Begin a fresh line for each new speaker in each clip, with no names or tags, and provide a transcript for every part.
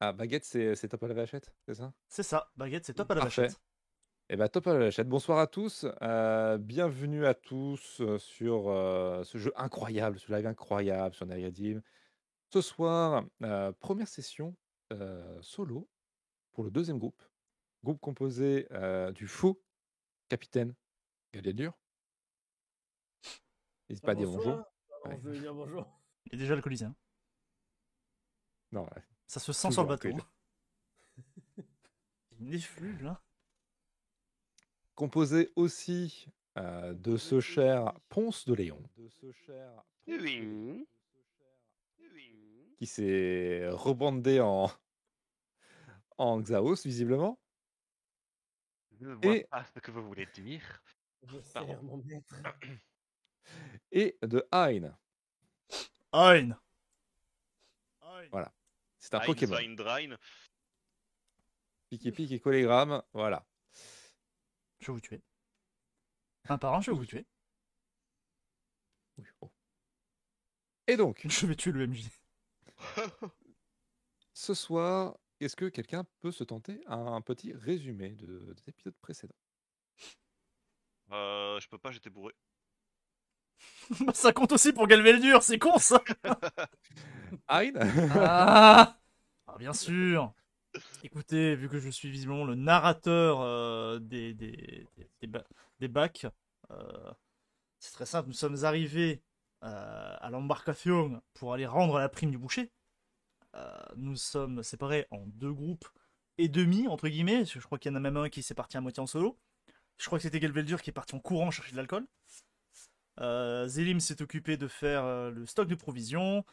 Ah, baguette, c'est c'est top à la vachette, c'est ça
C'est ça, baguette, c'est top à la
Parfait.
vachette.
Eh ben, top à la vachette. Bonsoir à tous. euh, bienvenue à tous euh, sur euh, ce jeu incroyable, ce live incroyable sur Neriadim. Ce soir, euh, première session euh, solo pour le deuxième groupe. Groupe composé euh, du faux capitaine Galédur. N'hésite pas à dire bonjour. Ouais.
je vais dire bonjour.
Il est déjà alcoolisé. hein.
Non, ouais.
Ça se sent sur le
Toujours
bateau.
alcoolisé.
hein. Il n'efflue là.
Composé aussi euh, de ce cher Ponce de Léon.
Oui.
qui s'est rebandé en en Xaos visiblement.
Je ne vois
Et-
pas ce que vous voulez dire.
Ah,
Je sers
Pardon.
mon maître.
et de Hein.
Ein. Ein.
Voilà. C'est un
Ein,
Pokémon.
Sein, Drein.
Pique et pique et collégramme, voilà.
Je vais vous tuer. Un par un, je vais vous tuer.
Oui, bon. Et donc,
Je vais tuer le MJ.
ce soir, est-ce que quelqu'un peut se tenter à un petit résumé de, des épisodes précédents
Euh, je peux pas, j'étais bourré.
ça compte aussi pour Galveldur, c'est con ça
Hein
Ah, Ah, bien sûr. Écoutez, vu que je suis visiblement le narrateur euh, des, des, des, des ba- des bacs, euh, c'est très simple. Nous sommes arrivés euh, à l'embarcation pour aller rendre la prime du boucher. Euh, nous sommes séparés en deux groupes et demi, entre guillemets. parce que Je crois qu'il y en a même un qui s'est parti à moitié en solo. Je crois que c'était Galveldur qui est parti en courant chercher de l'alcool. Euh, Zélim s'est occupé de faire euh, le stock de provisions.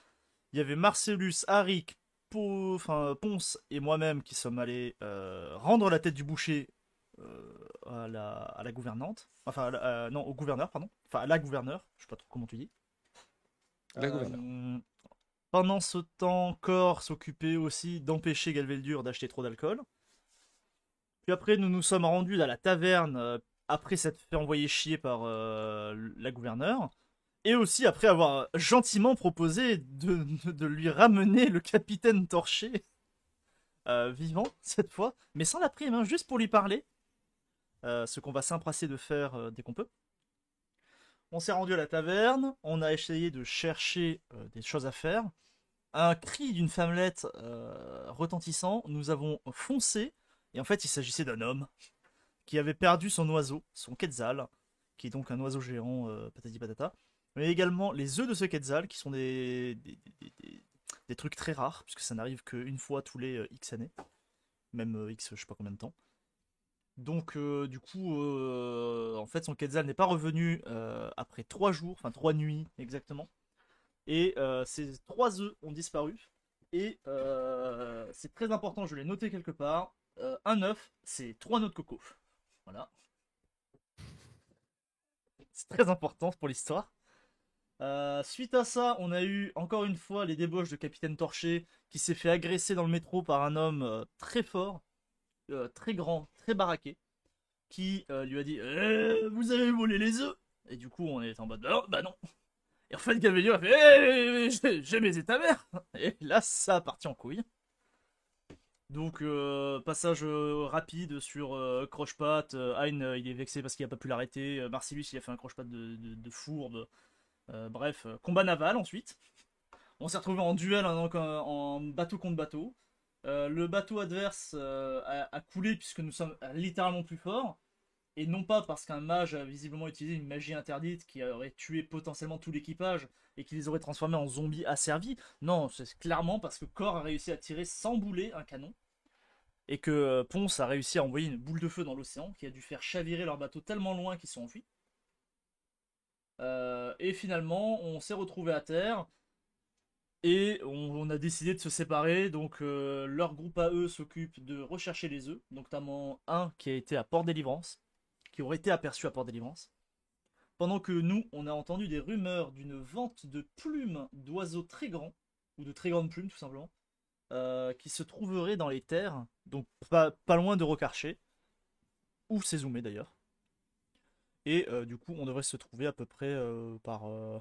Il y avait Marcellus, Arik, Po- enfin, Ponce et moi-même qui sommes allés euh, rendre la tête du boucher euh, à, la, à la gouvernante. Enfin, à la- euh, non, au gouverneur, pardon. Enfin, à la gouverneure, je sais pas trop comment tu dis.
La
Euh,
gouverneure.
pendant ce temps, Cor s'occupait aussi d'empêcher Galveldur d'acheter trop d'alcool. Puis après, nous nous sommes rendus à la taverne euh, après s'être fait envoyer chier par euh, la gouverneure. Et aussi après avoir gentiment proposé de, de lui ramener le capitaine torché euh, vivant cette fois, mais sans la prime, hein, juste pour lui parler. Euh, ce qu'on va s'empresser de faire euh, dès qu'on peut. On s'est rendu à la taverne, on a essayé de chercher euh, des choses à faire. Un cri d'une femmelette euh, retentissant, nous avons foncé, et en fait il s'agissait d'un homme qui avait perdu son oiseau, son quetzal, qui est donc un oiseau géant, euh, patati patata, mais également les œufs de ce quetzal, qui sont des, des, des- des- des trucs très rares, puisque ça n'arrive qu'une fois tous les euh, X années, même euh, X je sais pas combien de temps. Donc, euh, du coup, euh, en fait, son Quetzal n'est pas revenu euh, après trois jours, enfin trois nuits exactement. Et euh, ces trois œufs ont disparu. Et euh, c'est très important, je l'ai noté quelque part. euh, un œuf, c'est trois noix de coco. Voilà. C'est très important pour l'histoire. Euh, suite à ça, on a eu encore une fois les débauches de Capitaine Torché qui s'est fait agresser dans le métro par un homme euh, très fort euh, très grand, très baraqué, qui euh, lui a dit Eh, Vous avez volé les œufs Et du coup, on est en mode Bah non, bah non. Et en fait, Gavelio a fait Eh, j'ai- J'ai baisé ta mère Et là, ça a parti en couille. Donc, euh, passage euh, rapide sur euh, Croche-Patte. Euh, Hein, euh, il est vexé parce qu'il a pas pu l'arrêter. Euh, Marcellus, il a fait un Croche-Patte de, de- de fourbe. Euh, bref, euh, combat naval ensuite. On s'est retrouvé en duel, hein, donc, euh, en bateau contre bateau. Euh, le bateau adverse euh, a, a coulé puisque nous sommes euh, littéralement plus forts. Et non pas parce qu'un mage a visiblement utilisé une magie interdite qui aurait tué potentiellement tout l'équipage et qui les aurait transformés en zombies asservis. Non, c'est clairement parce que Cor a réussi à tirer sans boulet un canon. Et que euh, Ponce a réussi à envoyer une boule de feu dans l'océan qui a dû faire chavirer leur bateau tellement loin qu'ils sont enfuis. Euh, et finalement, on s'est retrouvé à terre. Et on, on a décidé de se séparer, donc euh, leur groupe à eux s'occupe de rechercher les œufs, notamment un qui a été à Port-Délivrance, qui aurait été aperçu à Port-Délivrance. Pendant que nous, on a entendu des rumeurs d'une vente de plumes d'oiseaux très grands, ou de très grandes plumes tout simplement, euh, qui se trouveraient dans les terres, donc pas, pas loin de Rocarché, ou Sézoumé d'ailleurs. Et euh, du coup, on devrait se trouver à peu près euh, par... euh,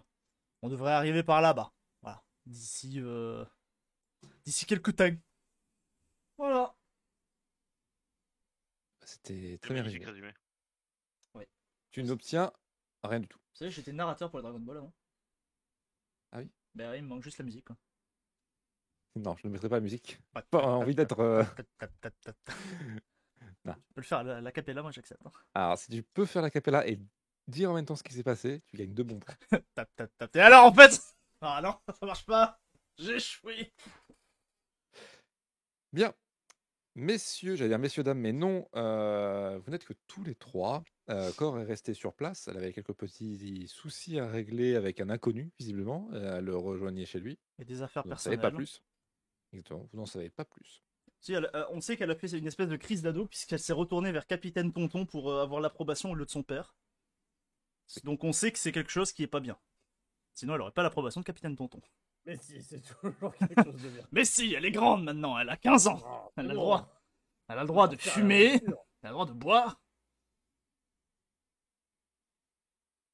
on devrait arriver par là-bas. Voilà. D'ici euh, d'ici quelques temps. Voilà.
C'était très bien
Magnifique
résumé.
résumé.
Tu n'obtiens rien du tout.
Vous savez, j'étais narrateur pour les Dragon Ball avant.
Ah oui
Bah oui, il me manque juste la musique. Quoi.
Non, je ne mettrai pas la musique. Pas envie d'être. euh, Non.
Tu peux le faire à la, la capella, moi j'accepte. hein.
Alors, si tu peux faire la capella et dire en même temps ce qui s'est passé, tu gagnes deux bons points.
Tap, tap, tap. Et alors en fait Ah non, ça marche pas J'ai échoué
Bien. Messieurs, j'allais dire messieurs, dames, mais non, euh, vous n'êtes que tous les trois. Euh, Cor est restée sur place. Elle avait quelques petits soucis à régler avec un inconnu, visiblement. Euh, Elle le rejoignait chez lui.
Et des affaires
Vous n'en savez
personnelles.
pas plus. Exactement, vous n'en savez pas plus.
Si, elle- euh, on sait qu'elle a fait une espèce de crise d'ado puisqu'elle s'est retournée vers Capitaine Tonton pour euh, avoir l'approbation au lieu de son père. Donc on sait que c'est quelque chose qui est pas bien. Sinon elle aurait pas l'approbation de Capitaine Tonton.
Mais si, c'est toujours quelque chose de bien.
Mais si, elle est grande maintenant, elle a 15 ans.
Ah,
Elle a
c'est
le
bon.
droit. Elle a le droit de
Ah,
Ça,
euh,
fumer,
c'est sûr.
elle a le droit de boire.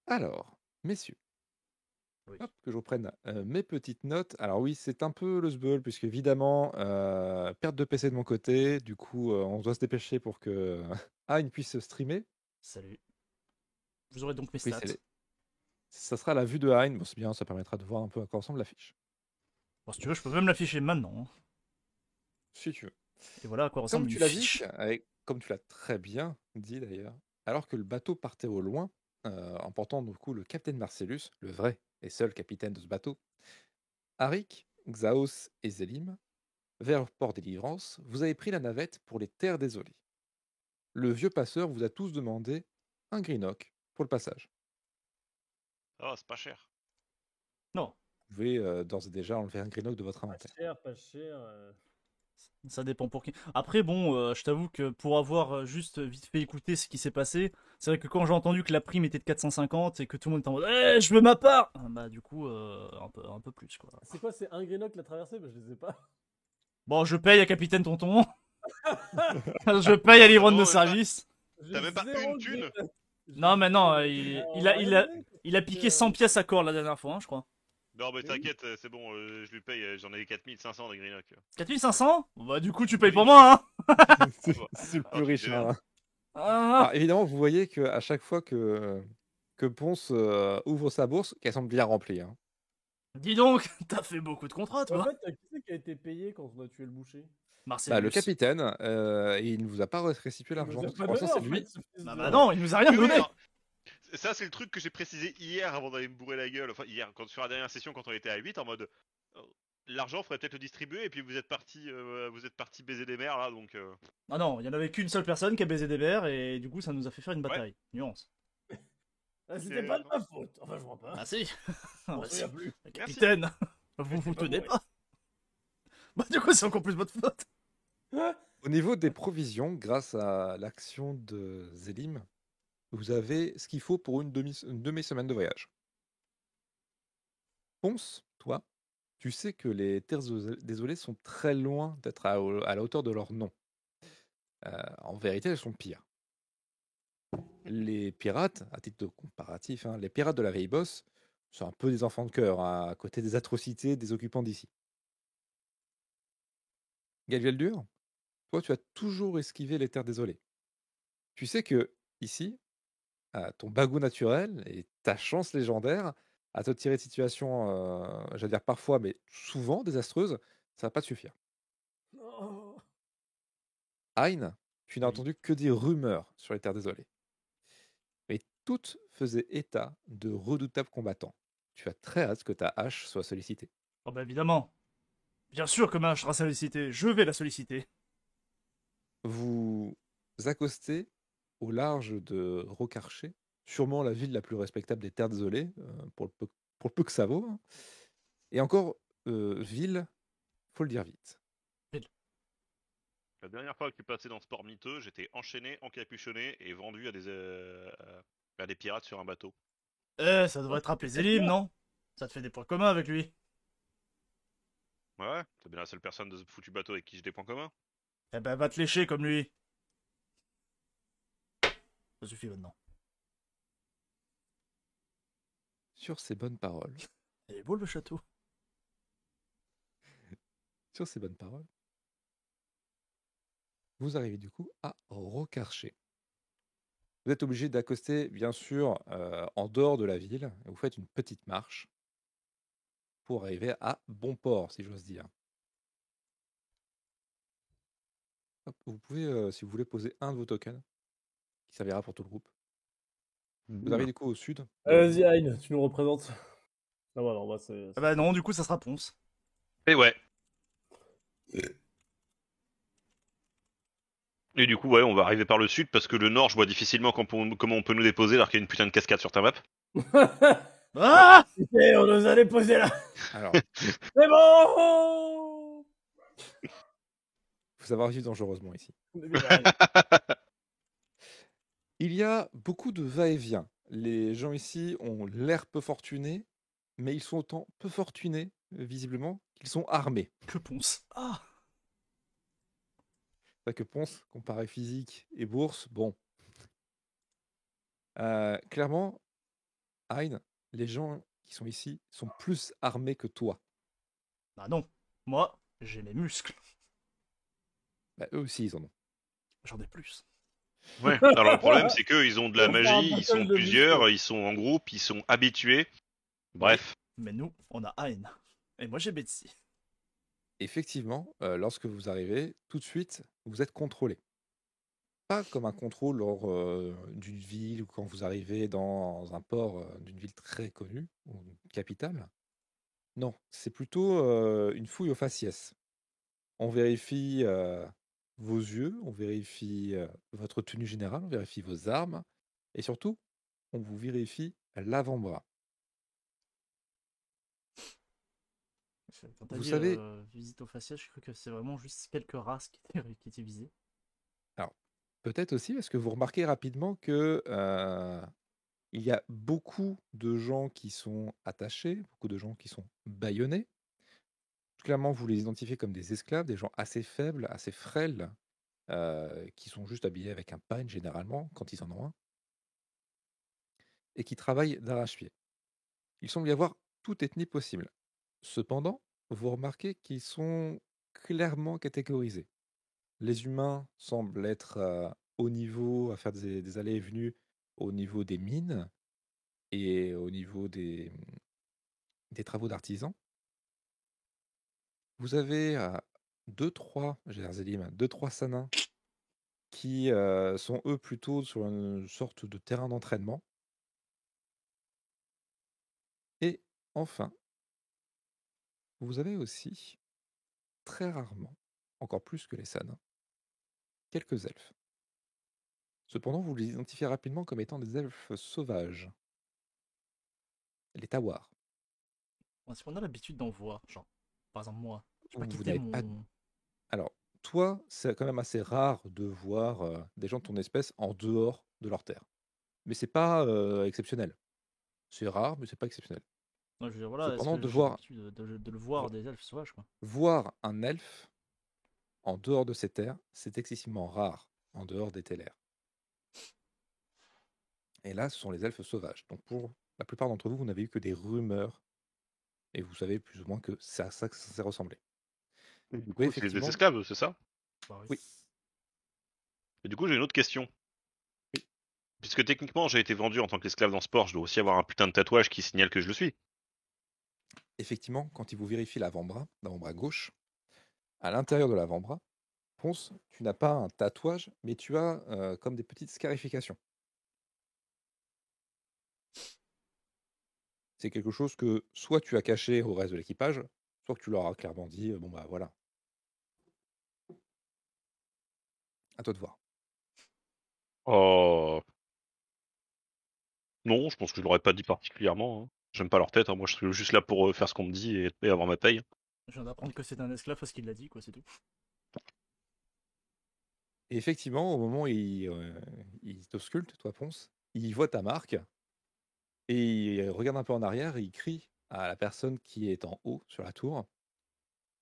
Alors, messieurs,
Oui.
hop, que je reprenne euh, mes petites notes. Alors oui, c'est un peu le sbeul, puisque évidemment, euh, perte de PC de mon côté, du coup, euh, on doit se dépêcher pour que Ayn puisse streamer.
Salut. Vous aurez donc mes
Oui,
stats.
c'est les- Ça sera la vue de Hein. Bon, c'est bien, ça permettra de voir un peu à quoi ressemble l'affiche.
Bon, si tu veux, je peux même l'afficher maintenant. hein.
Si tu veux.
Et voilà à quoi ressemble
Comme tu
une
l'as dit,
fiche.
avec- comme tu l'as très bien dit d'ailleurs, alors que le bateau partait au loin, euh, en portant du coup le capitaine Marcellus, le vrai et seul capitaine de ce bateau, Arik, Xaos et Zélim, vers Port Délivrance, vous avez pris la navette pour les terres désolées. Le vieux passeur vous a tous demandé un greenock pour le passage.
Ah, c'est pas cher.
Non,
Vous pouvez euh, d'ores et déjà enlever un greenock de votre
Pas
inventaire.
cher, pas cher. euh,
ça dépend pour qui. Après, bon, euh, je t'avoue que pour avoir euh, juste vite fait écouter ce qui s'est passé, c'est vrai que quand j'ai entendu que la prime était de 450 et que tout le monde était en mode Eh, je veux ma part Ah, Bah, du coup, euh, un, peu, un peu plus quoi.
C'est quoi, c'est un Greenock la traversée Bah, Je les ai pas.
Bon, je paye à Capitaine Tonton. je paye à l'ivrogne
Oh,
de
mais ça-
service.
J'ai
T'as même pas
zéro
une thune
Greenock.
Non, mais non, euh,
J'ai-
il,
en
il a, il, a,
Greenock.
il a piqué 100 pièces à corps la dernière fois, hein, je crois.
Non, mais
oui.
t'inquiète, euh, c'est bon, euh, je lui paye, euh, j'en ai 4500 des Greenock.
4500 Bah, du coup, tu payes pour moi,
C'est
hein
c'est le plus
Ah,
riche.
génial.
hein.
Ah.
Alors, évidemment, vous voyez que à chaque fois que, euh, que Ponce euh, ouvre sa bourse, qu'elle semble bien remplie. hein.
Ah.
Dis donc, t'as fait beaucoup de contrats,
En
toi.
fait, euh, qui c'est qui a été payé quand on a tué le boucher
Marcellus.
Bah, le capitaine, euh, il ne vous a pas restitué
Il nous
l'argent.
a
donc
pas
Pour l'instant, c'est
donné, en
lui.
fait, ce fils
Bah,
de-
bah non, il nous a rien
Oui, oui,
donné.
alors, Ça, c'est le truc que j'ai précisé hier avant d'aller me bourrer la gueule. Enfin, hier, quand, sur la dernière session, quand on était à 8, en mode. euh, L'argent, faudrait peut-être le distribuer, et puis vous êtes parti, euh, vous êtes parti baiser des mers là, donc. euh,
Ah non, il y en avait qu'une seule personne qui a baisé des verres et du coup ça nous a fait faire une bataille. Nuance.
Ah, C'était pas de ma faute. Enfin, je crois pas.
Ah si Ah,
On s'en
bah, si.
souvient plus.
Capitaine Vous vous
pas
tenez
bon,
pas Bah du coup c'est encore plus votre faute
Au niveau des provisions, grâce à l'action de Zélim, vous avez ce qu'il faut pour une demi- une demi-semaine de voyage. Ponce, toi, tu sais que les terres désolé- désolées sont très loin d'être à, à la hauteur de leur nom. Euh, en vérité, elles sont pires. Les pirates, à titre de comparatif, hein, les pirates de la vieille bosse sont un peu des enfants de cœur, hein, à côté des atrocités des occupants d'ici. Galviel Dur, toi, tu as toujours esquivé les terres désolées. Tu sais que, ici, à ton bagou naturel et ta chance légendaire, à te tirer de situations, euh, j'allais dire parfois, mais souvent désastreuses, ça va pas te suffire.
Non.
Hein, tu n'as
Oui.
entendu que des rumeurs sur les terres désolées. Mais toutes faisaient état de redoutables combattants. Tu as très hâte que ta hache soit sollicitée.
Oh bah évidemment Bien sûr que Mash sera sollicité, je vais la solliciter
Vous accostez au large de Rocarché, sûrement la ville la plus respectable des terres désolées, euh, pour, le peu, pour le peu que ça vaut. hein. Et encore, euh, ville, faut le dire vite.
La dernière fois que tu passais dans ce port miteux, j'étais enchaîné, encapuchonné et vendu à des, euh, à des pirates sur un bateau.
Eh, ça devrait être appelé Zélim, non Ça te fait des points communs avec lui
Ouais, c'est bien la seule personne de ce foutu bateau avec qui j'ai des points communs.
Eh ben va te lécher comme lui Ça suffit maintenant.
Sur ces bonnes paroles,
Il est beau le château
sur ces bonnes paroles, vous arrivez du coup à Rocarcher. Vous êtes obligé d'accoster, bien sûr, euh, en dehors de la ville. et Vous faites une petite marche pour arriver à Bonport, si j'ose dire. Hop, Vous pouvez, euh, si vous voulez, poser un de vos tokens qui servira pour tout le groupe. Vous arrivez du coup au sud. de-
Vas-y, Ayn, tu nous représentes. Ah bah non, bah c'est.
Ah bah non, du coup, ça sera Ponce.
Et ouais. Et du coup, ouais, on va arriver par le sud parce que le nord, je vois difficilement quand on- comment on peut nous déposer alors qu'il y a une putain de cascade sur ta map.
Ah
Eh, on nous a déposé là
Alors,
C'est bon
faut savoir vivre dangereusement ici.
Mais j'arrive.
Il y a beaucoup de va-et-vient. Les gens ici ont l'air peu fortunés, mais ils sont autant peu fortunés, euh, visiblement, qu'ils sont armés.
Que Ponce. Ah
C'est vrai que Ponce, comparé physique et bourse, bon. Euh, clairement, Hein, les gens qui sont ici sont plus armés que toi.
Bah non. Moi, j'ai mes muscles.
Bah, eux aussi, ils en ont.
J'en ai plus.
Ouais. Alors le problème, c'est que ils ont de la
On fait un
magie, ils
battle
sont
de
plusieurs, ils sont en groupe, ils sont habitués. Bref.
Mais nous, on a Haine. Et moi, j'ai Betsy.
effectivement, euh, lorsque vous arrivez, tout de suite, vous êtes contrôlé. Pas comme un contrôle lors euh, d'une ville ou quand vous arrivez dans un port euh, d'une ville très connue ou une capitale. Non, c'est plutôt euh, une fouille aux faciès. On vérifie euh, vos yeux, on vérifie euh, votre tenue générale, on vérifie vos armes et surtout, on vous vérifie l'avant-bras.
Quand t'as
Vous
dit,
savez-
euh, visite au faciès, je crois que c'est vraiment juste quelques races qui étaient, qui étaient visées.
Peut-être aussi parce que vous remarquez rapidement que euh, il y a beaucoup de gens qui sont attachés, beaucoup de gens qui sont bâillonnés. Clairement, vous les identifiez comme des esclaves, des gens assez faibles, assez frêles, euh, qui sont juste habillés avec un pagne généralement, quand ils en ont un, et qui travaillent d'arrache-pied. Il semble y avoir toute ethnie possible. Cependant, vous remarquez qu'ils sont clairement catégorisés. Les humains semblent être euh, au niveau, à faire des, des allées et venues au niveau des mines et au niveau des, des travaux d'artisans. Vous avez euh, deux, trois, j'ai l'air zélim, hein, deux, trois sanins qui euh, sont eux plutôt sur une sorte de terrain d'entraînement. Et enfin, vous avez aussi, très rarement, encore plus que les sanins, quelques elfes. Cependant, vous les identifiez rapidement comme étant des elfes sauvages. Les Tawars.
Est-ce qu'on a l'habitude d'en voir Genre, par exemple, moi. Je pas
Vous
quitté
n'avez
mon.
pas- Alors, toi, c'est quand même assez rare de voir euh, des gens de ton espèce en dehors de leur terre. Mais c'est pas euh, exceptionnel. C'est rare, mais c'est pas exceptionnel.
Non, je veux dire, voilà, est-ce
Cependant,
que
de
j'ai
voir-
l'habitude de, de- de le voir des elfes sauvages, quoi.
Voir un elfe en dehors de ses terres, c'est excessivement rare en dehors des Télaires. Et là, ce sont les elfes sauvages. Donc pour la plupart d'entre vous, vous n'avez eu que des rumeurs. Et vous savez plus ou moins que c'est à ça que ça s'est ressemblé.
Du
Oui,
coup, c'est des
effectivement.
esclaves, c'est ça
Bah oui.
Oui.
Et du coup, j'ai une autre question. Puisque techniquement, j'ai été vendu en tant qu'esclave dans ce sport, je dois aussi avoir un putain de tatouage qui signale que je le suis.
Effectivement, quand il vous vérifie l'avant-bras, l'avant-bras gauche, à l'intérieur de l'avant-bras, Ponce, tu n'as pas un tatouage, mais tu as euh, comme des petites scarifications. C'est quelque chose que soit tu as caché au reste de l'équipage, soit que tu leur as clairement dit, euh, bon bah voilà. À toi de voir.
Oh. Non, je pense que je l'aurais pas dit particulièrement. hein. J'aime pas leur tête, hein. moi je suis juste là pour euh, faire ce qu'on me dit et, et avoir ma paye.
Je viens d'apprendre que c'est un esclave parce qu'il l'a dit, quoi, c'est tout.
Et effectivement, au moment où il, euh, il t'ausculte, toi, Ponce, il voit ta marque et il regarde un peu en arrière et il crie à la personne qui est en haut sur la tour.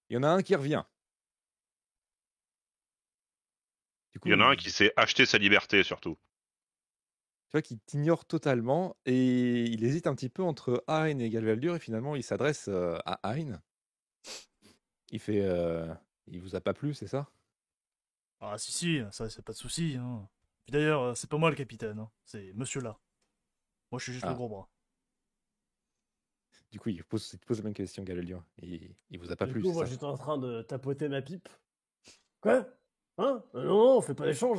Il y en a un qui revient. Du
Il y en a
coup,
un qui s'est acheté sa liberté surtout.
Tu vois qu'il t'ignore totalement et il hésite un petit peu entre Hein et Galvaldur et finalement il s'adresse euh, à Hein. Il fait. euh, il vous a pas plu, c'est ça
Ah si si, ça c'est pas de souci. hein. Puis d'ailleurs, euh, c'est pas moi le capitaine, hein, c'est monsieur là. Moi je suis juste
Ah.
le gros bras.
Du coup, il pose, il te pose la même question, Galileo. Il, il vous a pas
du
plu.
coup,
c'est
moi,
ça
j'étais en train de tapoter ma pipe. Quoi Hein Euh, Non, non, on fait pas d'échange.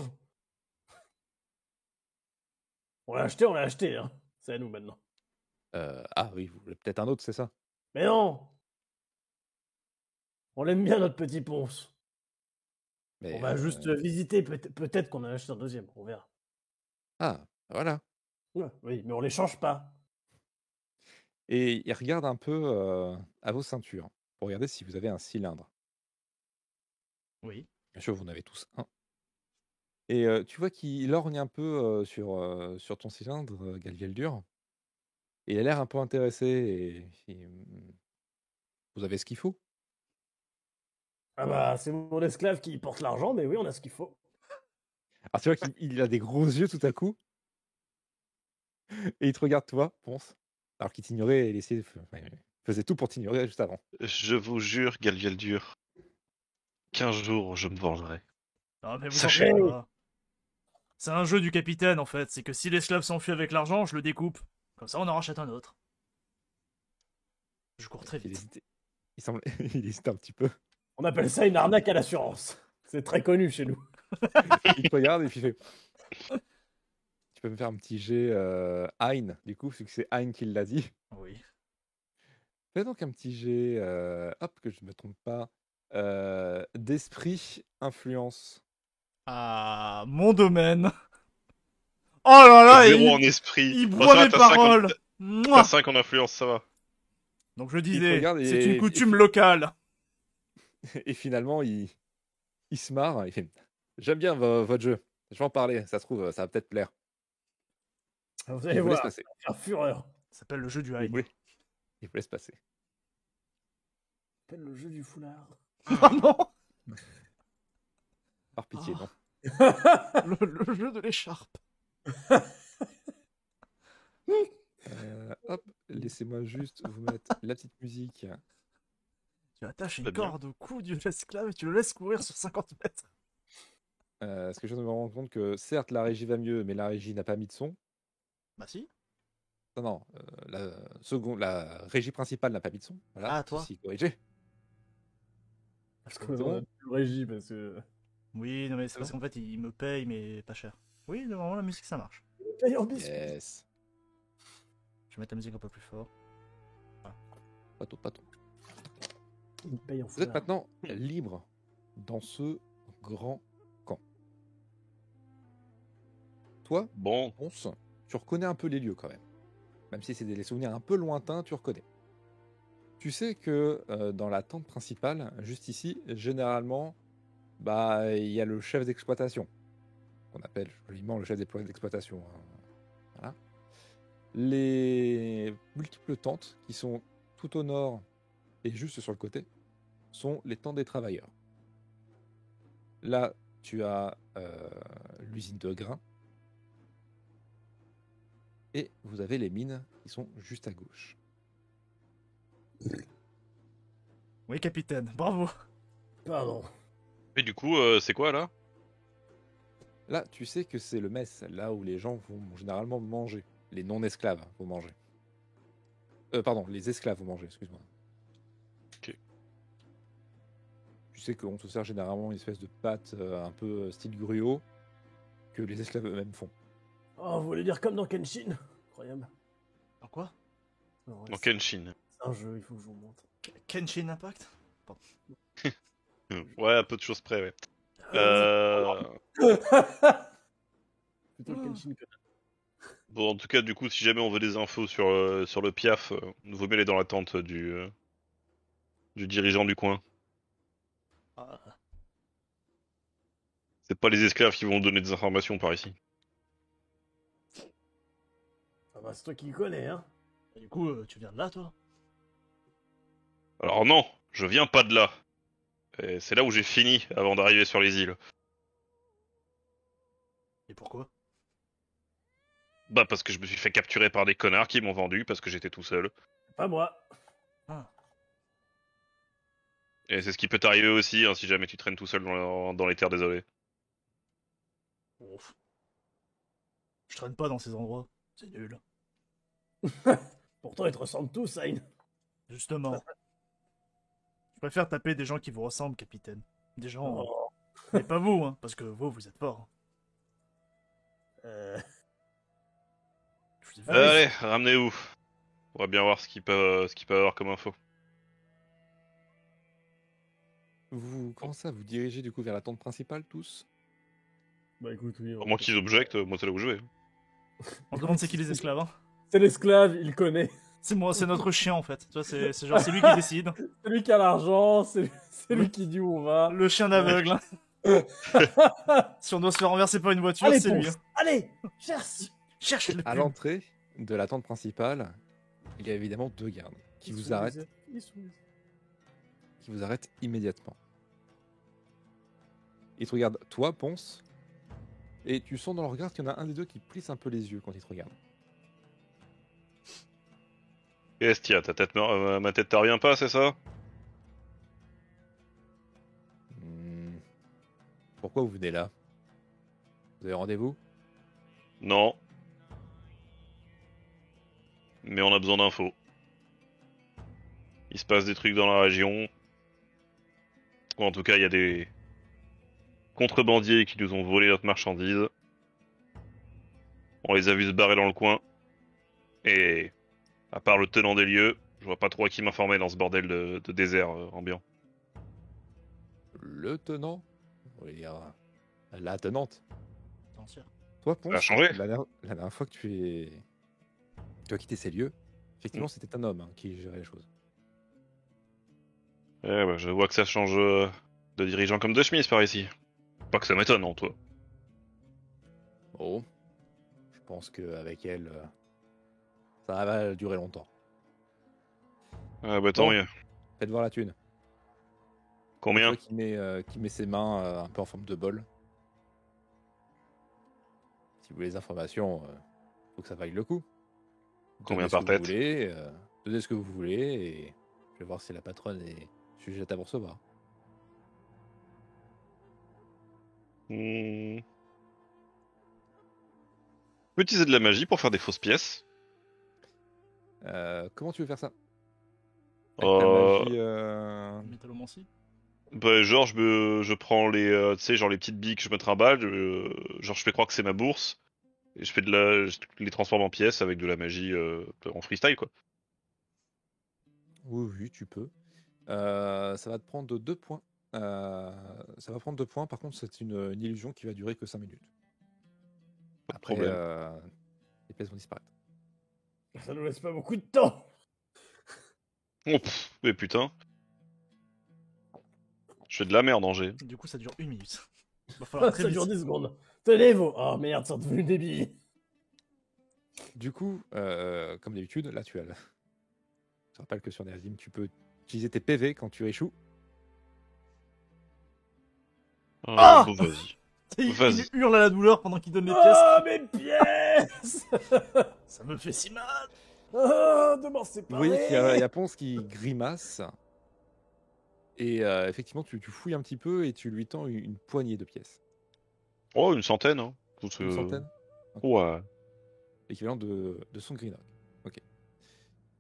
On l'a acheté, on l'a acheté. Hein. C'est à nous maintenant.
Euh, ah oui, vous voulez peut-être un autre, c'est ça
Mais non On l'aime bien, notre petit ponce.
Mais,
On va
euh,
bah, juste le visiter. peut- Peut-être qu'on a acheté un deuxième. On verra.
Ah, voilà.
Ouais, oui, mais on les change pas.
Et il regarde un peu euh, à vos ceintures pour regarder si vous avez un cylindre.
Oui.
Bien sûr, vous en avez tous un. Et euh, tu vois qu'il orgne un peu euh, sur, euh, sur ton cylindre, euh, Galviel Dur. Et il a l'air un peu intéressé. Et, et, hum, vous avez ce qu'il faut
Ah bah, c'est mon esclave qui porte l'argent, mais oui, on a ce qu'il faut.
Alors tu vois qu'il il a des gros yeux tout à coup. Et il te regarde, toi, Ponce. Alors qu'il t'ignorait et il essayait de f- enfin, il faisait tout pour t'ignorer juste avant.
Je vous jure, Galviel Dur, qu'un jour je me vengerai.
Ah, mais vous en
Sachez-
faites pas. C'est un jeu du capitaine en fait, c'est que si l'esclave s'enfuit avec l'argent, je le découpe. Comme ça on en rachète un autre. Je cours très
Il
vite.
hésitait, il semble- il hésitait un petit peu.
On appelle ça une arnaque à l'assurance. C'est très connu chez nous.
Il te regarde et puis il fait. Tu peux me faire un petit jet euh, Hein, du coup, vu que c'est Hein qui l'a dit.
Oui.
Fais donc un petit jet, euh, hop, que je ne me trompe pas, euh, d'esprit, influence.
Ah, mon domaine. Oh là là,
Zéro
il,
en esprit.
il Ah.
Enfin,
broie
ça va,
mes
t'as cinq en-
paroles.
T'as
Mouah.
5 en influence, ça va.
Donc je
Il te
disais,
regarde et-
c'est une
et-
coutume locale.
Et finalement, il, il se marre. Il fait J'aime bien vo- votre jeu. Je vais en parler. Ça se trouve, ça va peut-être plaire.
Vous
Il
allez
vous laisse
voir,
passer.
faire fureur.
Ça s'appelle le jeu du
Il
high.
vous laisse- il vous laisse passer.
Appelle le jeu du foulard.
Oh non
Par pitié,
Ah.
non
le, le jeu de l'écharpe.
Euh, Hop, laissez-moi juste vous mettre la petite musique.
Tu attaches une
Très bien.
corde au cou de l'esclave et tu le laisses courir sur 50 mètres.
Euh, parce que je viens de me rendre compte que certes, la régie va mieux, mais la régie n'a pas mis de son.
Bah si.
Non, non, euh, la, seconde, la régie principale n'a pas mis de son. Voilà,
Ah, toi.
ceci corrigé.
Parce qu'on a plus régie, parce que.
Oui, non mais c'est
Ah
parce qu'en fait il me paye mais pas cher. Oui, normalement la musique ça marche.
Paye en biscuit.
Yes.
Je vais mettre la musique un peu plus fort.
Pas tout, pas tout.
Il paye en
Vous êtes
foulard.
maintenant libre dans ce grand camp. Toi,
Bon,
Ponce, tu reconnais un peu les lieux quand même. Même si c'est des souvenirs un peu lointains, tu reconnais. Tu sais que euh, dans la tente principale, juste ici, généralement, bah il y a le chef d'exploitation, qu'on appelle joliment le chef d'explo- d'exploitation. hein. Voilà. Les multiples tentes qui sont tout au nord et juste sur le côté sont les tentes des travailleurs. Là, tu as euh, l'usine de grains. Et vous avez les mines qui sont juste à gauche.
Oui, capitaine, bravo.
Pardon.
et du coup, euh, c'est quoi là
Là, tu sais que c'est le mess, là où les gens vont généralement manger. Les non-esclaves vont manger. Euh, pardon, les esclaves vont manger, excuse-moi.
Ok.
Tu sais qu'on se sert généralement une espèce de pâte euh, un peu style gruau que les esclaves eux-mêmes font.
Oh, vous voulez dire comme dans Kenshin Incroyable.
En quoi
Non, ouais,
Dans
c'est
Kenshin.
c'est un jeu, il faut que je vous montre.
Kenshin Impact
Ouais, à peu de choses près, ouais.
Ah,
Euh...
Plutôt
Ah.
Kenshin que.
Bon, en tout cas, du coup, si jamais on veut des infos sur, euh, sur le PIAF, euh, vaut mieux aller dans l'attente du, euh, du dirigeant du coin.
Ah,
C'est pas les esclaves qui vont donner des informations par ici.
Ah bah, c'est toi qui le connais, hein.
bah, Du coup, euh, tu viens de là toi
Alors non, je viens pas de là. Et C'est là où j'ai fini avant d'arriver sur les îles.
Et pourquoi
Bah parce que je me suis fait capturer par des connards qui m'ont vendu parce que j'étais tout seul.
Pas moi.
Et c'est ce qui peut t'arriver aussi hein, si jamais tu traînes tout seul dans, dans les terres désolées.
Je traîne pas dans ces endroits. C'est nul.
Pourtant, ils te ressemblent tous Hein. à une.
Justement. Je préfère taper des gens qui vous ressemblent, capitaine. Des gens. euh,
Oh,
Mais pas vous, hein, parce que vous, vous êtes fort.
euh,
Je vous ai vu.
Euh, allez, ramenez-vous. On va bien voir ce qu'ils peuvent, ce qu'ils peuvent avoir comme info.
Vous commencez à vous diriger du coup vers la tente principale tous
Bah écoute, oui.
Au moins qu'ils objectent, euh, moi c'est là où je vais.
On se demande c'est qui les esclaves. hein.
C'est l'esclave, il connaît.
C'est moi, c'est notre chien en fait. Tu vois, c'est c'est genre c'est lui qui décide.
C'est lui qui a l'argent, c'est c'est lui qui dit où on va.
Le chien d'aveugle. si on doit se faire renverser par une voiture,
Allez,
c'est lui. hein.
Ponce, allez, cherche
Cherche le
À l'entrée de la tente principale, il y a évidemment deux gardes qui vous arrêtent,
Ils sont les-
qui vous arrêtent immédiatement. Ils te regardent toi, Ponce, et tu sens dans leur regard qu'il y en a un des deux qui plisse un peu les yeux quand ils te regardent.
Qu'est-ce qu'il y a Ta tête me- euh, Ma tête te revient pas, c'est ça
Hmm. Pourquoi vous venez là Vous avez rendez-vous
Non. Mais on a besoin d'infos. Il se passe des trucs dans la région. Ou en tout cas, il y a des contrebandiers qui nous ont volé notre marchandise. On les a vus se barrer dans le coin. Et à part le tenant des lieux, je vois pas trop à qui m'informer dans ce bordel de, de désert euh, ambiant.
Le tenant On va dire euh, la tenante.
Attention.
Toi, Ponce,
a changé.
La, dernière- la dernière fois que tu es. Tu as quitté ces lieux,
Mm.
effectivement, c'était un homme hein, qui gérait les choses.
Eh ben, je vois que ça change euh, de dirigeant comme de chemise par ici. Pas que ça m'étonne en toi.
Oh. Je pense qu'avec elle, euh, ça va durer longtemps.
Ah bah tant
Bon.
mieux.
Faites voir la thune.
Combien
Toi qui met, euh, qui met ses mains euh, un peu en forme de bol. Si vous voulez les informations, euh, faut que ça vaille le coup.
Combien
Donnez ce
par
que
tête
vous voulez, euh, Donnez ce que vous voulez et je vais voir si la patronne est sujette à vous recevoir.
Hmm. On peut utiliser de la magie pour faire des fausses pièces.
Euh, comment tu veux faire ça Avec ta
Euh,
magie, euh,
Métallomancie.
bah, genre, je, me- je prends les, euh, tu sais, genre les petites billes que je me trimballe, je- genre je fais croire que c'est ma bourse, et je fais de la, je les transforme en pièces avec de la magie euh, en freestyle quoi.
Oui, oui, tu peux. Euh, ça va te prendre deux points. Euh, ça va prendre deux points. Par contre, c'est une, une illusion qui va durer que cinq minutes.
Pas de
Après,
problème.
euh, les pièces vont disparaître.
Ça nous laisse pas beaucoup de temps
Oh, pff, mais putain, je fais de la merde en G.
Du coup, ça dure une minute. Va falloir très
Ça
vite.
dure 10 secondes. Tenez vous Oh merde, sont devenus des billes
Du coup, euh, comme d'habitude, là tu as. le- Je te rappelle que sur Nerdim, tu peux utiliser tes PV quand tu échoues.
Ah
Ah, bon, vas-y.
Il,
Vas-y.
il hurle à la douleur pendant qu'il donne les pièces.
Oh mes pièces
Ah, Ça me fait si mal.
Oh, de m'en
Vous
séparer
voyez qu'il y, a- il y a Ponce qui grimace. Et euh, effectivement, tu, tu fouilles un petit peu et tu lui tends une, une poignée de pièces.
Oh, une centaine. Hein. Tout,
Une
euh,
centaine
Ouais. Hein,
L'équivalent de, de son Greenock. Ok.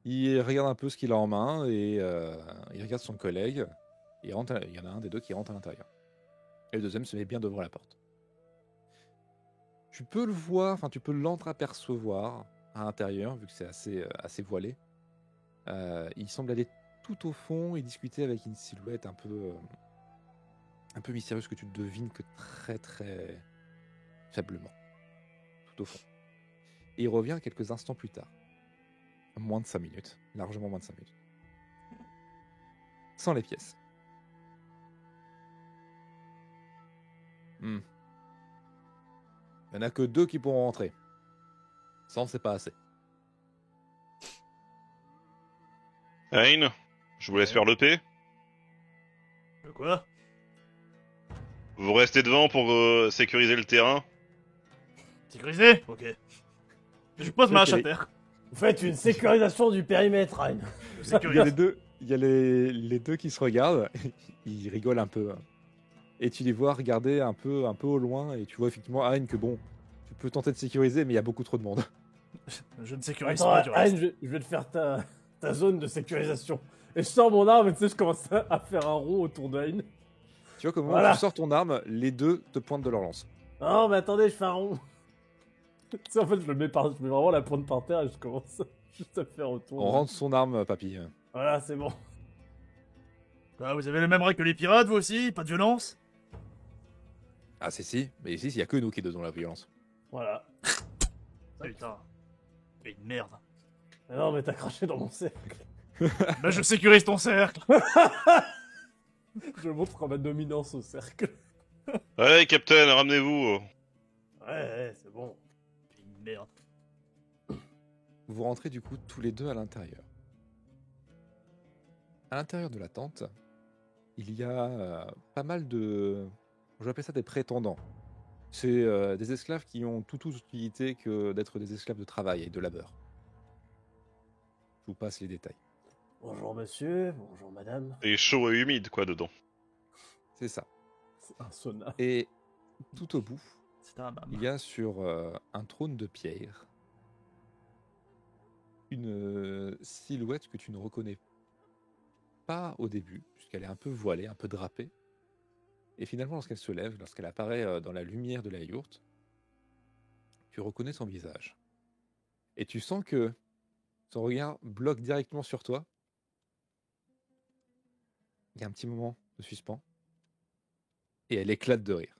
Il regarde un peu ce qu'il a en main et euh, il regarde son collègue. Il, rentre à- il y en a un des deux qui rentre à l'intérieur. Et le deuxième se met bien devant la porte. Tu peux le voir, enfin tu peux l'entreapercevoir à l'intérieur, vu que c'est assez, euh, assez voilé. Euh, il semble aller tout au fond et discuter avec une silhouette un peu, euh, un peu mystérieuse que tu devines que très très faiblement. Tout au fond. Et il revient quelques instants plus tard. Moins de 5 minutes. Largement moins de 5 minutes. Sans les pièces. Hmm. Il n'y en a que deux qui pourront rentrer. Sans, c'est pas assez.
Hein, je vous laisse faire le P.
Le quoi
Vous restez devant pour euh, sécuriser le terrain.
C'est grisé Ok. Je pose ma hache à
Ok.
terre.
Vous faites une sécurisation du périmètre,
Je
Ryan.
Il y a
sécurise.
les deux, il y a les, les deux qui se regardent. Ils rigolent un peu. hein. Et tu les vois regarder un peu, un peu au loin. Et tu vois effectivement Ayn que bon, tu peux tenter de sécuriser, mais il y a beaucoup trop de monde.
Je ne sécurise
Attends,
pas du
Anne,
reste.
je, je vais te faire ta, ta zone de sécurisation. Et je sors mon arme et tu sais, je commence à à faire un rond autour de Anne.
Tu vois, qu'au moment où
Voilà.
tu sors ton arme, les deux te pointent de leur lance.
Oh, mais attendez, je fais un rond. tu sais, en fait, je le mets par, je mets vraiment la pointe par terre et je commence juste à faire autour.
On rentre son arme, papy.
Voilà, c'est bon.
Ah, vous avez les mêmes règles que les pirates, vous aussi Pas de violence
Ah, c'est si. Mais ici, il n'y a que nous qui donnons la violence.
Voilà.
Putain. Mais une merde.
Mais non, mais t'as craché dans mon cercle.
bah, je sécurise ton cercle
Je montre ma dominance au cercle.
Allez, Captain, ramenez-vous.
Ouais, ouais, c'est bon.
Mais Une merde.
Vous rentrez du coup tous les deux à l'intérieur. À l'intérieur de la tente, il y a euh, pas mal de. Je vais appeler ça des prétendants. C'est euh, des esclaves qui ont tout autre utilité que d'être des esclaves de travail et de labeur. Je vous passe les détails.
Bonjour monsieur, bonjour madame.
Et chaud et humide, quoi, dedans.
C'est ça.
C'est un sauna.
Et tout au bout,
C'est un mam.
Il y a sur euh, un trône de pierre une euh, silhouette que tu ne reconnais pas au début, puisqu'elle est un peu voilée, un peu drapée. Et finalement, lorsqu'elle se lève, lorsqu'elle apparaît euh, dans la lumière de la yourte, tu reconnais son visage. Et tu sens que son regard bloque directement sur toi. Il y a un petit moment de suspens. Et elle éclate de rire.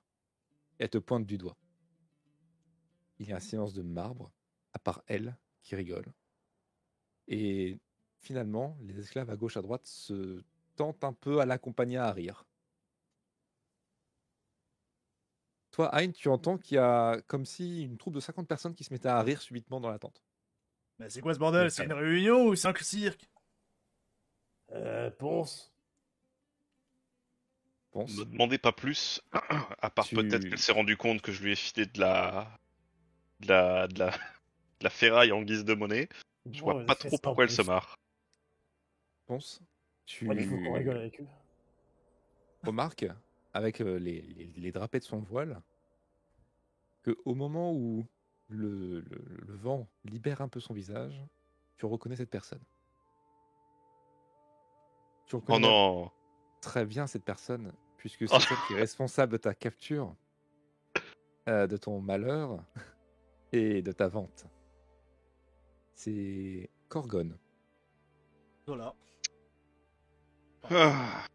Elle te pointe du doigt. Il y a un silence de marbre, à part elle qui rigole. Et finalement, les esclaves à gauche à droite se tentent un peu à l'accompagner à rire. Toi, Hein, tu entends qu'il y a comme si une troupe de 50 personnes qui se mettaient à rire subitement dans la tente.
Mais Bah, c'est quoi ce bordel C'est une réunion ou c'est un cirque
Euh, Ponce.
Pense.
Ne demandez pas plus, à part
Tu-
peut-être qu'elle s'est rendue compte que je lui ai filé de la... De la... De la... de la ferraille en guise de monnaie. Je vois pas trop pourquoi elle se marre. Hmm.
Pense. Tu
Ouais, il faut qu'on rigole avec eux.
remarques, avec euh, les, les- les drapés de son voile, que au moment où le- le- le vent libère un peu son visage, tu reconnais cette personne. Tu reconnais
Oh non
très bien cette personne, puisque
Oh.
c'est celle qui est responsable de ta capture, euh, de ton malheur et de ta vente. C'est Corgon.
Voilà.
Ah.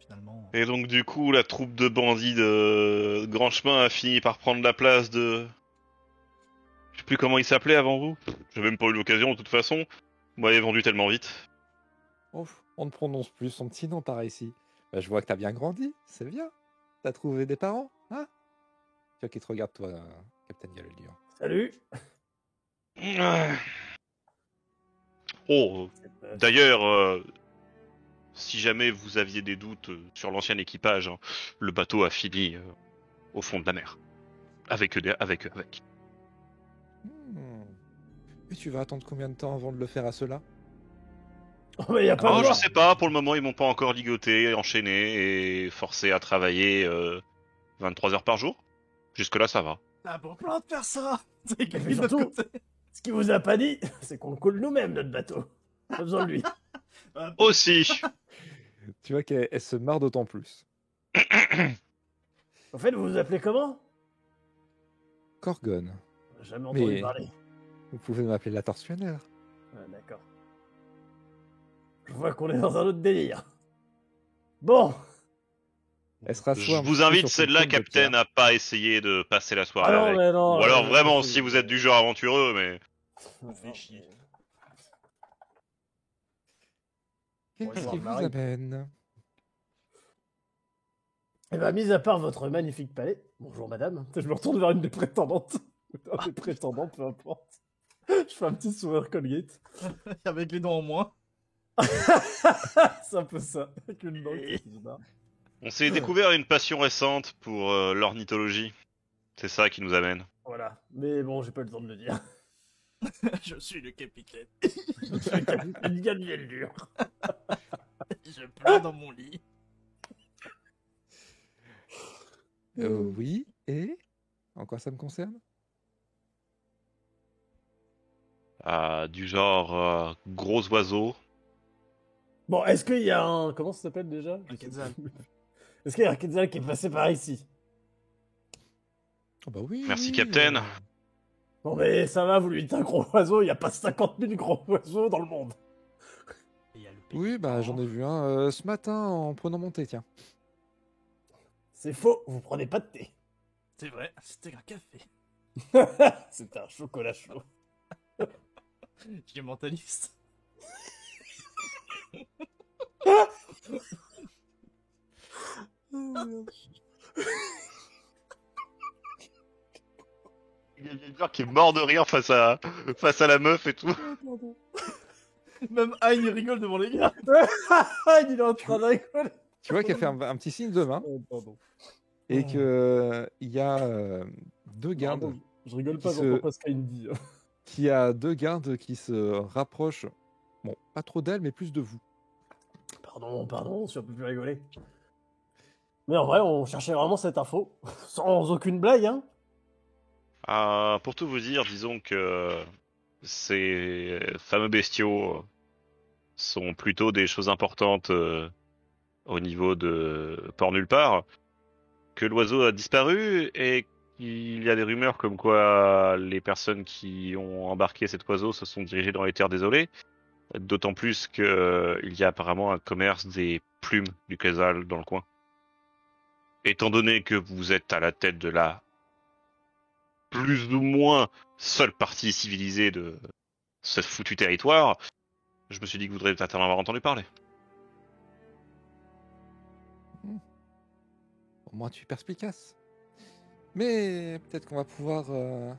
Finalement.
Et donc du coup, la troupe de bandits de Grand Chemin a fini par prendre la place de... Je sais plus comment il s'appelait avant vous. J'ai même pas eu l'occasion de toute façon. Vous m'avez vendu tellement vite.
Ouf, on ne prononce plus son petit nom par ici. Bah, je vois que t'as bien grandi, c'est bien. T'as trouvé des parents, hein Tu vois qui te regarde, toi, euh, Captain Galilure.
Salut.
Ah. Oh,
C'est pas-
D'ailleurs, euh, si jamais vous aviez des doutes euh, sur l'ancien équipage, hein, le bateau a fini euh, au fond de la mer. Avec eux, des- avec eux, avec.
Hmm. Et tu vas attendre combien de temps avant de le faire à cela
Oh, mais y a pas
Oh,
de
je
loi.
sais pas, pour le moment, ils m'ont pas encore ligoté, enchaîné et forcé à travailler euh, 23 heures par jour. Jusque-là, ça va.
T'as bon plan de faire ça C'est
Mais surtout- Ce qu'il vous a pas dit, c'est qu'on coule nous-mêmes notre bateau. Pas besoin de lui.
Aussi
Tu vois qu'elle elle se marre d'autant plus.
En fait, vous vous appelez comment
Corgon,
J'ai Jamais entendu
Mais-
parler.
vous pouvez m'appeler la tortionnaire.
Ah, D'accord. Je vois qu'on est dans un autre délire. Bon.
Elle sera
Je vous invite, celle-là, Captain, à pas essayer de passer la soirée
Ah non,
avec.
mais non,
Ou alors,
euh,
vraiment,
c'est-
si vous êtes du genre aventureux, mais...
Non,
fait chier.
mais-
Ouais,
Qu'est-ce
voir
qui
le
vous
mari.
amène
Eh ben, mis à part votre magnifique palais. Bonjour, madame. Je me retourne vers une des prétendantes. Un des prétendants, peu importe. Je fais un petit sourire Colgate.
Avec les dents en moins.
C'est un peu ça. Avec une langue, c'est bizarre.
On
euh.
s'est découvert une passion récente pour euh, l'ornithologie. C'est ça qui nous amène.
Voilà. Mais bon, j'ai pas le temps de le dire.
je suis le capitaine.
Il gagne, elle dure.
Je pleure dans mon lit.
Euh, Oui, Et En quoi ça me concerne
Ah, du genre euh, gros oiseau.
Bon, est-ce qu'il y a un. Comment ça s'appelle déjà
Un quetzal.
Est-ce qu'il y a un Quetzal qui est passé par ici
Oh bah oui.
Merci,
oui.
Captain.
Bon, mais ça va, vous lui dites un gros oiseau, il n'y a pas 50 000 gros oiseaux dans le monde.
Et il y a le pays
Oui,
des
bah j'en ai
grands.
vu un euh, ce matin en prenant mon thé, tiens.
C'est faux, vous prenez pas de thé.
C'est vrai, c'était un café.
C'est un chocolat chaud.
J'ai mentaliste.
Il y a Vieillard qui est mort de rire face à, face à la meuf et tout.
Même Ayn il rigole devant les gars.
il est en train de rigoler.
Tu vois qu'elle fait un, un petit signe de main
Oh, pardon.
et que euh, il y a euh, deux gardes
Pardon, Je rigole pas,
Qui se-
j'entends pas ce qu'il me dit. hein.
qui a deux gardes qui se rapprochent. Bon, pas trop d'elle, mais plus de vous.
Pardon, pardon, si on peut plus rigoler. Mais en vrai, on cherchait vraiment cette info. Sans aucune blague, hein.
Ah, pour tout vous dire, disons que ces fameux bestiaux sont plutôt des choses importantes euh, au niveau de Port Nulle Part, que l'oiseau a disparu et qu'il y a des rumeurs comme quoi les personnes qui ont embarqué cet oiseau se sont dirigées dans les terres désolées, d'autant plus qu'il y a apparemment un commerce des plumes du Casal dans le coin. Étant donné que vous êtes à la tête de la plus ou moins seule partie civilisée de ce foutu territoire, je me suis dit que vous devriez peut-être en avoir entendu parler.
Au moins, tu es perspicace. Mais peut-être qu'on va pouvoir euh,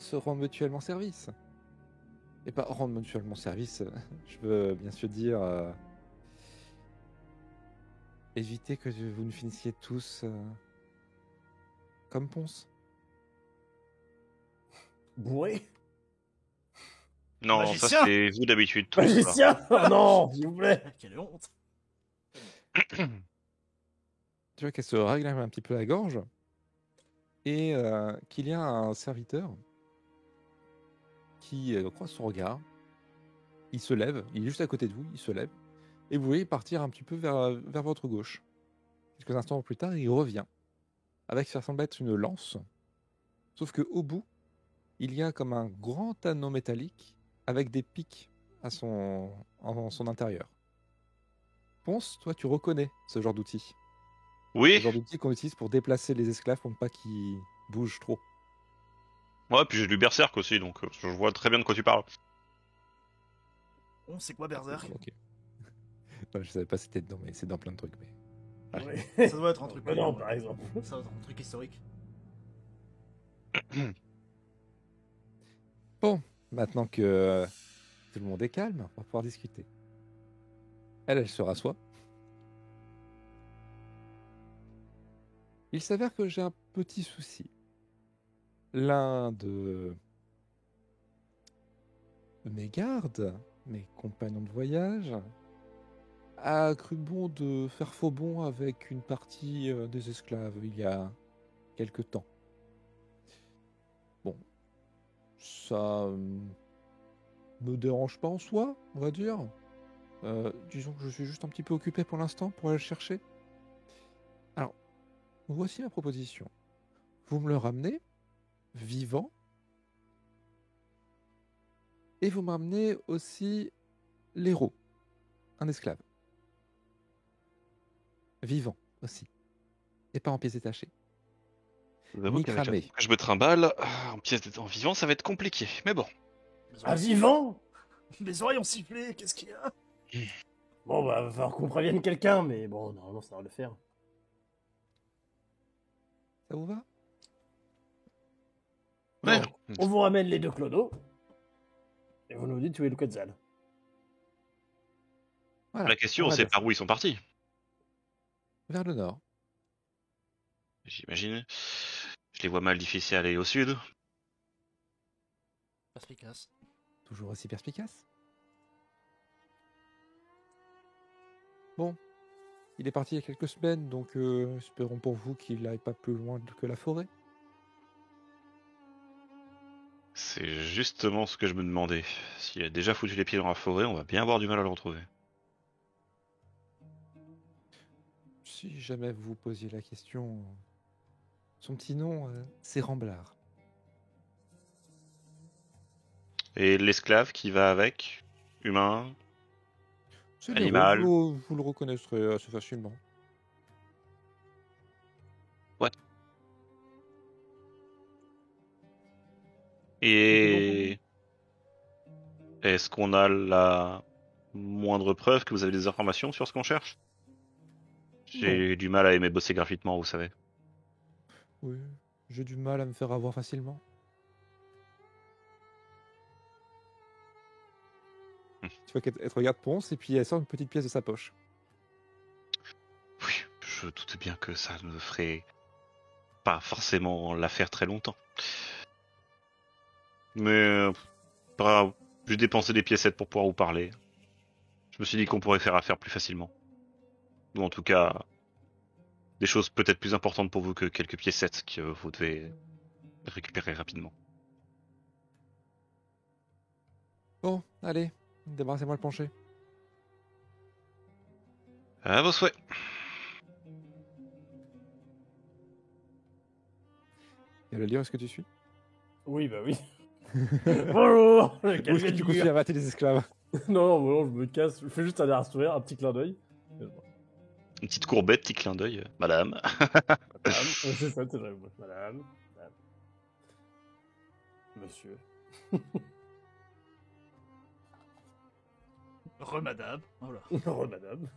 se rendre mutuellement service. Et pas rendre mutuellement service, je veux bien sûr dire. euh, éviter que vous ne finissiez tous euh, comme Ponce.
Bourré.
Non,
Magicien
ça c'est vous d'habitude. tous, ça.
Magicien Ah non, s'il vous plaît.
Ah, Quelle honte.
tu vois qu'elle se règle un petit peu la gorge et euh, qu'il y a un serviteur qui euh, croise son regard. Il se lève, il est juste à côté de vous, il se lève et vous voyez partir un petit peu vers, vers votre gauche. Quelques instants plus tard, il revient avec ce qui ressemble à être une lance. Sauf que au bout, il y a comme un grand anneau métallique avec des pics à son, en son intérieur. Ponce, toi, tu reconnais ce genre d'outil
Oui,
le genre d'outil qu'on utilise pour déplacer les esclaves pour ne pas qu'ils bougent trop.
ouais, puis j'ai lu Berserk aussi, donc euh, je vois très bien de quoi tu parles.
On sait quoi Berserk
Ok. Ouais, je savais pas si c'était dedans, mais c'est dans plein de trucs. mais-
Ah,
Ça doit être un truc.
Bah non, par exemple.
Ça doit être un truc historique.
Maintenant que euh, tout le monde est calme, on va pouvoir discuter. Elle, elle se rassoit. Il s'avère que j'ai un petit souci. L'un de mes gardes, mes compagnons de voyage, a cru bon de faire faux bond avec une partie euh, des esclaves il y a quelque temps. Bon, ça euh, me dérange pas en soi, on va dire. Euh, disons que je suis juste un petit peu occupé pour l'instant pour aller le chercher. Alors, voici ma proposition. Vous me le ramenez, vivant, et vous me ramenez aussi l'héros, un esclave. Vivant aussi. Et pas en pièces détachées.
Je vous avoue
Ni
qu'avec la
cramé.
troupe que je me trimballe, ah, en pièce en vivant, ça va être compliqué. Mais bon,
Mes
Un
oreilles-
vivant
Mes oreilles ont sifflé, qu'est-ce qu'il y a
Bon, bah, va falloir qu'on prévienne quelqu'un, mais bon, normalement, ça va le faire.
Ça vous va
Ouais.
Bon, on vous ramène les deux clodos. Et vous nous dites où est le Quetzal.
Voilà,
la question
Ah, on va
c'est
vers-
par où ils sont partis,
Vers le nord.
j'imagine. Je les vois mal difficiles à aller au sud.
Perspicace.
Toujours aussi perspicace. Bon, il est parti il y a quelques semaines, donc euh, espérons pour vous qu'il n'aille pas plus loin que la forêt.
C'est justement ce que je me demandais. S'il a déjà foutu les pieds dans la forêt, on va bien avoir du mal à le retrouver.
Si jamais vous vous posiez la question, son petit nom, euh, c'est Ramblard.
Et l'esclave qui va avec, humain,
C'est
Animal.
le vous, vous le reconnaîtrez assez facilement.
Et est-ce qu'on a la moindre preuve que vous avez des informations sur ce qu'on cherche J'ai du mal à aimer bosser gratuitement, vous savez.
Oui, j'ai du mal à me faire avoir facilement.
Hmm.
Tu vois qu'elle elle te regarde Ponce et puis elle sort une petite pièce de sa poche.
Oui, je doute bien que ça ne ferait pas forcément l'affaire très longtemps. Mais euh, bah, j'ai dépensé des piécettes pour pouvoir vous parler. Je me suis dit qu'on pourrait faire affaire plus facilement. Ou en tout cas, des choses peut-être plus importantes pour vous que quelques piécettes que vous devez récupérer rapidement.
Bon, allez, débarrassez-moi le plancher.
À vos souhaits.
Et le lion, est-ce que tu suis
Oui, bah oui. Bonjour
Ou
le
est-ce que
cavalier
tu
du
continues à mater les esclaves
Non, non, bon, je me casse. Je fais juste un dernier sourire, un petit clin d'œil.
Une petite courbette, petit clin d'œil, euh, madame.
Madame. Ouais, c'est ça, t'es vrai, moi. Madame. Madame. Monsieur.
Remadab. Oh Voilà.
Heureux madame.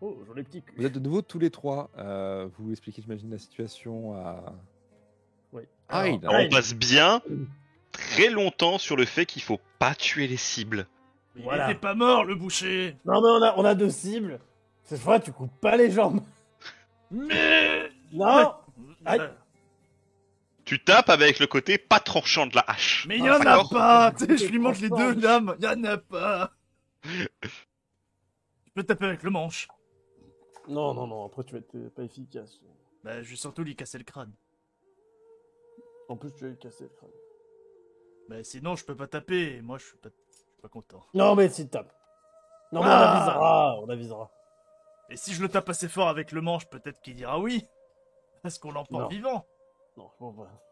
oh, j'en ai petit cul.
Vous êtes de nouveau tous les trois. euh, vous expliquez, j'imagine, la situation à.
Oui.
Hyde.
Alors, ah,
Alors, on
Hyde.
passe bien très longtemps sur le fait qu'il faut pas tuer les cibles.
Mais
Voilà.
Il était pas mort, le boucher
Non, mais on a, on a deux cibles. Cette fois, tu coupes pas les jambes.
Mais...
Non Aïe.
Euh,
Tu tapes avec le côté pas tranchant de la hache.
Mais
Ah,
y'en a
d'accord.
pas tu sais, Je lui montre les
Franchement,
deux lames, y'en a pas Tu peux taper avec le manche.
Non, non, non, après, tu vas être euh, pas efficace.
Bah, je vais surtout lui casser le crâne.
En plus, tu vas lui casser le crâne.
Bah, sinon, je peux pas taper, et moi, je suis pas, je suis pas content.
Non, mais si, tape. Non, mais
Ah.
on avisera, on avisera.
Et si je le tape assez fort avec le manche, peut-être qu'il dira oui Est-ce qu'on
Non.
l'emporte vivant
Non, je comprends pas.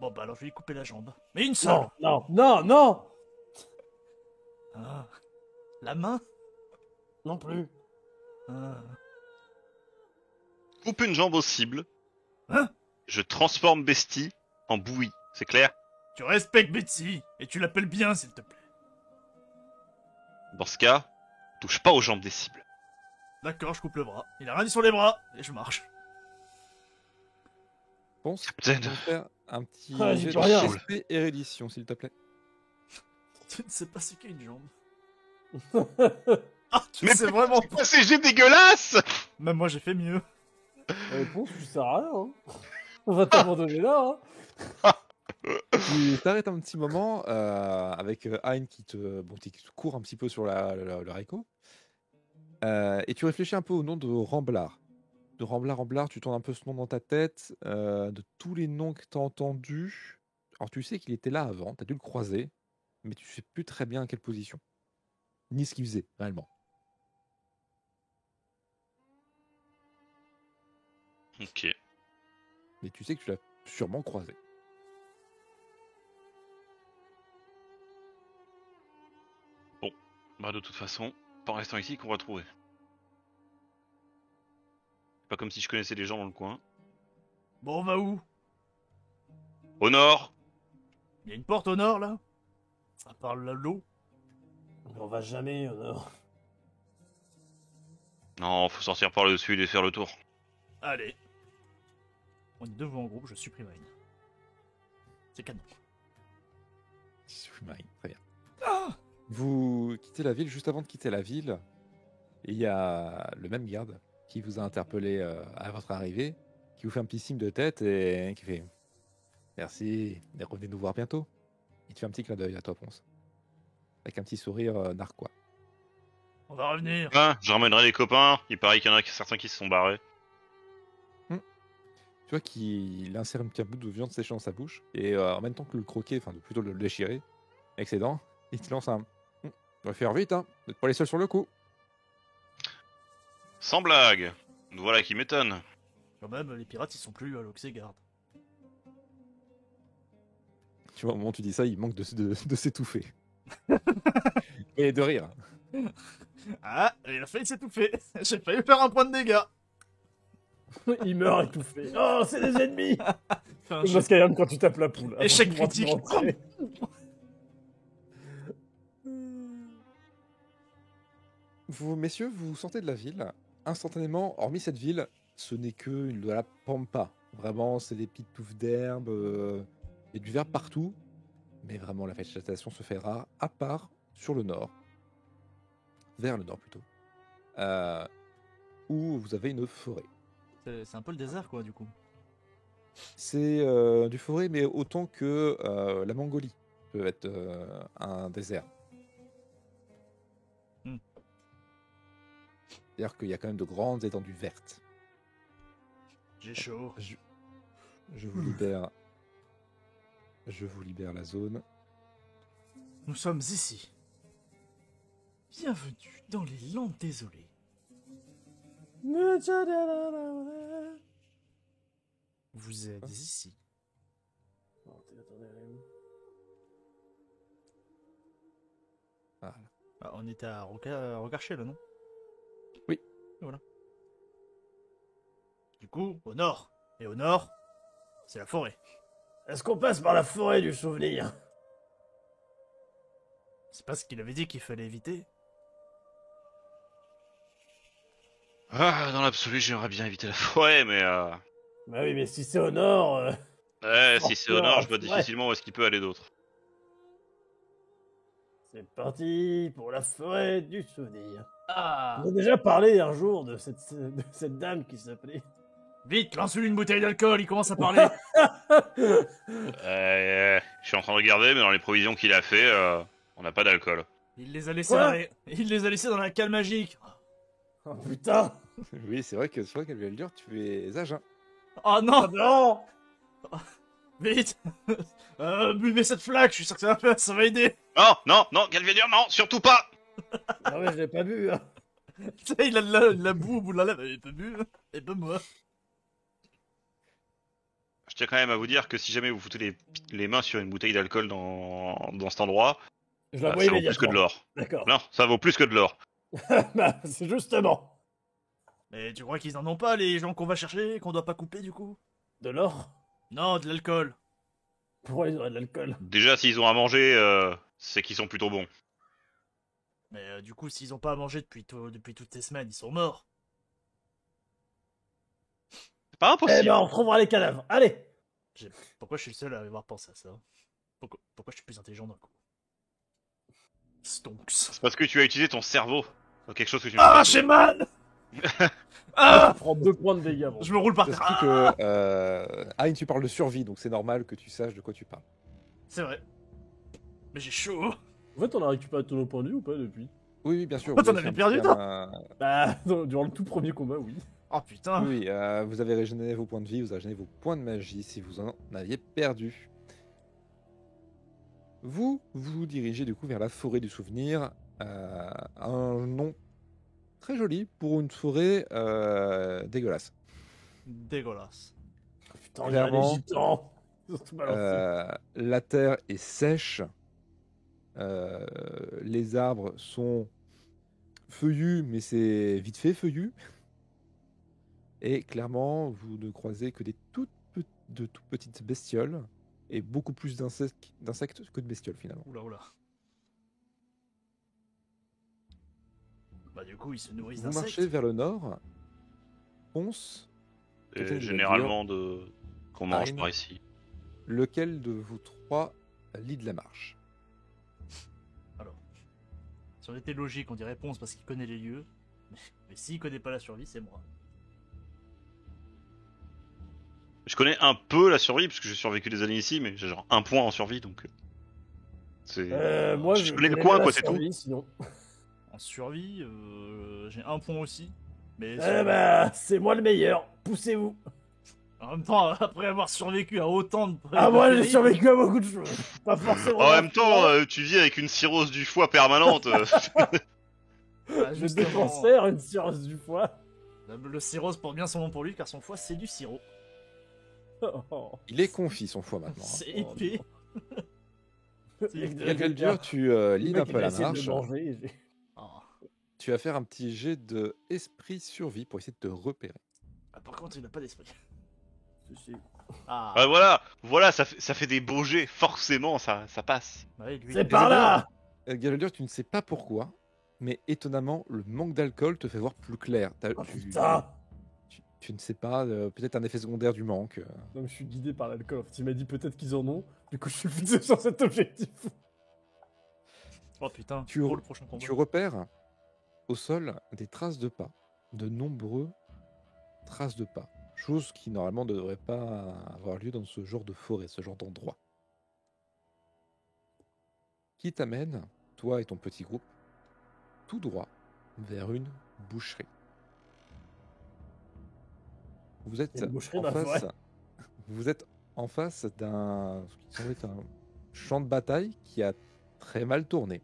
Bon, bah, alors, je vais lui couper la jambe. Mais une seule
Non, non, non, non
Ah. La main
Non plus.
Ah.
Coupe une jambe aux cibles.
Hein
Je transforme Bestie en bouillie. C'est clair
Tu respectes Betsy, et tu l'appelles bien, s'il te plaît.
Dans ce cas, touche pas aux jambes des cibles.
D'accord, je coupe le bras. Il a rien dit sur les bras, et je marche.
Ponce,
Captain.
tu peux me faire un petit
Ah, j'ai
jet
plus rien.
de respect et reddition, s'il te plaît.
Tu ne sais pas ce qu'est une jambe.
ouais,
Ah, tu
Mais
sais vraiment pas.
Oh, c'est j'ai dégueulasse
Même moi, j'ai fait mieux.
bon, tu sers à rien, hein. On va t'abandonner là, hein.
tu t'arrêtes un petit moment euh, avec euh, Hein qui te, bon, qui te court un petit peu sur la, la- la- le haricot. Euh, et tu réfléchis un peu au nom de Ramblard. De Ramblard, Ramblard, tu tournes un peu ce nom dans ta tête. euh, de tous les noms que tu as entendus. Alors tu sais qu'il était là avant, tu as dû le croiser, mais tu sais plus très bien à quelle position. Ni ce qu'il faisait, réellement.
Ok.
Mais tu sais que tu l'as sûrement croisé.
Bah, de toute façon, pas en restant ici qu'on va trouver. C'est Pas comme si je connaissais les gens dans le coin.
Bon, on va où
Au nord
Il y a une porte au nord, là À part la- l'eau
Mais on va jamais, euh,
Non, faut sortir par le sud et faire le tour.
Allez. On est devant en groupe, je supprime Aïn. C'est canon.
Sous-marine, très bien. Ah Vous quittez la ville, juste avant de quitter la ville, il y a le même garde qui vous a interpellé euh, à votre arrivée, qui vous fait un petit signe de tête et qui fait Merci, et revenez nous voir bientôt. Il te fait un petit clin d'œil à toi, Ponce. Avec un petit sourire euh, narquois.
On va revenir.
Hein, je ramènerai les copains. Il paraît qu'il y en a certains qui se sont barrés.
Tu vois qu'il insère un petit bout de viande séchée dans sa bouche, et euh, en même temps que le croquer, enfin de- plutôt le déchirer, avec ses dents, il te lance un. Hm, va faire vite, hein, vous n'êtes pas les seuls sur le coup.
Sans blague Nous voilà qui m'étonne.
Quand même, les pirates, ils sont plus à l'Oxégard.
Tu vois, au moment où tu dis ça, il manque de, de- de s'étouffer. et de rire.
Ah, il a failli s'étouffer. J'ai failli faire un point de dégâts.
Il meurt étouffé. Oh, c'est des ennemis
Enfin, Ah, je-
Dans ce cas quand tu tapes la poule. avant
Échec
de pouvoir te
critique.
rentrer.
Vous, messieurs, vous sortez de la ville. Instantanément, hormis cette ville, ce n'est que une- de la pampa. Vraiment, c'est des petites touffes d'herbe euh, et du verre partout. Mais vraiment, la végétation se fait rare, à part sur le nord. Vers le nord, plutôt. Euh, où vous avez une forêt.
C'est c'est un peu le désert, quoi, du coup.
C'est euh, du forêt, mais autant que euh, la Mongolie peut être euh, un désert.
Hmm.
C'est-à-dire qu'il y a quand même de grandes étendues vertes.
J'ai chaud.
Je, je vous libère. Je vous libère la zone.
Nous sommes ici. Bienvenue dans les Landes Désolées. Vous êtes ici.
Voilà.
Ah, on était à Roca- Rocarchel, non
Oui.
Et Voilà. Du coup, au nord. Et au nord, c'est la forêt.
Est-ce qu'on passe par la forêt du souvenir
C'est pas ce qu'il avait dit qu'il fallait éviter.
Ah, dans l'absolu, j'aimerais bien éviter la forêt, mais... Euh...
Bah oui, mais si c'est au nord... euh,
Ouais,
Oh,
si c'est au nord, je vois
ouais.
difficilement où est-ce qu'il peut aller d'autre.
C'est parti pour la forêt du souvenir.
Ah
On a déjà parlé un jour de cette, de cette dame qui s'appelait...
Vite, lance-lui une bouteille d'alcool, il commence à parler.
Euh, je suis en train de regarder, mais dans les provisions qu'il a fait, euh, on n'a pas d'alcool.
il les a laissés
Quoi
dans les- il les a laissés dans la cale magique.
Oh putain
Oui, c'est vrai que c'est vrai qu'elle va le dire, tu hein. es à jeun.
Oh non
Ah Non
Vite euh, Buvez cette flaque, je suis sûr que ça va, ça va aider
Non, non, non, qu'elle vient dire non, surtout pas
Ah ouais, je l'ai pas bu, hein.
Tu sais, il a de la, de la boue au bout de la lèvre, il peut bu, et peut moi.
Je tiens quand même à vous dire que si jamais vous foutez les, les mains sur une bouteille d'alcool dans, dans cet endroit,
Je la
euh,
vois
ça vaut plus que de
immédiatement.
l'or.
D'accord.
Non, ça vaut plus que de l'or.
Bah, c'est justement
Mais tu crois qu'ils en ont pas les gens qu'on va chercher, qu'on doit pas couper du coup
de l'or.
Non, de l'alcool.
Pourquoi ils auraient de l'alcool
Déjà, s'ils ont à manger, euh, c'est qu'ils sont plutôt bons.
Mais euh, du coup, s'ils ont pas à manger depuis, tout- depuis toutes ces semaines, ils sont morts.
C'est pas
Eh
impossible.
ben, on retrouvera les cadavres. Allez
Pourquoi je suis le seul à avoir pensé à ça pourquoi, pourquoi je suis plus intelligent d'un coup Stonks.
C'est parce que tu as utilisé ton cerveau. dans Quelque chose que tu ne
Ah,
sais
j'ai mal Ah
Prends deux points de dégâts, bon.
Je me roule par
Parce
terre. Ah
que euh, Aïn, tu parles de survie, donc c'est normal que tu saches de quoi tu parles.
C'est vrai. Mais j'ai chaud.
En fait, on a récupéré tous nos points de vue ou pas depuis
Oui, oui, bien sûr.
Oh,
vous
t'en
avez
avais
fait un
perdu,
petit- un-
Bah, dans- durant le tout premier combat, oui.
Oh putain.
Oui, euh, vous avez régénéré vos points de vie, vous avez régénéré vos points de magie si vous en aviez perdu. Vous vous dirigez du coup vers la forêt du souvenir, euh, un nom très joli pour une forêt euh, dégueulasse.
Dégueulasse.
Putain, on dirait
Clairement.
les gitans. Ils ont tout balancé.
Euh, la terre est sèche, euh, les arbres sont feuillus, mais c'est vite fait feuillu. Et clairement, vous ne croisez que des toutes, pe- de toutes petites bestioles et beaucoup plus d'insectes d'insectes que de bestioles finalement.
Oula, oula. Bah du coup, ils se nourrissent
Vous
d'insectes.
marchez vers le nord, Ponce,
pas. Et
Quelqu'un qui va
Euh, généralement de qu'on mange
Arine.
par ici.
lequel de vous trois lit de la marche
Alors, si on était logique, on dirait Ponce parce qu'il connaît les lieux. Mais, mais s'il connaît pas la survie, c'est moi.
Je connais un peu la survie parce que j'ai survécu des années ici, mais j'ai genre un point en survie, donc. euh, C'est.
Euh, moi,
je
je
connais le
connais
coin,
la
quoi, c'est tout.
survie, Sinon.
En survie, euh, j'ai un point aussi. Mais
ben. Eh bah, c'est moi le meilleur. Poussez-vous.
En même temps, après avoir survécu à autant de.
Ah, moi, j'ai survécu à beaucoup de choses. Pas forcément.
En même temps, euh, tu vis avec une cirrhose du foie permanente. euh,
Bah,
j'ai
justement,
deux cancers, une cirrhose du foie.
Le cirrhose porte bien son nom pour lui, car son foie, c'est du sirop.
Oh.
Il est confit son foie maintenant. hein.
C'est
Oh,
épais.
Galgal dur, tu euh,
Le
lides
mec,
un
il
peu
a
la
essayé de
marche.
me manger et j'ai-
Ah.
Tu vas faire un petit jet de esprit survie pour essayer de te repérer.
Ah, par contre, il n'a pas d'esprit.
j'ai-
Ah,
ah, voilà, voilà, ça fait, ça fait des beaux jets, forcément, ça, ça passe.
bah oui, lui,
C'est
il-
par là
Euh, Galgal, tu ne sais pas pourquoi, mais étonnamment, le manque d'alcool te fait voir plus clair. T'as-
Oh
tu,
putain
tu- tu ne sais pas, euh, peut-être un effet secondaire du manque. euh.
Non, mais je suis guidé par l'alcool. En fait, il m'a dit peut-être qu'ils en ont. Du coup, je suis fixé sur cet objectif.
Oh putain,
Tu-
pour le prochain combat.
Tu repères au sol des traces de pas, de nombreux traces de pas, chose qui normalement ne devrait pas avoir lieu dans ce genre de forêt, ce genre d'endroit. Qui t'amène, toi et ton petit groupe, tout droit vers une boucherie. Vous
Il
êtes
y a une boucherie
en
dans la
face,
forêt.
vous êtes en face d'un ce qui semble être un champ de bataille qui a très mal tourné.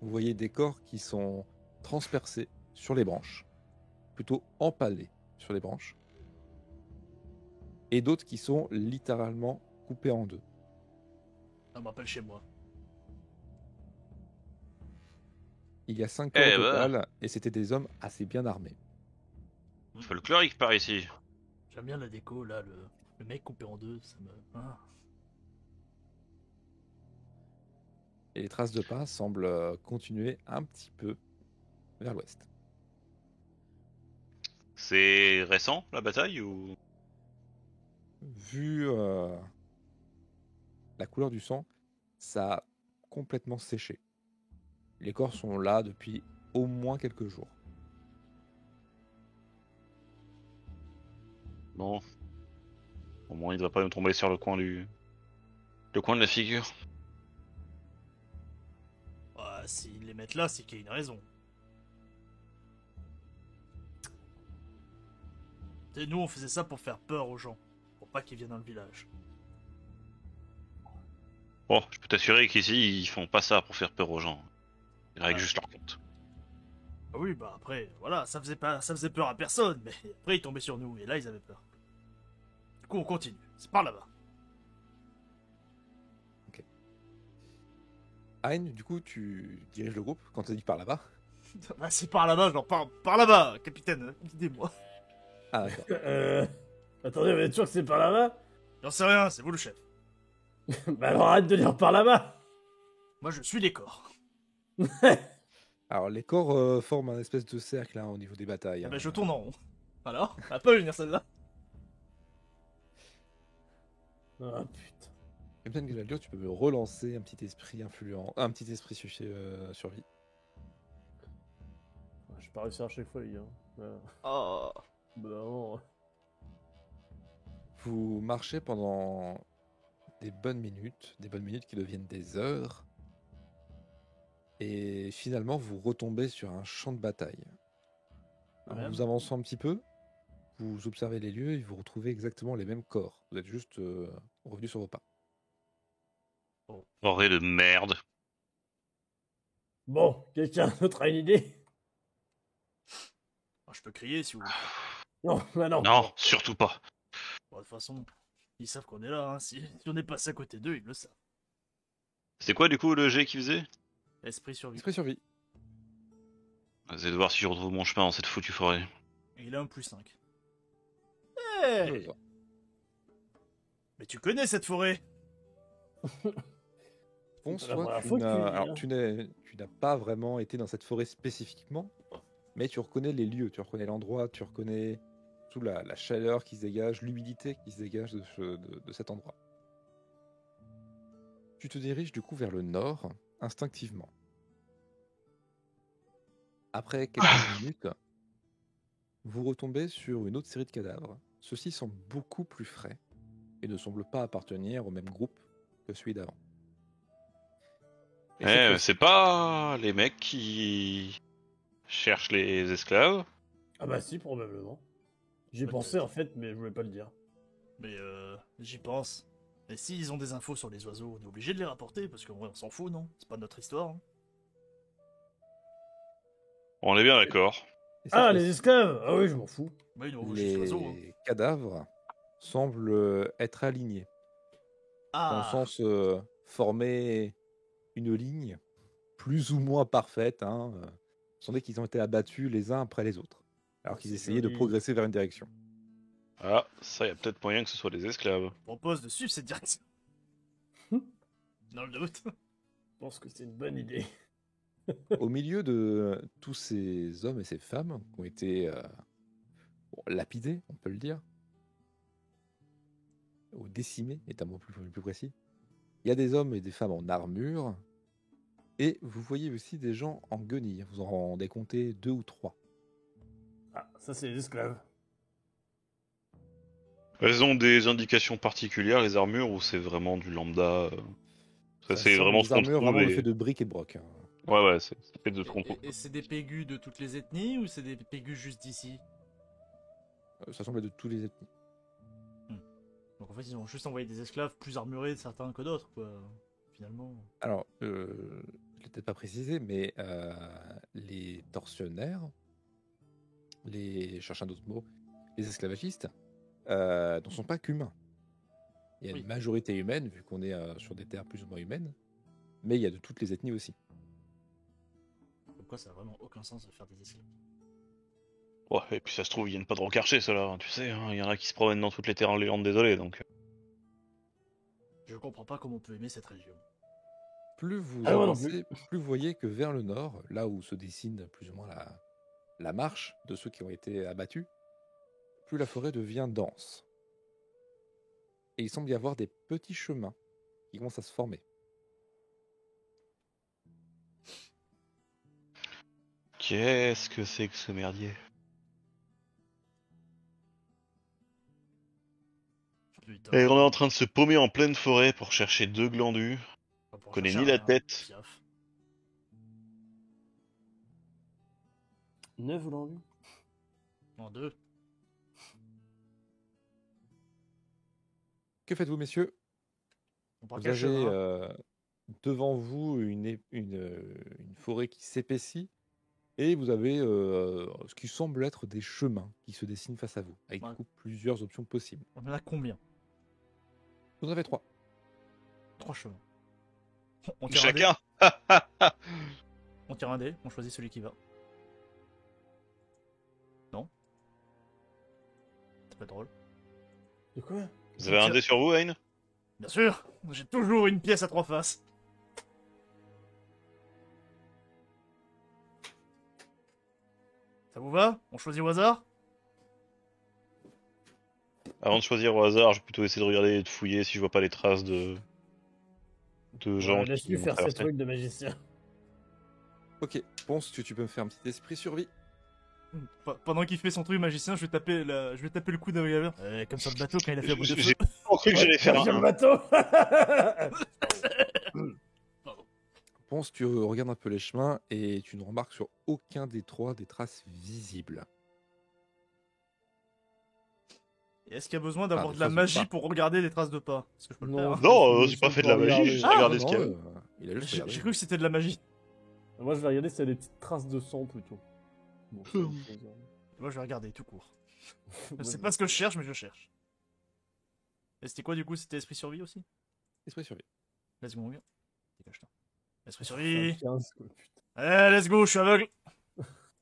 Vous voyez des corps qui sont transpercés sur les branches, plutôt empalés sur les branches, et d'autres qui sont littéralement coupés en deux.
Ça me rappelle Ah, bah, chez moi.
Il y a cinq
Eh
corps au
ben.
total, et c'était des hommes assez bien armés.
Faut le cleric par ici.
J'aime bien la déco, là, le, le mec coupé en deux, ça me. Ah.
Et les traces de pas semblent euh, continuer un petit peu vers l'ouest.
C'est récent, la bataille, ou...
Vu euh, la couleur du sang, ça a complètement séché. Les corps sont là depuis au moins quelques jours.
Bon. Au moins, il devrait pas nous tomber sur le coin du... Le coin de la figure.
Ah, S'ils les mettent là, c'est qu'il y a une raison. Et nous, on faisait ça pour faire peur aux gens, pour pas qu'ils viennent dans le village.
Bon, je peux t'assurer qu'ici, ils font pas ça pour faire peur aux gens. Ils règlent
Ah.
juste leur compte.
Ah oui, bah après, voilà, ça faisait pas, ça faisait peur à personne, mais après ils tombaient sur nous et là ils avaient peur. Du coup, on continue. C'est par là-bas.
Ayn, du coup, tu diriges le groupe quand tu dit par là-bas.
Ah, c'est par là-bas, genre par, par là-bas, capitaine, euh, guidez-moi.
Ah, d'accord.
Euh... Attendez, vous êtes sûr que c'est par là-bas
J'en sais rien, c'est vous le chef.
Bah alors arrête de dire par là-bas
Moi, je suis les corps.
Alors, les corps euh, forment un espèce de cercle hein, au niveau des batailles.
Eh
hein.
ben, je tourne en rond. Alors, elle peut venir celle-là.
Ah putain.
Capitaine Galadur, tu peux me relancer un petit esprit influent, un petit esprit sur survie.
Je vais pas réussir à chaque fois, les gars. Euh,
Oh.
bah non.
Vous marchez pendant des bonnes minutes, des bonnes minutes qui deviennent des heures, et finalement vous retombez sur un champ de bataille.
Quand
En
même.
vous avançant un petit peu, vous observez les lieux et vous retrouvez exactement les mêmes corps. Vous êtes juste euh, revenu sur vos pas.
Forêt de merde.
Bon, quelqu'un d'autre a une idée
Ah, Je peux crier si vous voulez.
Non, bah non.
Non, surtout pas.
Bon, de toute façon, ils savent qu'on est là. hein. Si, si on est passé à côté d'eux, ils le savent.
C'était quoi, du coup, le jet qu'ils faisait
Esprit survie.
Esprit survie.
C'est de voir si je retrouve mon chemin dans cette foutue forêt.
Et il a un plus 5. Hey Mais tu connais cette forêt
la
Bonsoir.
première
Tu
fois que tu
n'as-
lis,
alors,
hein.
tu n'es- tu n'as pas vraiment été dans cette forêt spécifiquement, mais tu reconnais les lieux, tu reconnais l'endroit, tu reconnais tout la, la chaleur qui se dégage, l'humidité qui se dégage de, ce- de- de cet endroit. Tu te diriges du coup vers le nord, instinctivement. Après quelques minutes, vous retombez sur une autre série de cadavres. Ceux-ci semblent beaucoup plus frais et ne semblent pas appartenir au même groupe que celui d'avant. Et
Eh,
cette
mais
fois-ci-
c'est pas les mecs qui cherchent les esclaves.
Ah bah si, probablement. J'ai pensé en fait, mais je voulais pas le dire.
Mais euh, j'y pense. Et s'ils ont des infos sur les oiseaux, on est obligé de les rapporter, parce qu'en vrai, on s'en fout, non C'est pas notre histoire. hein.
On est bien d'accord.
Et ça,
Ah,
les-
les esclaves Ah oui, je m'en fous.
Mais ils nous envoient juste les oiseaux. hein.
les cadavres semblent euh, être alignés. dans le
Ah,
sens euh, former une ligne plus ou moins parfaite. Hein. euh, Sans dire qu'ils ont été abattus les uns après les autres, alors qu'ils
C'est
essayaient de
joli.
progresser vers une direction.
Ah, ça, y a peut-être moyen que ce soit des esclaves.
je propose de suivre cette direction. Dans le doute.
Je pense que c'est une bonne idée.
Au milieu de tous ces hommes et ces femmes qui ont été euh, bon, lapidés, on peut le dire, ou décimés, est un mot plus, plus précis, il y a des hommes et des femmes en armure, et vous voyez aussi des gens en guenilles. Vous en rendez compté deux ou trois.
Ah, ça c'est les esclaves.
Elles ont des indications particulières, les armures, ou c'est vraiment du lambda euh, Ça, c'est
semble
vraiment
des
ce qu'on
armures
trouve.
vraiment
et-
fait de briques et de broc. hein.
Ouais, ouais, c'est c'est de ce qu'on trouve.
Et, et c'est des pégus de toutes les ethnies, ou c'est des pégus juste d'ici
Euh, Ça semble être de tous les ethnies.
Donc en fait, ils ont juste envoyé des esclaves plus armurés certains que d'autres, quoi. Finalement.
Alors, euh, je l'ai peut-être pas précisé, mais euh, les tortionnaires, les, je cherche un autre mot, les esclavagistes, euh, ne sont pas qu'humains. Il y a
Oui.
une majorité humaine, vu qu'on est euh, sur des terres plus ou moins humaines, mais il y a de toutes les ethnies aussi.
Comme quoi, ça a vraiment aucun sens de faire des esclaves.
Ouais, et puis ça se trouve, ils viennent pas de recarcher, ceux-là, hein, tu sais, hein, il y en a qui se promènent dans toutes les terres en légende, désolé, donc. euh,
Je comprends pas comment on peut aimer cette région.
Plus vous
Ah ouais, non
avancez, plus vous voyez que vers le nord, là où se dessine plus ou moins la, la marche de ceux qui ont été abattus, plus la forêt devient dense. Et il semble y avoir des petits chemins qui commencent à se former.
Qu'est-ce que c'est que ce merdier
Putain.
Et on est en train de se paumer en pleine forêt pour chercher deux glandus.
on pourra
connaît
chercher
ni la
un-
tête.
hein, Piaf.
9 vous l'avez vu
En deux.
Que faites-vous, messieurs
On prend
Vous
quel
avez
chemin hein
euh, devant vous une, é- une, euh, une forêt qui s'épaissit et vous avez euh, ce qui semble être des chemins qui se dessinent face à vous, avec
Ouais.
du coup plusieurs options possibles.
On en a combien
Vous en avez trois.
Trois chemins. On tire, un dé,
Chacun
on tire un dé, on choisit celui qui va. Non C'est pas drôle.
De quoi
Vous avez un dé sur vous, Hein
Bien sûr J'ai toujours une pièce à trois faces. Ça vous va On choisit au hasard
Avant de choisir au hasard, je vais plutôt essayer de regarder et de fouiller si je vois pas les traces de. de gens.
Ouais,
qui
Laisse-lui
ont
faire ses
traversé.
trucs de magicien.
Ok, pense que tu peux me faire un petit esprit survie.
Pe- Pendant qu'il fait son truc magicien, je vais taper, la- je vais taper le coup d'un gars. Euh, comme sur le bateau quand il a fait un bout de feu.
J'ai vraiment cru que j'allais faire
Sur
un.
le bateau
Pense, tu regardes euh, un peu les chemins et tu ne remarques sur aucun des trois des traces visibles.
Et Est-ce qu'il y a besoin d'avoir
Ah, des
de la
traces de
magie
pas.
pour regarder des traces de pas Parce que je peux le faire. hein.
Non, euh, j'ai
c'est
pas
juste
fait de
pour
la magie,
regarder.
j'ai
Ah,
regardé ce qu'il y avait.
Non, euh, il a juste
J'ai
regardé.
j'ai cru que c'était de la magie.
Moi je vais regarder s'il y a des petites traces de sang plutôt. Bon, ça, c'est-
Moi, je vais regarder tout court.
Bon,
Je sais pas ce que je cherche, mais je cherche. Et c'était quoi du coup C'était esprit survie aussi
Esprit survie.
Let's go, mon gars. Dégage-toi. Esprit
c'est un
survie
15, quoi, putain.
Eh, let's go, je suis aveugle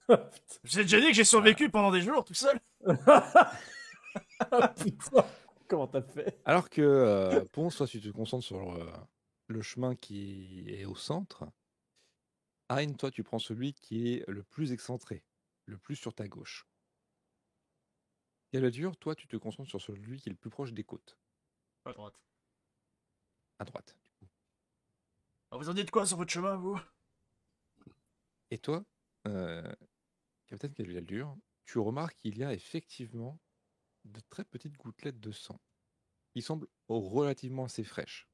Ah,
J'ai déjà dit que j'ai survécu pendant des jours tout seul
Ah, putain. Comment t'as fait
Alors que euh, Ponce, toi, tu te concentres sur euh, le chemin qui est au centre. Hein, toi, tu prends celui qui est le plus excentré, le plus sur ta gauche. Galadur, toi, tu te concentres sur celui qui est le plus proche des côtes,
À droite.
à droite.
Ah, vous en dites quoi sur votre chemin, vous
Et toi, euh, Capitaine Galadur, tu remarques qu'il y a effectivement de très petites gouttelettes de sang qui semblent relativement assez fraîches.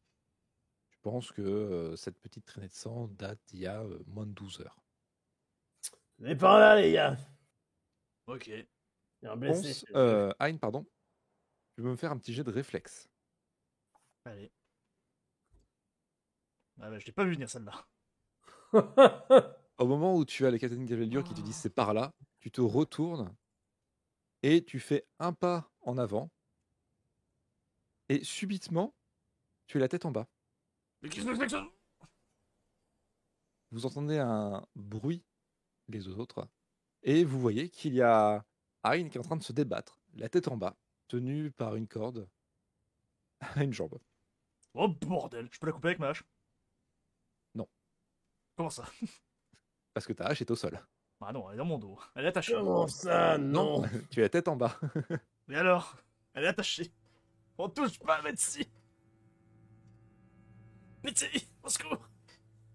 Tu penses que euh, cette petite traînée de sang date d'il y a euh, moins de 12 heures.
Mais par là les gars
Ok.
Il Il y a un blessé.
Ponce, euh, Hein, pardon, tu veux me faire un petit jet de réflexe.
Allez. Ah bah, je l'ai pas vu venir celle-là.
Au moment où tu as les Catherine Gaveldur qui te disent c'est par là, tu te retournes et tu fais un pas en avant. Et subitement, tu es la tête en bas.
Mais qu'est-ce que c'est que ça
Vous entendez un bruit, les autres, et vous voyez qu'il y a Hein qui est en train de se débattre, la tête en bas, tenue par une corde à une jambe.
Oh bordel, je peux la couper avec ma hache
Non.
Comment ça
Parce que ta hache est au sol.
Ah non, elle est dans mon dos. Elle est attachée.
Comment ça Non
tu es la tête en bas.
Mais alors Elle est attachée. On touche pas à Betsy Betsy Au secours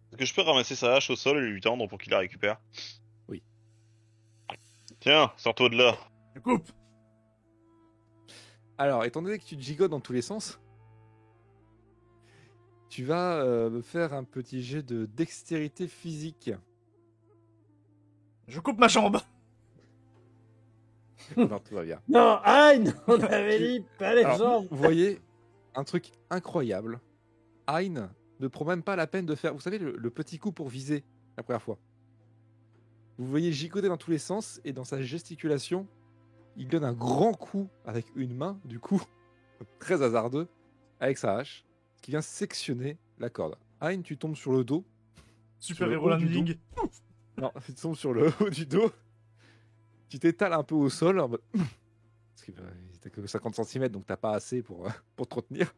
Est-ce que je peux ramasser sa hache au sol et lui tendre pour qu'il la récupère
Oui.
Tiens, sors-toi de là.
Je coupe
Alors, étant donné que tu te gigotes dans tous les sens, tu vas euh, me faire un petit jet de dextérité physique.
Je coupe ma jambe
non, tout va bien.
Non, Hein On avait dit pas les
Alors,
jambes
Vous voyez un truc incroyable. Hein ne prend même pas la peine de faire, vous savez, le, le petit coup pour viser la première fois. Vous voyez gigoter dans tous les sens et dans sa gesticulation, il donne un grand coup avec une main, du coup, très hasardeux, avec sa hache, qui vient sectionner la corde. Hein, tu tombes sur le dos.
Super
le
héros
haut du
landing
Non, tu tombes sur le haut du dos. Tu t'étales un peu au sol. en mode Parce que euh, t'as que 50 cm, donc t'as pas assez pour, euh, pour te retenir.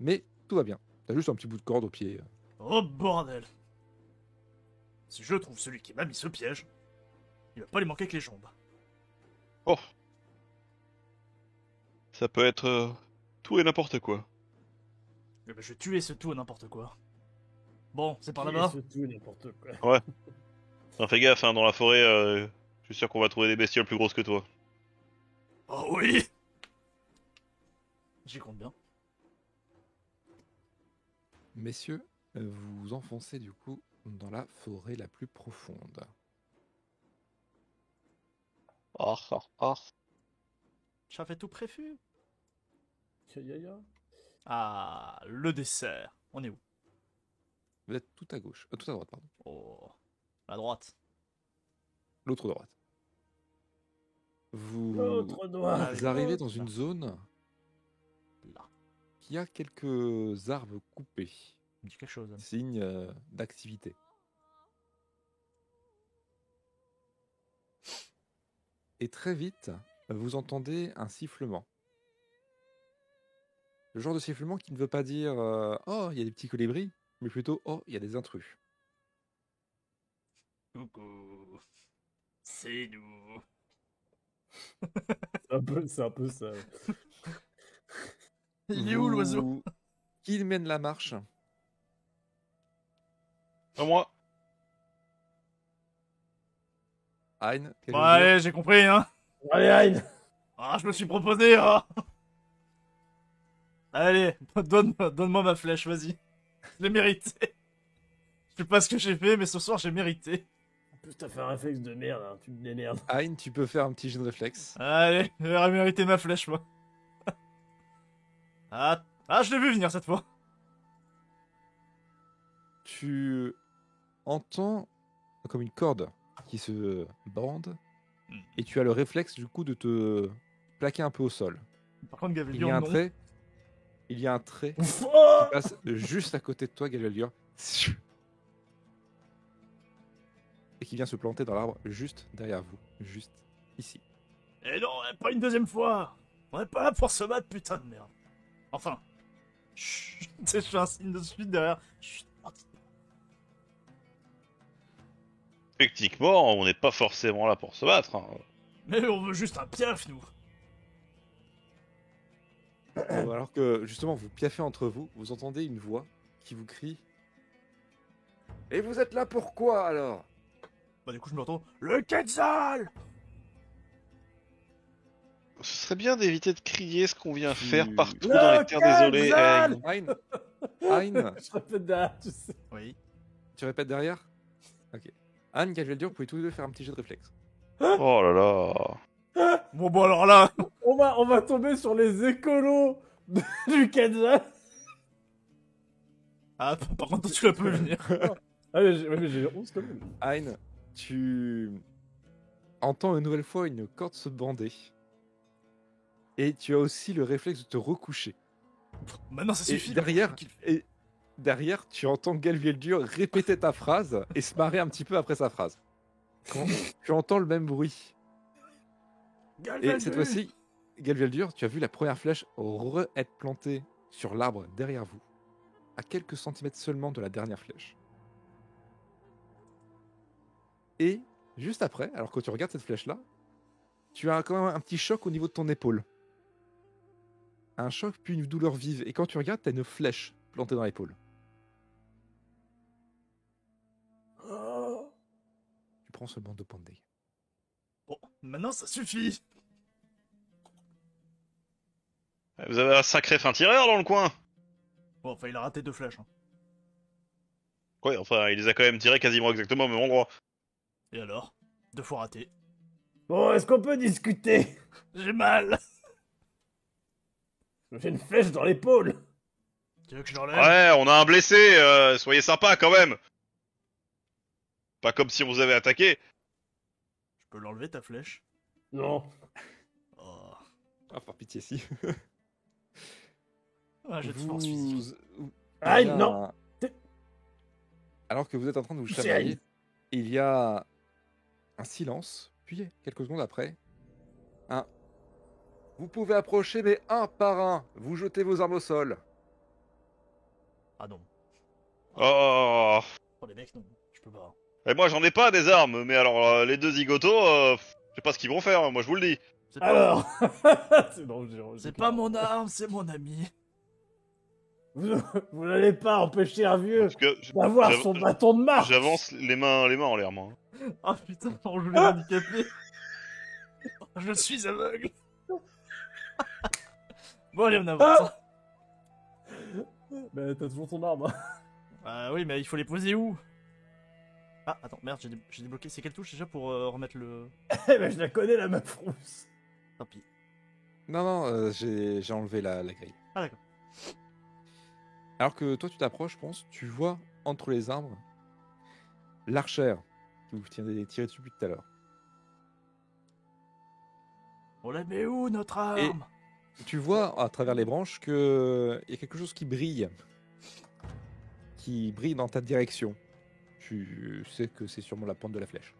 Mais tout va bien. T'as juste un petit bout de corde au pied.
Oh bordel Si je trouve celui qui m'a mis ce piège, il va pas lui manquer que les jambes.
Oh. Ça peut être euh, tout et n'importe quoi.
Eh ben, je vais tuer ce tout à n'importe quoi. Bon, c'est par
Qui
là-bas
est ce tout, n'importe quoi.
Enfin, fais gaffe, hein, dans la forêt, euh, je suis sûr qu'on va trouver des bestioles plus grosses que toi.
Oh oui J'y compte bien.
Messieurs, euh, vous enfoncez du coup dans la forêt la plus profonde.
Ah, ah, ah.
J'avais tout prévu.
Yaya.
Ah, le dessert. On est où
Vous êtes tout à gauche, euh, tout à droite, pardon.
Oh, à droite.
L'autre droite.
Mmh.
Vous,
L'autre noir.
vous arrivez dans une zone
Là.
qui a quelques arbres coupés,
Il me dit quelque chose.
signe euh, d'activité. et très vite, vous entendez un sifflement. Le genre de sifflement qui ne veut pas dire euh, Oh, il y a des petits colibris, mais plutôt Oh, il y a des intrus.
Coucou. C'est nous.
C'est un peu- C'est un peu ça.
Il est où l'oiseau
Vous- Qui mène la marche
Pas moi.
Hein quel
Bon,
est le
allez, j'ai compris, hein.
Allez, Hein
Ah, je me suis proposé, ah. Allez, donne- donne-moi ma flèche, vas-y. Je l'ai mérité. Je sais pas ce que j'ai fait, mais ce soir, j'ai mérité.
En plus, t'as fait un réflexe de merde, hein, tu me démerdes.
jeu Hein, tu peux faire un petit jet de réflexe.
Allez, j'aurais mérité ma flèche, moi. Ah, ah je l'ai vu venir cette fois.
Tu entends comme une corde qui se bande
Hmm.
et tu as le réflexe du coup de te plaquer un peu au sol.
Par contre,
Il y a
Gavillion,
un
non.
trait. Il y a un trait
Oh
qui passe juste à côté de toi, Galaldur, et qui vient se planter dans l'arbre juste derrière vous, juste ici.
Eh non, eh, pas une deuxième fois On est pas là pour se battre, putain de merde. Enfin. Chut, tu sais, je fais un signe de suite derrière. Chut,
Techniquement, on n'est pas forcément là pour se battre. hein.
mais on veut juste un piaf, nous.
Alors que justement vous piaffez entre vous, vous entendez une voix qui vous crie Et vous êtes là pourquoi alors
Bah, du coup, je me retourne. Le Quetzal
Ce serait bien d'éviter de crier ce qu'on vient
Tu-
faire partout dans les terres désolées.
Local
Hey,
Hein Hein
Je répète derrière, tu sais.
Oui.
Tu répètes derrière Ok. Anne, Galveldur, vous pouvez tous les deux faire un petit jeu de réflexe.
Oh là là.
Bon, bon, alors là,
On va, on va tomber sur les écolos du Kansas.
ah, par contre, tu l'as pas
Euh.
vu venir.
Ah, mais j'ai ouais, mais j'ai 11 quand même.
Hein, tu entends une nouvelle fois une corde se bander. Et tu as aussi le réflexe de te recoucher.
Maintenant, ça
Et
suffit.
derrière, et derrière, tu entends Galvieldur répéter ta phrase et se marrer un petit peu après sa phrase. Quand tu entends le même bruit. Et cette fois-ci, Galvieldur, tu as vu la première flèche re être plantée sur l'arbre derrière vous, à quelques centimètres seulement de la dernière flèche. Et juste après, alors que tu regardes cette flèche-là, tu as quand même un petit choc au niveau de ton épaule. Un choc puis une douleur vive. Et quand tu regardes, t'as une flèche plantée dans l'épaule.
Oh.
Tu prends seulement deux points de dégâts.
Bon, maintenant, ça suffit.
Vous avez un sacré fin tireur dans le coin
Bon, enfin, il a raté deux flèches. hein.
Ouais, enfin, il les a quand même tirés quasiment exactement au même endroit.
Et alors Deux fois raté.
Bon, est-ce qu'on peut discuter
J'ai mal.
J'ai une flèche dans l'épaule.
Tu veux que je l'enlève
Ouais, on a un blessé, euh, soyez sympa quand même Pas comme si on vous avait attaqué
Je peux l'enlever, ta flèche
Non.
Oh.
Ah, par pitié, si.
Ah, j'ai de
Vous-
force physique.
vous-
Ah,
il y a
non.
un-
T'es-
Alors que vous êtes en train de vous
C'est
chamailler,
elle.
il y a un silence, puis quelques secondes après, un Vous pouvez approcher, mais un par un, vous jetez vos armes au sol.
Ah non.
Oh
Oh, les mecs, non. Je peux pas.
Et moi j'en ai pas des armes, mais alors euh, les deux zigotos, euh, pff, je sais pas ce qu'ils vont faire, hein, moi je vous le dis.
C'est pas-
Alors. c'est non, j'ai-
C'est pas mon arme, c'est mon ami.
Vous, vous n'allez pas empêcher un vieux
Parce que je-
d'avoir
j'av-
son bâton de marche.
j'avance les mains, les mains en l'air, moi.
Ah putain, on joue les handicapés. Je suis aveugle. bon, allez, on avance.
Ah Bah, t'as toujours ton arme. hein.
Ah oui, mais il faut les poser où Ah, attends, merde, j'ai dé- j'ai débloqué. C'est quelle touche déjà pour euh, remettre le.
Eh ben, je la connais, la meuf rousse.
Tant pis.
Non, non, euh, j'ai j'ai enlevé la, la grille.
Ah, d'accord.
Alors que toi, tu t'approches, je pense, tu vois entre les arbres l'archère qui vous tient- tirez dessus depuis tout à l'heure.
On la met où notre arme
Tu vois à travers les branches que il y a quelque chose qui brille, qui brille dans ta direction. Tu sais que c'est sûrement la pointe de la flèche.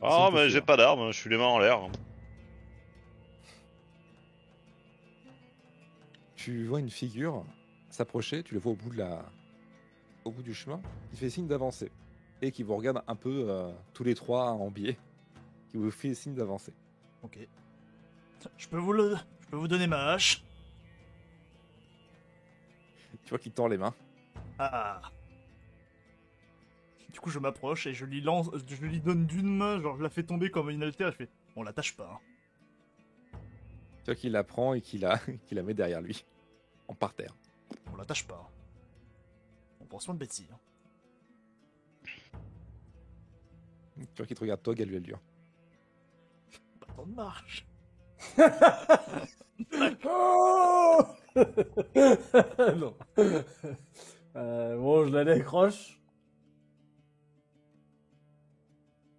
Ah,
C'est
mais j'ai
sûr.
pas d'armes, je suis les mains en l'air.
Tu vois une figure s'approcher, tu le vois au bout de la, au bout du chemin, qui fait signe d'avancer et qui vous regarde un peu euh, tous les trois en biais, qui vous fait signe d'avancer.
Ok. Je peux vous le. Je peux vous donner ma hache.
Tu vois qu'il tend les mains.
Ah. Du coup, je m'approche et je lui lance. Je lui donne d'une main, genre je la fais tomber comme une altère. Je fais. On l'attache pas. hein.
Tu vois qu'il la prend et qu'il la, qu'il la met derrière lui, en par terre.
On l'attache pas. On prend soin de Betsy. hein.
Tu vois qu'il te regarde toi, Galuel Dur.
Bâton de marche.
Oh non. Euh, bon, je la décroche.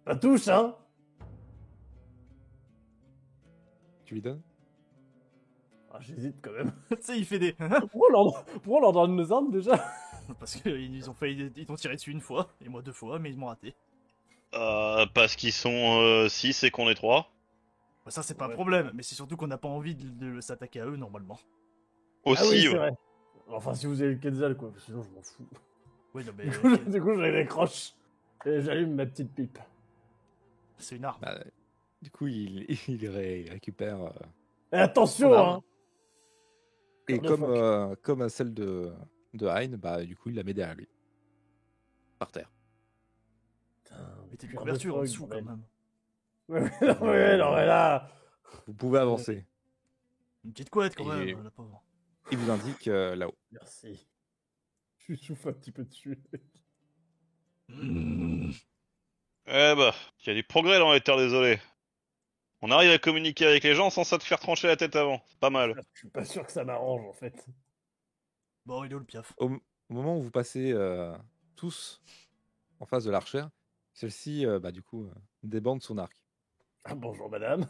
Ça touche, hein
Tu lui donnes
ah, J'hésite quand même.
tu sais, il fait des.
Pourquoi on leur, pourquoi on leur donne nos armes déjà Ah
Parce qu'ils ont failli. Ils t'ont tiré dessus une fois, et moi deux fois, mais ils m'ont raté.
Euh, parce qu'ils sont 6 et qu'on est 3.
Ah
Bah, ça, c'est pas un
Ouais.
problème, mais c'est surtout qu'on n'a pas envie de, de s'attaquer à eux normalement.
Aussi,
Ah oui, c'est
ouais.
vrai. Enfin, si vous avez le Quetzal, quoi. Sinon, je m'en fous.
Oui, non, mais.
Du coup, je, du coup, je la décroche. Et j'allume ma petite pipe.
c'est une arme.
Bah, du coup, il, il ré- il récupère. euh,
Et attention,
Son arme.
hein
et
Comme le
comme,
phoque.
euh, comme à celle de, de Hein, bah, du coup, il la met derrière lui. Par terre.
Mais t'es une
Putain,
couverture en
frog,
dessous quand
bordel.
même.
Ouais, ouais, non, ouais, non, mais là.
Vous pouvez avancer.
Une petite couette quand
Et-
même, la pauvre.
Il vous indique euh, là-haut.
Merci. Je souffle un petit peu dessus.
Eh bah, il y a du progrès dans les terres désolées. On arrive à communiquer avec les gens sans ça te faire trancher la tête avant. C'est pas mal.
Je suis pas sûr que ça m'arrange en fait.
Bon, il est où le piaf
Au, m- au moment où vous passez euh, tous en face de l'archère, celle-ci, euh, bah, du coup, euh, débande son arc.
Ah, bonjour madame.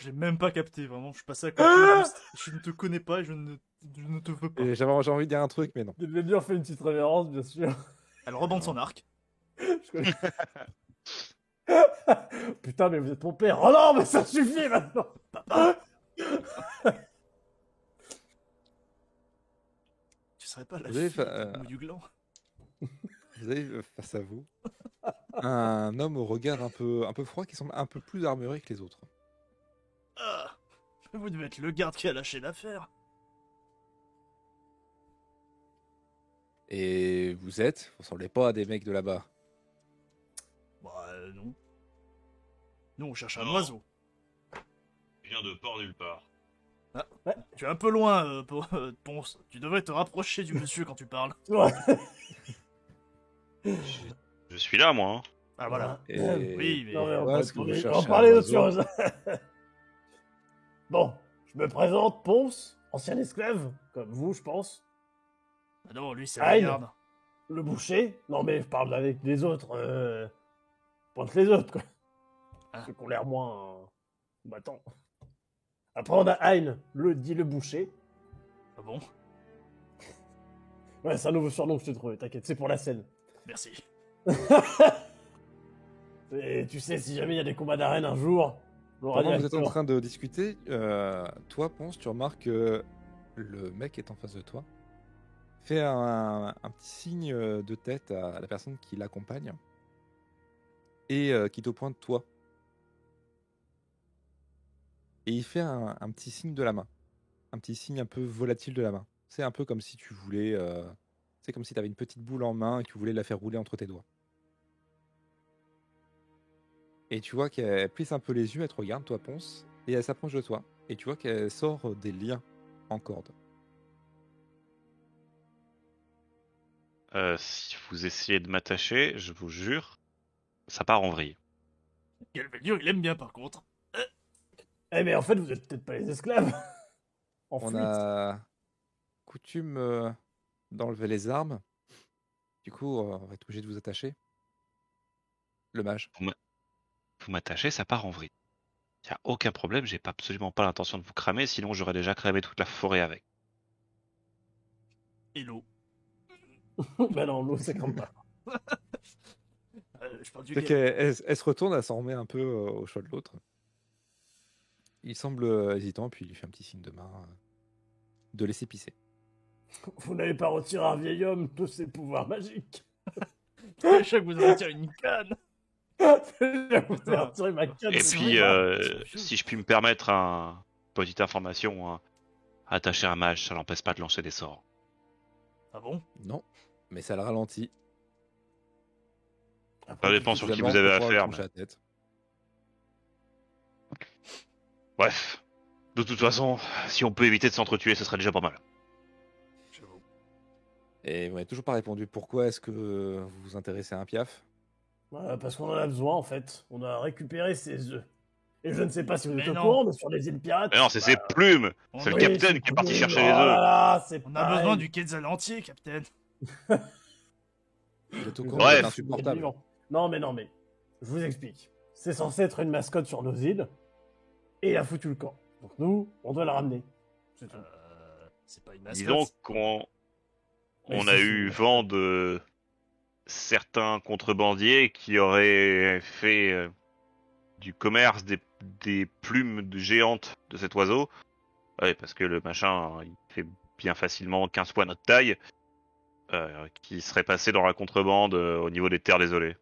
Je l'ai même pas capté, vraiment. Je suis passé à côté. juste- Je ne te connais pas et je ne, je ne te veux pas.
Et j'avais j'ai envie de dire un truc, mais non.
Il bien fait une petite révérence, bien sûr.
Elle rebande son arc.
Je connais- Putain, mais vous êtes mon père. Oh non, mais ça suffit maintenant.
Tu serais pas la
Vous avez
fille
fa- euh,
ou du gland
Vous avez euh, face à vous un homme au regard un peu, un peu froid qui semble un peu plus armuré que les autres.
Ah, Vous devez être le garde qui a lâché l'affaire.
Et vous êtes, vous ressemblez pas à des mecs de là-bas.
Bah euh, non. Nous on cherche un
Non.
oiseau.
Il vient de port nulle part.
Tu es un peu loin, euh, Po- euh, Ponce. Tu devrais te rapprocher du monsieur quand tu parles.
Ouais.
Je suis là, moi. hein.
Ah voilà.
Et
Oui, mais
Non, mais on,
Ouais,
va
parce que vous
trouver- on va
cherchez
parler
un
d'autre
oiseau.
chose. bon, je me présente, Ponce, ancien esclave, comme vous, je pense.
Ah non, lui c'est
Aïe.
le garde.
Le boucher Non, mais je parle avec les autres. Euh... Pointe les autres, quoi.
Ah.
Ceux qui ont l'air moins. euh, combattants. Après, on a Hein, le dit le boucher.
Ah bon
Ouais, c'est un nouveau surnom que je t'ai trouvé, t'inquiète, c'est pour la scène.
Merci.
Et tu sais, si jamais il y a des combats d'arène un jour, on aura
Pendant que
dit
vous
à
êtes en
Hector.
train de discuter, euh, toi, Ponce, tu remarques que le mec est en face de toi, fait un, un petit signe euh, de tête à la personne qui l'accompagne et euh, qui te pointe toi. Et il fait un, un petit signe de la main, un petit signe un peu volatile de la main. C'est un peu comme si tu voulais, euh, c'est comme si tu avais une petite boule en main et que tu voulais la faire rouler entre tes doigts. Et tu vois qu'elle plisse un peu les yeux, elle te regarde, toi, Ponce, et elle s'approche de toi. Et tu vois qu'elle sort euh, des liens en corde.
Euh, si vous essayez de m'attacher, je vous jure, ça part en vrille.
Galvelio il aime bien par contre.
Eh, mais en fait, vous êtes peut-être pas les esclaves. en
On
fuite.
a coutume euh, d'enlever les armes. Du coup, euh, on va être obligé de vous attacher. Le mage.
Vous m'attachez, ça part en vrille. Y a aucun problème, j'ai pas- absolument pas l'intention de vous cramer, sinon j'aurais déjà cramé toute la forêt avec.
Hello.
bah non, l'eau, c'est comme pas.
Euh, je parle du
C'est
gars.
qu'elle elle- elle se retourne, elle s'en remet un peu euh, au choix de l'autre. Il semble euh, hésitant, puis il lui fait un petit signe de main euh, de laisser pisser.
Vous n'avez pas retiré un vieil homme de ses pouvoirs magiques.
À chaque fois que vous allez tirer une canne.
Vous avez retiré ma canne
Ah. Et
de
Ah, c'est hein.
puis,
pouvoir.
euh,
c'est vrai.
si je puis me permettre, un... petite information, hein. attacher un mage, ça l'empêche pas de lancer des sorts.
Ah bon
Non, mais ça le ralentit.
Ça dépend sur qui vous avez
Suffisamment pour pouvoir
affaire.
le trancher la tête.
mais- Bref, de toute façon, si on peut éviter de s'entretuer, ce serait déjà pas mal.
J'avoue.
Et vous n'avez toujours pas répondu. Pourquoi est-ce que euh, vous vous intéressez à un piaf
Voilà, Euh, parce qu'on en a besoin en fait. On a récupéré ses œufs. Et je ne sais pas si vous êtes
Mais
au
non.
courant, mais sur les îles pirates.
Mais non, c'est
Bah.
ses plumes
On
C'est
a,
le
Oui,
capitaine
c'est
qui est parti
cool.
chercher
Oh
les
là
œufs.
là, c'est
on a
pareil.
besoin du Quetzal entier, capitaine.
Vous êtes au courant,
Bref.
c'est insupportable.
Non, mais non, mais je vous explique. C'est censé être une mascotte sur nos îles. Et il a foutu le camp. Donc nous, on doit la ramener. C'est tout.
Euh, c'est pas une mascotte.
Disons qu'on
Mais
on
si,
a
si.
eu vent de certains contrebandiers qui auraient fait euh, du commerce des, des plumes de- géantes de cet oiseau. Ouais, parce que le machin, il fait bien facilement 15 fois notre taille. euh, qui serait passé dans la contrebande euh, au niveau des terres désolées.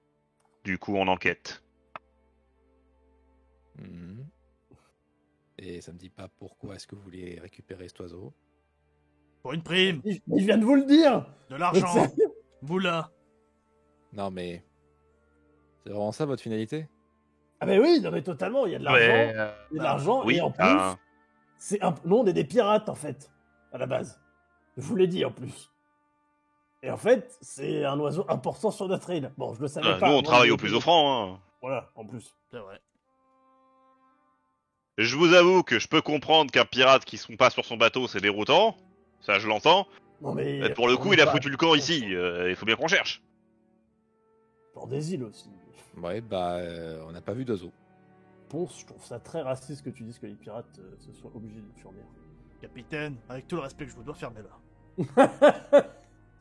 Du coup, on enquête.
Mhm. Et ça ne me dit pas pourquoi est-ce que vous voulez récupérer cet oiseau.
Pour une prime,
Il, il vient de vous le dire
de
Mais
l'argent, boula.
Non mais... C'est vraiment ça votre finalité
Ah mais oui, non mais totalement, il y a de l'argent.
Ouais, euh,
Il y a de l'argent.
oui,
et en plus,
ben,
c'est un... nous, on est des pirates en fait, à la base. Je vous l'ai dit en plus. Et en fait, c'est un oiseau important sur notre île. Bon, je le savais
euh,
pas.
nous, on
Moi,
travaille
je-
au plus offrant. Hein.
Voilà, en plus.
C'est vrai.
Je vous avoue que je peux comprendre qu'un pirate qui sont pas sur son bateau, c'est déroutant. Ça, je l'entends.
Non, mais.
Mais pour le coup,
on
il a
va
foutu le camp ici. euh, il faut bien qu'on cherche.
Pour des îles aussi.
Ouais, bah, euh, on n'a pas vu d'oiseau.
Ponce, je trouve ça très raciste que tu dises que les pirates euh, se soient obligés de furmir.
Capitaine, avec tout le respect que je vous dois, fermez-la.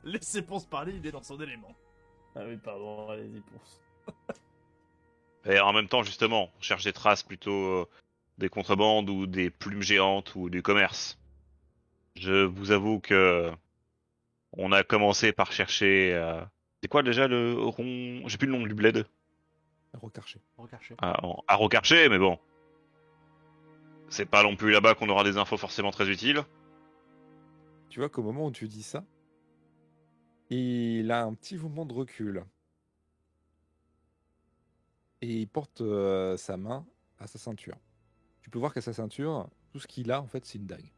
Laissez Ponce parler, il est dans son élément.
Ah oui, pardon, allez-y, Ponce.
Et en même temps, justement, on cherche des traces plutôt euh, des contrebandes ou des plumes géantes ou du commerce. Je vous avoue que on a commencé par chercher. euh, C'est quoi déjà le rond J'ai plus le nom du bled
Recarché.
Recarché.
à, en- à recarcher, mais bon. C'est pas non plus là-bas qu'on aura des infos forcément très utiles.
Tu vois qu'au moment où tu dis ça, il a un petit mouvement de recul. Et il porte euh, sa main à sa ceinture. Tu peux voir qu'à sa ceinture, tout ce qu'il a, en fait, c'est une dague.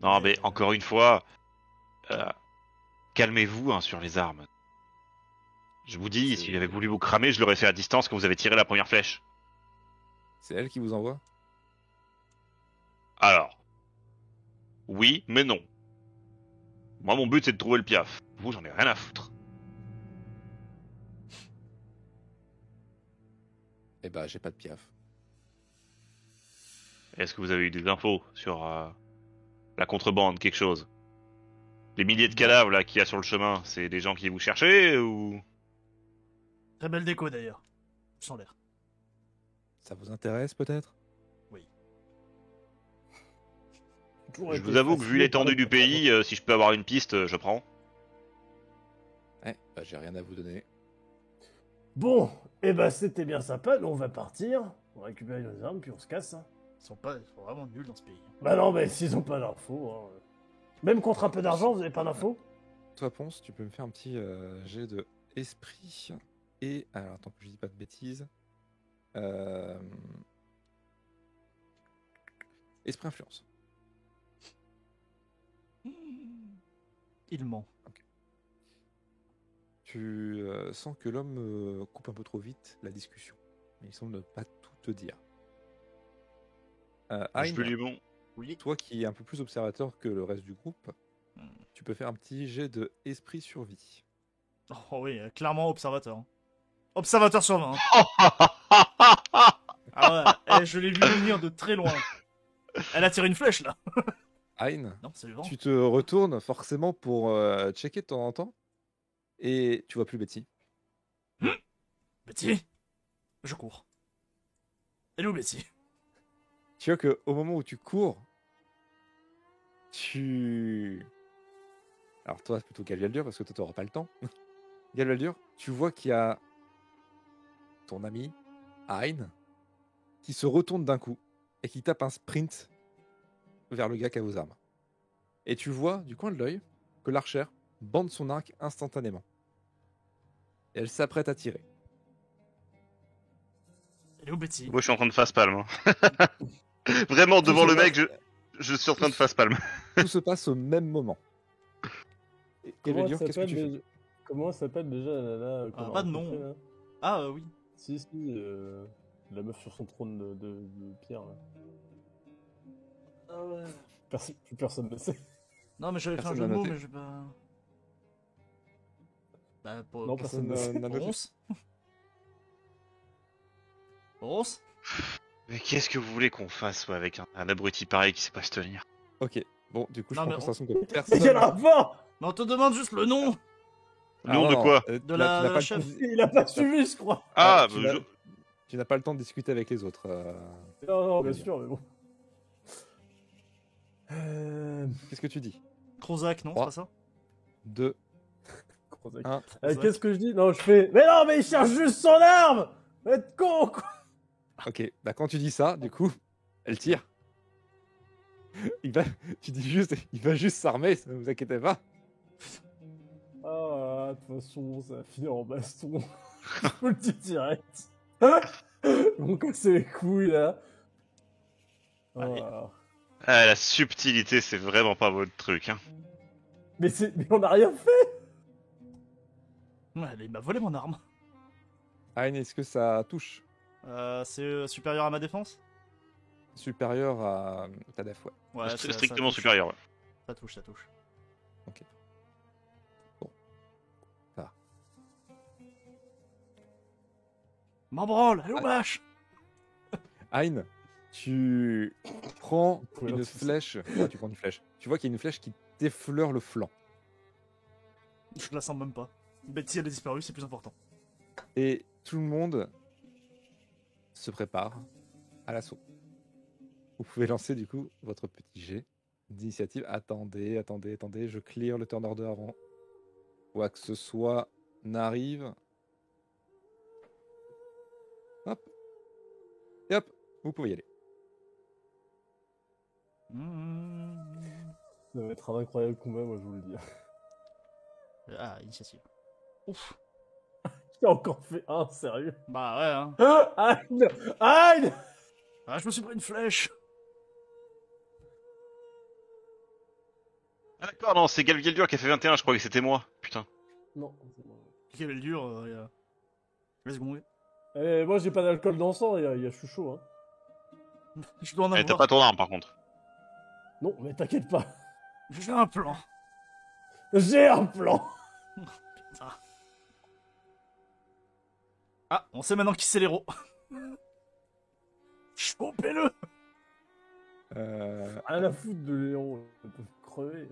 Non,
Ouais,
mais encore une fois, euh, calmez-vous hein, sur les armes. Je vous dis,
C'est-
s'il avait voulu vous cramer, je l'aurais fait à distance quand vous avez tiré la première flèche.
C'est elle qui vous envoie
Alors, oui, mais non. Moi, mon but, c'est de trouver le piaf. Vous, j'en ai rien à foutre.
Eh bah, j'ai pas de piaf.
Est-ce que vous avez eu des infos sur euh, la contrebande, quelque chose Les milliers de cadavres là qu'il y a sur le chemin, c'est des gens qui vous cherchaient ou
Très belle déco d'ailleurs. Sans l'air.
Ça vous intéresse peut-être
Toujours
Je
été
vous avoue que
fasciné
vu
par
l'étendue
les
du
pirates.
pays, euh, si je peux avoir une piste, euh, je prends.
Eh, bah, j'ai rien à vous donner.
euh,
Bon, eh ben c'était bien sympa, nous on va partir, on récupère nos armes, puis on se casse. hein.
Ils sont pas ils sont vraiment nuls dans ce pays.
Bah non, mais s'ils ont pas d'infos, hein, euh. même contre un peu d'argent, vous avez pas d'infos
Toi, Ponce, tu peux me faire un petit euh, jet de esprit et. Alors, attends que je dis pas de bêtises. Euh, Esprit influence.
Il ment.
Tu euh, sens que l'homme euh, coupe un peu trop vite la discussion. Mais il semble ne pas tout te dire. Euh,
je
Hein,
peux lui bon.
Oui.
toi qui es un peu plus observateur que le reste du groupe,
Hmm.
tu peux faire un petit jet de esprit survie.
Oh oui, euh, clairement observateur. hein. Observateur sur 20. hein. Ah ouais, eh, je l'ai vu venir de très loin. Elle a tiré une flèche là.
Hein,
Non, c'est le vent.
tu te retournes forcément pour euh, checker de temps en temps et tu vois plus Betty.
Betty Je cours. Elle est où Betty
Tu vois que au moment où tu cours, tu. Alors toi, c'est plutôt Galvaldur parce que toi, t'auras pas le temps. Galvaldur, tu vois qu'il y a ton ami Hein qui se retourne d'un coup et qui tape un sprint vers le gars qui a vos armes. Et tu vois du coin de l'œil que l'archère bande son arc instantanément. Et elle s'apprête à tirer.
Elle est où Betty
Moi, je suis en train de face palme. hein. Vraiment devant
Tout se
le mec, je,
passe-
je suis en train de face palme.
Tout se passe au même moment. Et Galvaldur, qu'est-ce que tu fais
Comment elle s'appelle déjà la nana
Euh,
qu'on
Ah,
a
pas de nom.
rencontrée, là
Ah euh, oui.
Si, si, euh, la meuf sur son trône de, de- de pierre. Là. Perso- plus personne ne sait.
Non mais j'avais fait un
Personne
jeu de
l'a
mots
noté.
mais je pas. Bah pour
Non, personne ne sait.
n'a- n'a noté.
Ronce Ronce
Mais qu'est-ce que vous voulez qu'on fasse ouais, avec un, un abruti pareil qui sait pas se tenir
Ok, bon, du coup, je
Non,
prends en
mais on-
considération que
Mais quel
personne.
rapport
Mais on te demande juste le nom
Ah,
Nom
non,
de
non,
quoi
euh,
De
tu n'as- tu
la- la
n'as pas le
chef.
temps-
Il a pas suivi, je crois
Ah,
tu
bah,
l'as-
je-
Tu n'as pas le temps de discuter avec les autres. euh.
Non, non,
bien
bien sûr, mais bon.
Euh...
Qu'est-ce que tu dis
Crozac, non, c'est
Trois.
pas ça
Deux.
Crozac.
Un.
Euh,
Crozac.
Qu'est-ce que je dis Non, je fais.
Mais, mais non, mais il cherche juste son arme Va Être con, quoi
Ok, bah, quand tu dis ça, du coup, elle tire. Il va... Tu dis juste, il va juste s'armer, ça, ne vous inquiétez pas.
Ah, de toute façon, ça va finir en baston.
Faut le dire direct
Hein
Ils m'ont cassé les couilles, là
Allez.
Ah.
Ah, la subtilité, c'est vraiment pas votre truc. Hein.
Mais, c'est- mais on a rien fait
Ouais, elle m'a volé mon arme.
Hein, est-ce que ça touche
Euh, c'est euh, supérieur à ma défense
supérieur à Tadaf, ouais.
Ouais, ça-
Stri-
ça
Ah, strictement
touche.
supérieur, ouais.
Ça touche, ça touche.
Ça va.
M'en branle, allez, on
Ah.
lâche
Hein, tu prends
Couleur,
une
c'est ça.
flèche. Ah, tu prends une flèche. Tu vois qu'il y a une flèche qui t'effleure le flanc.
Je la sens même pas. Mais si elle a disparu, c'est plus important.
Et tout le monde se prépare à l'assaut. Vous pouvez lancer du coup votre petit jet d'initiative. Attendez, attendez, attendez, je clear le turn order avant. Quoi que ce soit n'arrive. Hop. Et hop, vous pouvez y aller.
Mmh.
Ça va être un incroyable combat, moi je vous le dis.
Ah, initiative. Ouf.
J'ai encore fait un, sérieux.
Bah ouais, hein.
Ah, Aïe Aïe
Ah, je me suis pris une flèche
Ah d'accord, non, c'est Galvildur qui a fait 21, je croyais que c'était moi. Putain.
Non.
Quelle dure, euh, y a... Laisse secondes.
Eh, moi, j'ai pas d'alcool dans le sang, il y, a- il y a chouchou, hein.
Je dois en
Eh, T'as
avoir.
pas ton arme par contre.
Non, mais t'inquiète pas.
J'ai un plan.
J'ai un plan
Ah, on sait maintenant qui c'est l'héros. Chopez-le
Euh,
À la foutre de Léon, je peux crever.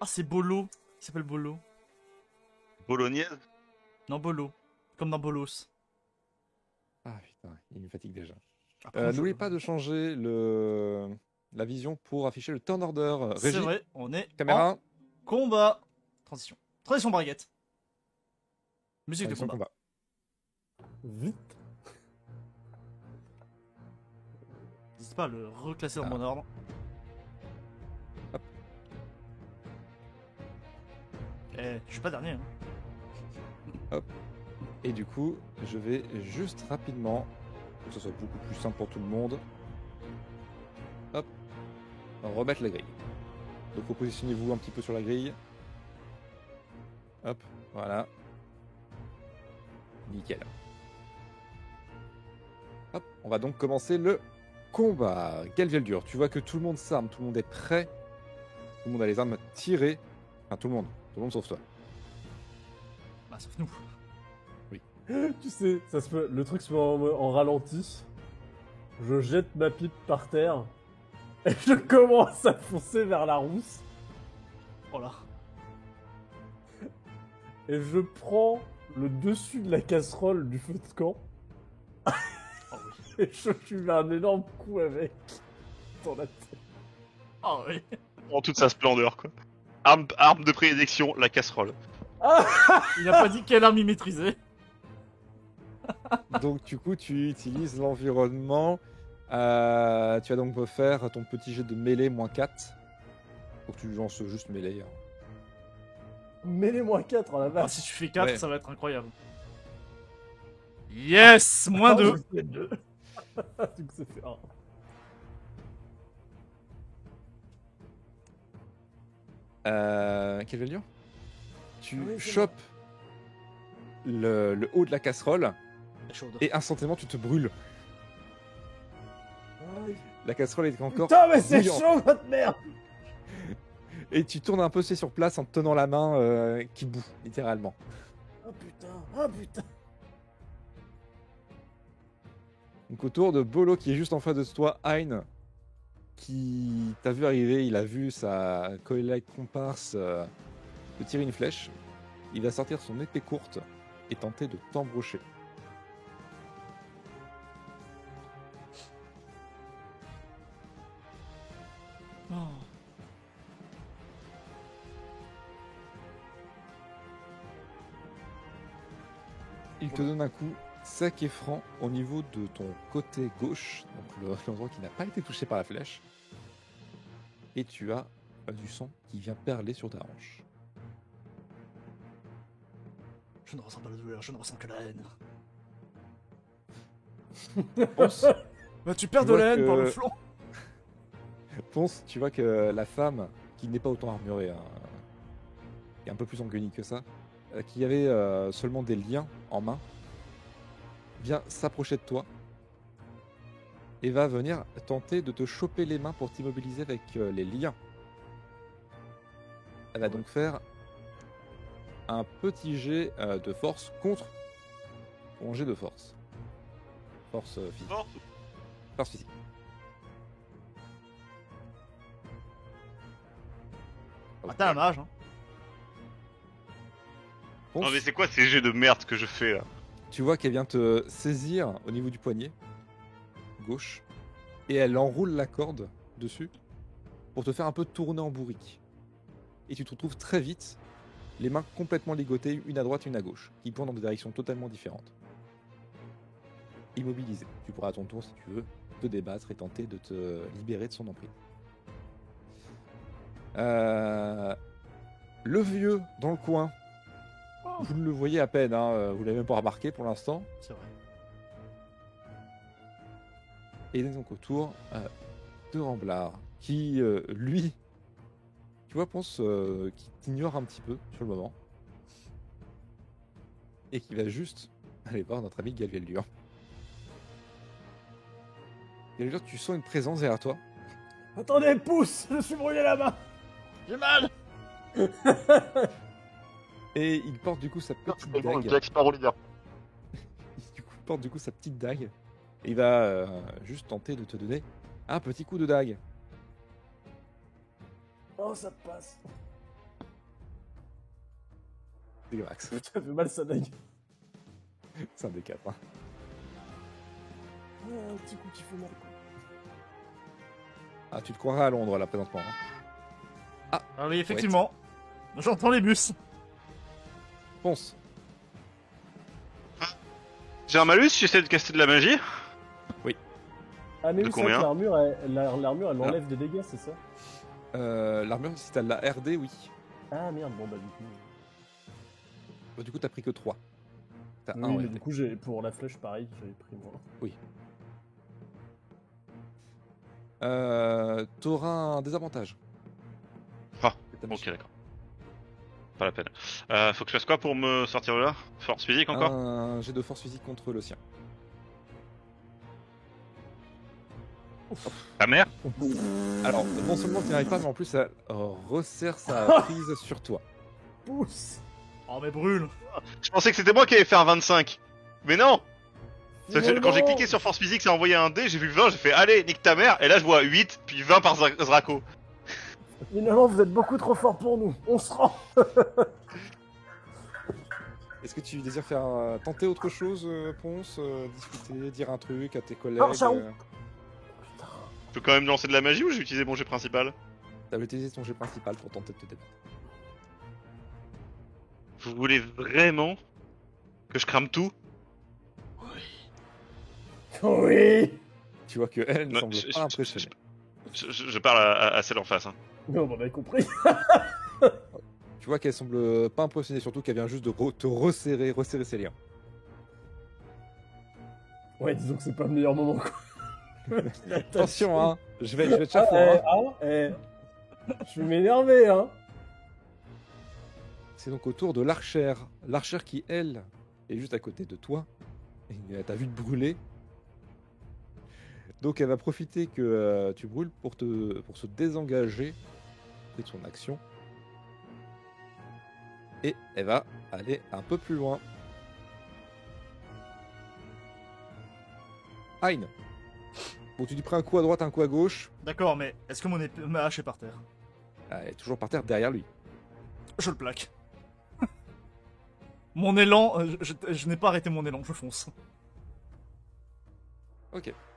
Ah, c'est Bolo. Il s'appelle Bolo.
Bolognaise
Non, Bolo. Comme dans Bolos.
Ah putain, il me fatigue déjà.
Après,
Euh,
Ah, je-
N'oubliez pas de changer le... la vision pour afficher le turn order.
C'est
Régie,
vrai, on est
caméra.
en combat. Transition. Transition braguette. Musique de
Action
combat.
combat.
Vite
N'hésite pas à le reclasser dans
Ah.
mon ordre.
Hop.
Eh, je suis pas dernier. hein.
Et du coup, je vais juste rapidement, pour que ce soit beaucoup plus simple pour tout le monde, hop, remettre la grille. Donc repositionnez-vous un petit peu sur la grille. Hop, voilà. Nickel. Hop, on va donc commencer le combat. Galviel dur. Tu vois que tout le monde s'arme, tout le monde est prêt. Tout le monde a les armes tirées. Enfin, tout le monde. Tout le monde sauf toi.
Bah, sauf nous.
Tu sais, ça se peut- le truc se met en, en ralenti. Je jette ma pipe par terre. Et je commence à foncer vers la rousse.
Oh là.
Et je prends le dessus de la casserole du feu de camp.
Oh oui.
Et je lui mets un énorme coup avec. Dans la tête.
Oh oui.
En toute sa splendeur, quoi. Arme, arme de prédilection, la casserole.
Il a pas dit quelle arme il maîtrisait.
Donc du coup, tu utilises l'environnement. Euh, tu vas donc me faire ton petit jet de mêlée moins 4. Faut que tu lances juste mêlée. hein.
Mêlez-moi 4 à la
Ah,
base.
si tu fais 4,
Ouais.
ça va être incroyable. Yes Moins
Ah,
2
Donc ça fait un.
Euh, quelle valeur Tu
Ah oui, c'est
chopes le, le haut de la casserole et instantanément tu te brûles. La casserole est encore
Putain, mais c'est
bouillant.
chaud, votre merde
et tu tournes un peu c'est sur place en tenant la main euh, qui bout littéralement.
Oh putain, oh putain
Donc autour de Bolo qui est juste en face de toi, Hein, qui t'a vu arriver, il a vu sa collègue comparse euh, te tirer une flèche. Il va sortir son épée courte et tenter de t'embrocher.
Oh,
Il te donne un coup sec et franc au niveau de ton côté gauche, donc le- l'endroit qui n'a pas été touché par la flèche. Et tu as euh, du sang qui vient perler sur ta hanche.
Je ne ressens pas la douleur, je ne ressens que la haine.
Ponce,
Bah tu perds
Je
de la
vois
haine par
que-
le flanc
Ponce, tu vois que la femme, qui n'est pas autant armurée, hein, qui est un peu plus engueulie que ça, euh, qui avait euh, seulement des liens en main, vient s'approcher de toi et va venir tenter de te choper les mains pour t'immobiliser avec euh, les liens. Elle va donc faire un petit jet euh, de force contre ton jet de force. Force euh, physique.
Force ou-
Force physique.
Ah, t'as un mage, hein.
Ponce,
Non mais c'est quoi ces jets de merde que je fais là
tu vois qu'elle vient te saisir au niveau du poignet gauche et elle enroule la corde dessus pour te faire un peu tourner en bourrique. Et tu te retrouves très vite les mains complètement ligotées, une à droite, une à gauche, qui pointent dans des directions totalement différentes. Immobilisé, tu pourras à ton tour, si tu veux, te débattre et tenter de te libérer de son emprise. Euh, Le vieux dans le coin, vous ne le voyez à peine, hein, euh, vous l'avez même pas remarqué pour l'instant.
C'est vrai.
Et donc autour euh, de Ramblard, qui, euh, lui, tu vois, pense euh, qu'il t'ignore un petit peu sur le moment. Et qui va juste aller voir notre ami Galveldur. Galveldur, tu sens une présence derrière toi.
Attendez, pousse Je suis brûlé là-bas
J'ai mal
Et il porte du coup sa petite
C'est bon,
dague.
Jack Sparrow, les gars.
Il du coup, porte du coup sa petite dague. Et il va euh, juste tenter de te donner un petit coup de dague.
Oh, ça passe
C'est Max.
Ça fait mal, sa dague.
C'est un des quatre. hein.
Ah, un petit coup qui fait mal, quoi.
Ah, tu te croiras à Londres là présentement. hein.
Ah oui, effectivement. J'entends les bus.
Ponce,
J'ai un malus, j'essaie de caster de la magie
Ah, mais
De
oui, c'est vrai
combien Ah.
que l'armure, elle, la- l'armure, elle enlève des dégâts, c'est ça
euh, l'armure, si t'as de la RD, oui.
Ah, merde, bon, bah, du coup...
Bah, du coup, t'as pris que 3. T'as
Oui,
un en
mais
RD.
du coup, j'ai- pour la flèche, pareil, j'avais pris moi.
Euh, T'auras un désavantage.
Ah,
C'est ta
Ok
mission.
d'accord. Pas la peine. Euh, faut que je fasse quoi pour me sortir de là Force physique encore
Un jet de force physique contre le sien. Euh.
Ta mère
Alors, non seulement tu n'y arrives pas, mais en plus, ça resserre sa prise sur toi.
Pousse
Oh, mais brûle
Je pensais que c'était moi qui allais faire un 25 Mais non Ça, c'est- Quand j'ai
Finalement,
cliqué sur force physique, ça a envoyé un dé, j'ai vu 20, j'ai fait allez, nique ta mère, et là je vois 8, puis 20 par Zra- Zraco.
Finalement, vous êtes beaucoup trop fort pour nous. On se rend
Est-ce que tu désires faire euh, tenter autre chose, euh, Ponce euh, Discuter, dire un truc à tes collègues
Non, ça, on-
euh,
Je peux quand même lancer de la magie ou j'ai utilisé mon jet principal
T'as utilisé ton jet principal pour tenter de te débattre.
Vous voulez vraiment que je crame tout
Oui
Tu vois que elle ne
Ouais,
semble
je-
pas
je-
impressionnée.
je, je- je parle à, à- à celle en face. Hein.
Mais on en a bah, compris.
Tu vois qu'elle semble pas impressionnée, surtout qu'elle vient juste de re- te resserrer, resserrer ses liens.
Ouais, disons que c'est pas le meilleur moment, quoi.
Attention, hein Je vais, je vais te
Ah,
chafouer, hein.
eh, ah, eh. Je vais m'énerver, hein
C'est donc au tour de l'archère. L'archère qui, elle, est juste à côté de toi. Et elle t'a vu te brûler. Donc elle va profiter que euh, tu brûles pour, te, pour se désengager de son action. Et elle va aller un peu plus loin. Hein Bon, tu lui prends un coup à droite, un coup à gauche.
D'accord, mais est-ce que mon épée, ma hache est par terre
Ah, Elle est toujours par terre derrière lui.
Je le plaque. mon élan, euh, je, je- je n'ai pas arrêté mon élan, je fonce.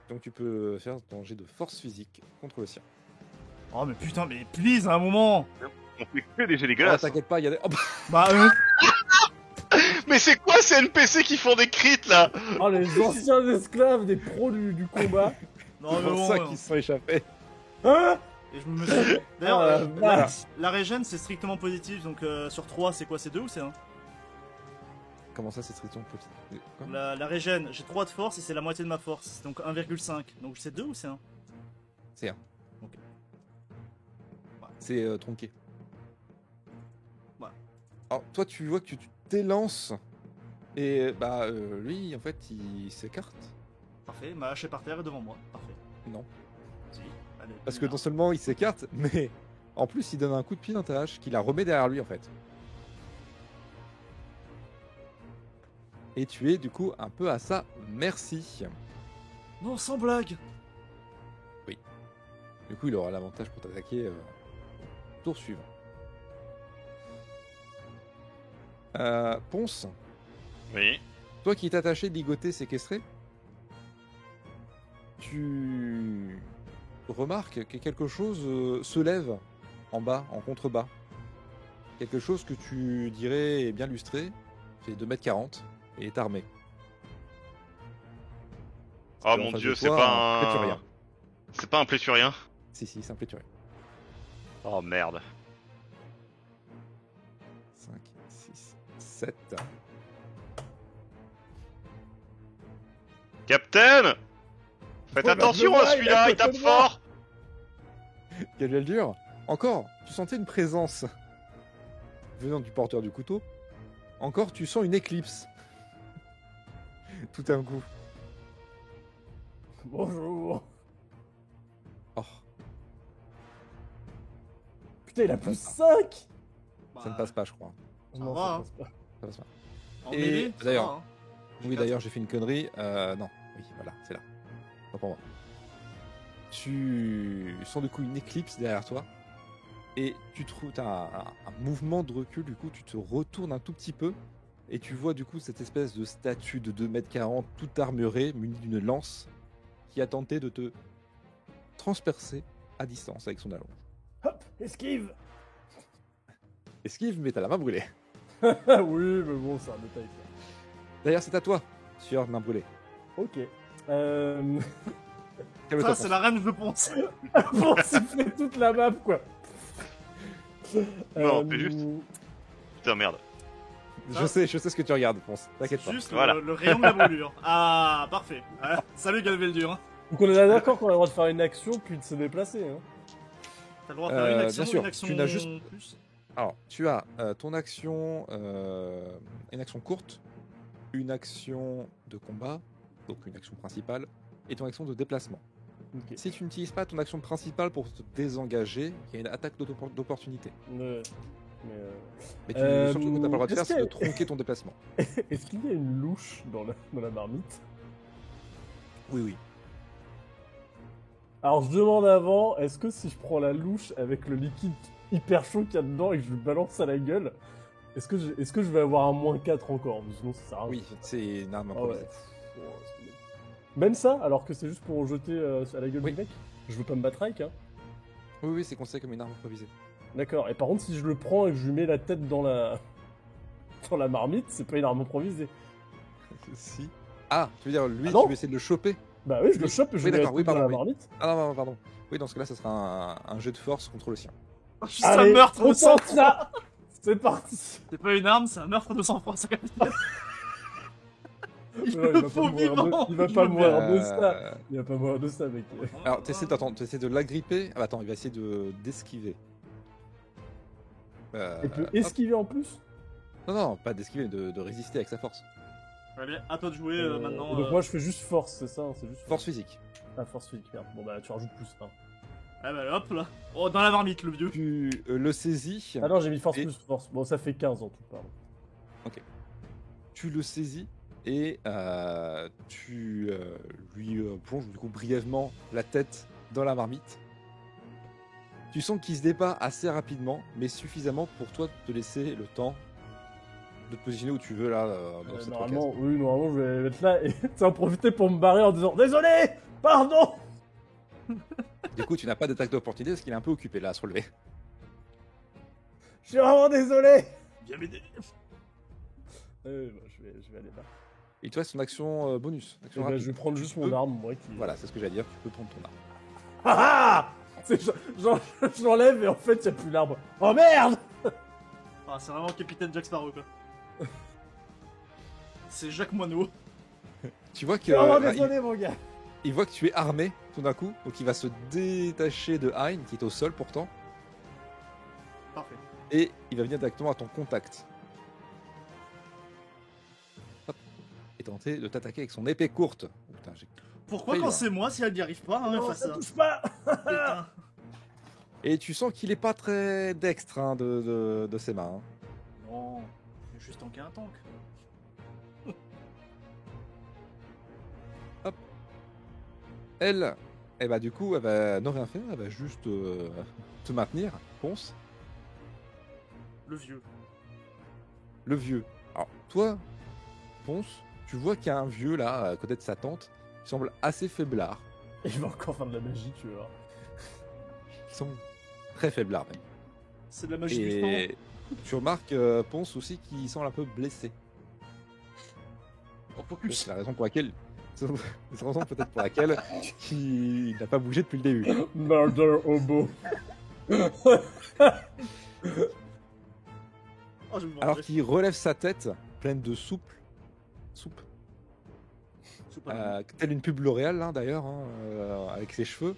Donc tu peux faire ton jet de force physique contre le sien.
Oh, mais putain, mais please, à un moment
On fait que des jets
Oh,
dégueulasses.
t'inquiète pas, il y a des... Oh,
Bah, euh,
Mais c'est quoi ces NPC qui font des crits là
Oh, les anciens esclaves, des pros du, du combat
non, mais
C'est pour
bon,
ça
euh,
qu'ils se sont échappés.
Hein
et je me suis- D'ailleurs,
Ah,
euh, la,
vache.
la régène, c'est strictement positif, donc euh, sur 3, c'est quoi, c'est 2 ou c'est 1
Comment ça, c'est strictement possible Quoi
La, la régène, j'ai 3 de force et c'est la moitié de ma force, donc 1,5. Donc c'est 2 ou c'est 1
C'est euh, tronqué.
Ouais.
Alors, toi, tu vois que tu t'élances. Et bah, euh, lui, en fait, il s'écarte.
Parfait, ma hache est par terre et devant moi. Parfait.
Non.
Si. Allez,
Parce que
là.
non seulement il s'écarte, mais en plus il donne un coup de pied dans ta hache qui la remet derrière lui en fait. Et tu es du coup un peu à ça, merci.
Non, sans blague
Du coup il aura l'avantage pour t'attaquer euh, tour suivant. Euh, Ponce,
Oui.
toi qui es attaché, ligoté, séquestré, tu remarques que quelque chose euh, se lève en bas, en contrebas. Quelque chose que tu dirais est bien lustré, fait 2m40 et est armé.
Ah
Et en
mon
face
dieu,
de
c'est
toi,
pas
un
un.
pléthurien.
C'est pas un pléthurien
Si, si, c'est un pléthurien.
Oh merde.
5, 6, 7.
Captain Faites
Oh, bah,
je
attention
le
à
vois,
celui-là,
il est à
il tape
côté de moi.
fort
Quelle dur Encore, tu sentais une présence venant du porteur du couteau. Encore, tu sens une éclipse. Tout à coup.
Bonjour.
Oh,
Putain, il a plus 5
ça ne passe pas, je crois.
Ça
hein.
va,
Ça passe pas.
Bah, En
Et
mêlée, ça
d'ailleurs,
va, hein.
Oui, d'ailleurs, j'ai fait une connerie. Euh, non, oui, voilà, c'est là. Reprends-moi. Tu sens du coup une éclipse derrière toi. Et tu trouves t'as un, un- un mouvement de recul, du coup, tu te retournes un tout petit peu. Et tu vois du coup cette espèce de statue de 2m40 tout armurée, munie d'une lance, qui a tenté de te transpercer à distance avec son allonge.
Hop, esquive
Esquive, mais t'as la main brûlée.
Ah Oui, mais bon, c'est un détail. ça.
D'ailleurs, c'est à toi, sur main brûlée.
Ok. Euh...
Calme-toi,
Ça, c'est la reine, je pense.
pour siffler toute la map, quoi.
Non,
Euh,
c'est juste. Putain, merde.
Ponce. Je sais, je sais ce que tu regardes, Ponce. T'inquiète pas.
Juste le-
Voilà.
le, rayon de la brûlure. Ah, parfait. Voilà. Salut hein. Galveldur.
Donc on est là d'accord qu'on a le droit de faire une action puis de se déplacer. Hein.
T'as le droit de faire une
Euh,
action,
bien sûr,
une action
tu n'as juste-
plus.
Alors, tu as euh, ton action, euh, une action courte, une action de combat, donc une action principale, et ton action de déplacement.
Ok.
Si tu n'utilises pas ton action principale pour te désengager, il y a une attaque d'auto- d'opportunité.
Euh, Mais euh,
Mais tu,
Euh,
surtout, ce que tu n'as pas le droit de
est-ce
faire, c'est de
que-
tronquer ton déplacement.
Est-ce qu'il y a une louche dans la, dans la marmite
Oui, oui.
Alors je demande avant, est-ce que si je prends la louche avec le liquide hyper chaud qu'il y a dedans et que je le balance à la gueule, est-ce que, est que je vais avoir un moins 4 encore Parce que Sinon ça sert à rien.
Oui, c'est une arme
Ah
improvisée.
ouais. Pff, ouais, c'est bien. Même ça, alors que c'est juste pour jeter euh, à la gueule
Oui.
du mec, je veux pas me battre avec. Hein.
Oui, oui, c'est considéré comme une arme improvisée.
D'accord. Et par contre, si je le prends et que je lui mets la tête dans la dans la marmite, c'est pas une arme improvisée.
si. Ah, tu veux dire, lui,
Ah non
tu veux essayer de le choper
Bah oui, je le
Oui.
chope et je
Oui,
le mets la
d'accord,
tête
oui,
dans la
pardon, oui.
marmite.
Ah non, non, pardon. Oui, dans ce cas-là, ça sera un, un jet de force contre le sien. Ah,
Juste un meurtre
on
de sang.
tente ça. C'est parti.
C'est pas une arme, c'est un meurtre de sang froid. ça, Galveldur. Il
Ouais,
le faut
mourir
vivant.
de- il va
Je
pas
le
mourir de
Euh,
ça. Il va pas mourir de ça, mec.
mets.
Alors, t'essaies d'attends, t'essaies de l'agripper. Ah, bah, attends, il va essayer de d'esquiver. Euh,
Il peut
hop.
esquiver en plus.
Non, non, pas d'esquiver, de, de résister avec sa force.
Allez, à toi de jouer euh,
Euh,
maintenant.
donc
euh.
moi, je fais juste force, c'est ça. hein, C'est juste
Force physique.
Ah, force physique. Merde. Bon bah, tu rajoutes plus. hein.
Ah bah hop là. Oh, dans la marmite, le vieux.
Tu euh, le saisis,
Ah non, j'ai mis force
Et- Ah,
plus force. Bon, ça fait 15 en tout, pardon.
tu le saisis et euh, tu euh, lui euh, plonges du coup brièvement la tête dans la marmite. Tu sens qu'il se débat assez rapidement, mais suffisamment pour toi de te laisser le temps de te positionner où tu veux là euh, dans
Euh,
cette
normalement, oui, normalement, je vais être là et t'en profiter pour me barrer en disant désolé, pardon.
case. Du coup, tu n'as pas d'attaque d'opportunité parce qu'il est un peu occupé là à se relever.
Je suis vraiment désolé
Bien m'aider.
Euh, bah, je, vais, je vais aller là.
Et toi, son action euh, bonus.
Eh
action
ben,
rapide.
je vais prendre juste mon
peux-
arme, moi qui.
Voilà, c'est ce que j'allais dire. Tu peux prendre ton arme.
Ah ah C'est genre- genre, Je l'enlève et en fait, il a plus l'arbre. Oh merde
Ah, c'est vraiment Capitaine Jack Sparrow quoi. C'est Jacques Moineau.
Tu vois que
Je suis vraiment
euh, il,
Oh, désolé, mon gars
il voit que tu es armé tout d'un coup, donc il va se détacher de Hein qui est au sol pourtant,
Parfait.
et il va venir directement à ton contact. Hop. Et tenter de t'attaquer avec son épée courte. Oh, putain, j'ai-
Pourquoi
Après, il
quand
va.
c'est moi, si elle n'y arrive pas, hein,
Non,
face
ça
à-
touche pas
Putain.
Et tu sens qu'il est pas très dextre hein, de, de- de ses mains. hein.
Non, je vais juste tanker un tank.
Elle, eh bah, du coup, elle va ne rien faire, elle va juste euh, te maintenir, ponce.
Le vieux.
Le vieux. Alors, toi, ponce, tu vois qu'il y a un vieux là, à côté de sa tante, qui semble assez faiblard.
Il va encore faire de la magie, tu vois.
Qui semble très faiblard même.
C'est de la magie du temps.
Et tu remarques euh, Ponce aussi qui semble un peu blessé. C'est la raison pour laquelle. C'est la raison peut-être pour laquelle il n'a pas bougé depuis le début.
Murder hobo.
Oh, je me
Alors
vengerai.
qu'il relève sa tête, pleine de soupe. Soupe.
C'est pas mal.
euh, telle une pub L'Oréal, là, d'ailleurs, hein, euh, avec ses cheveux.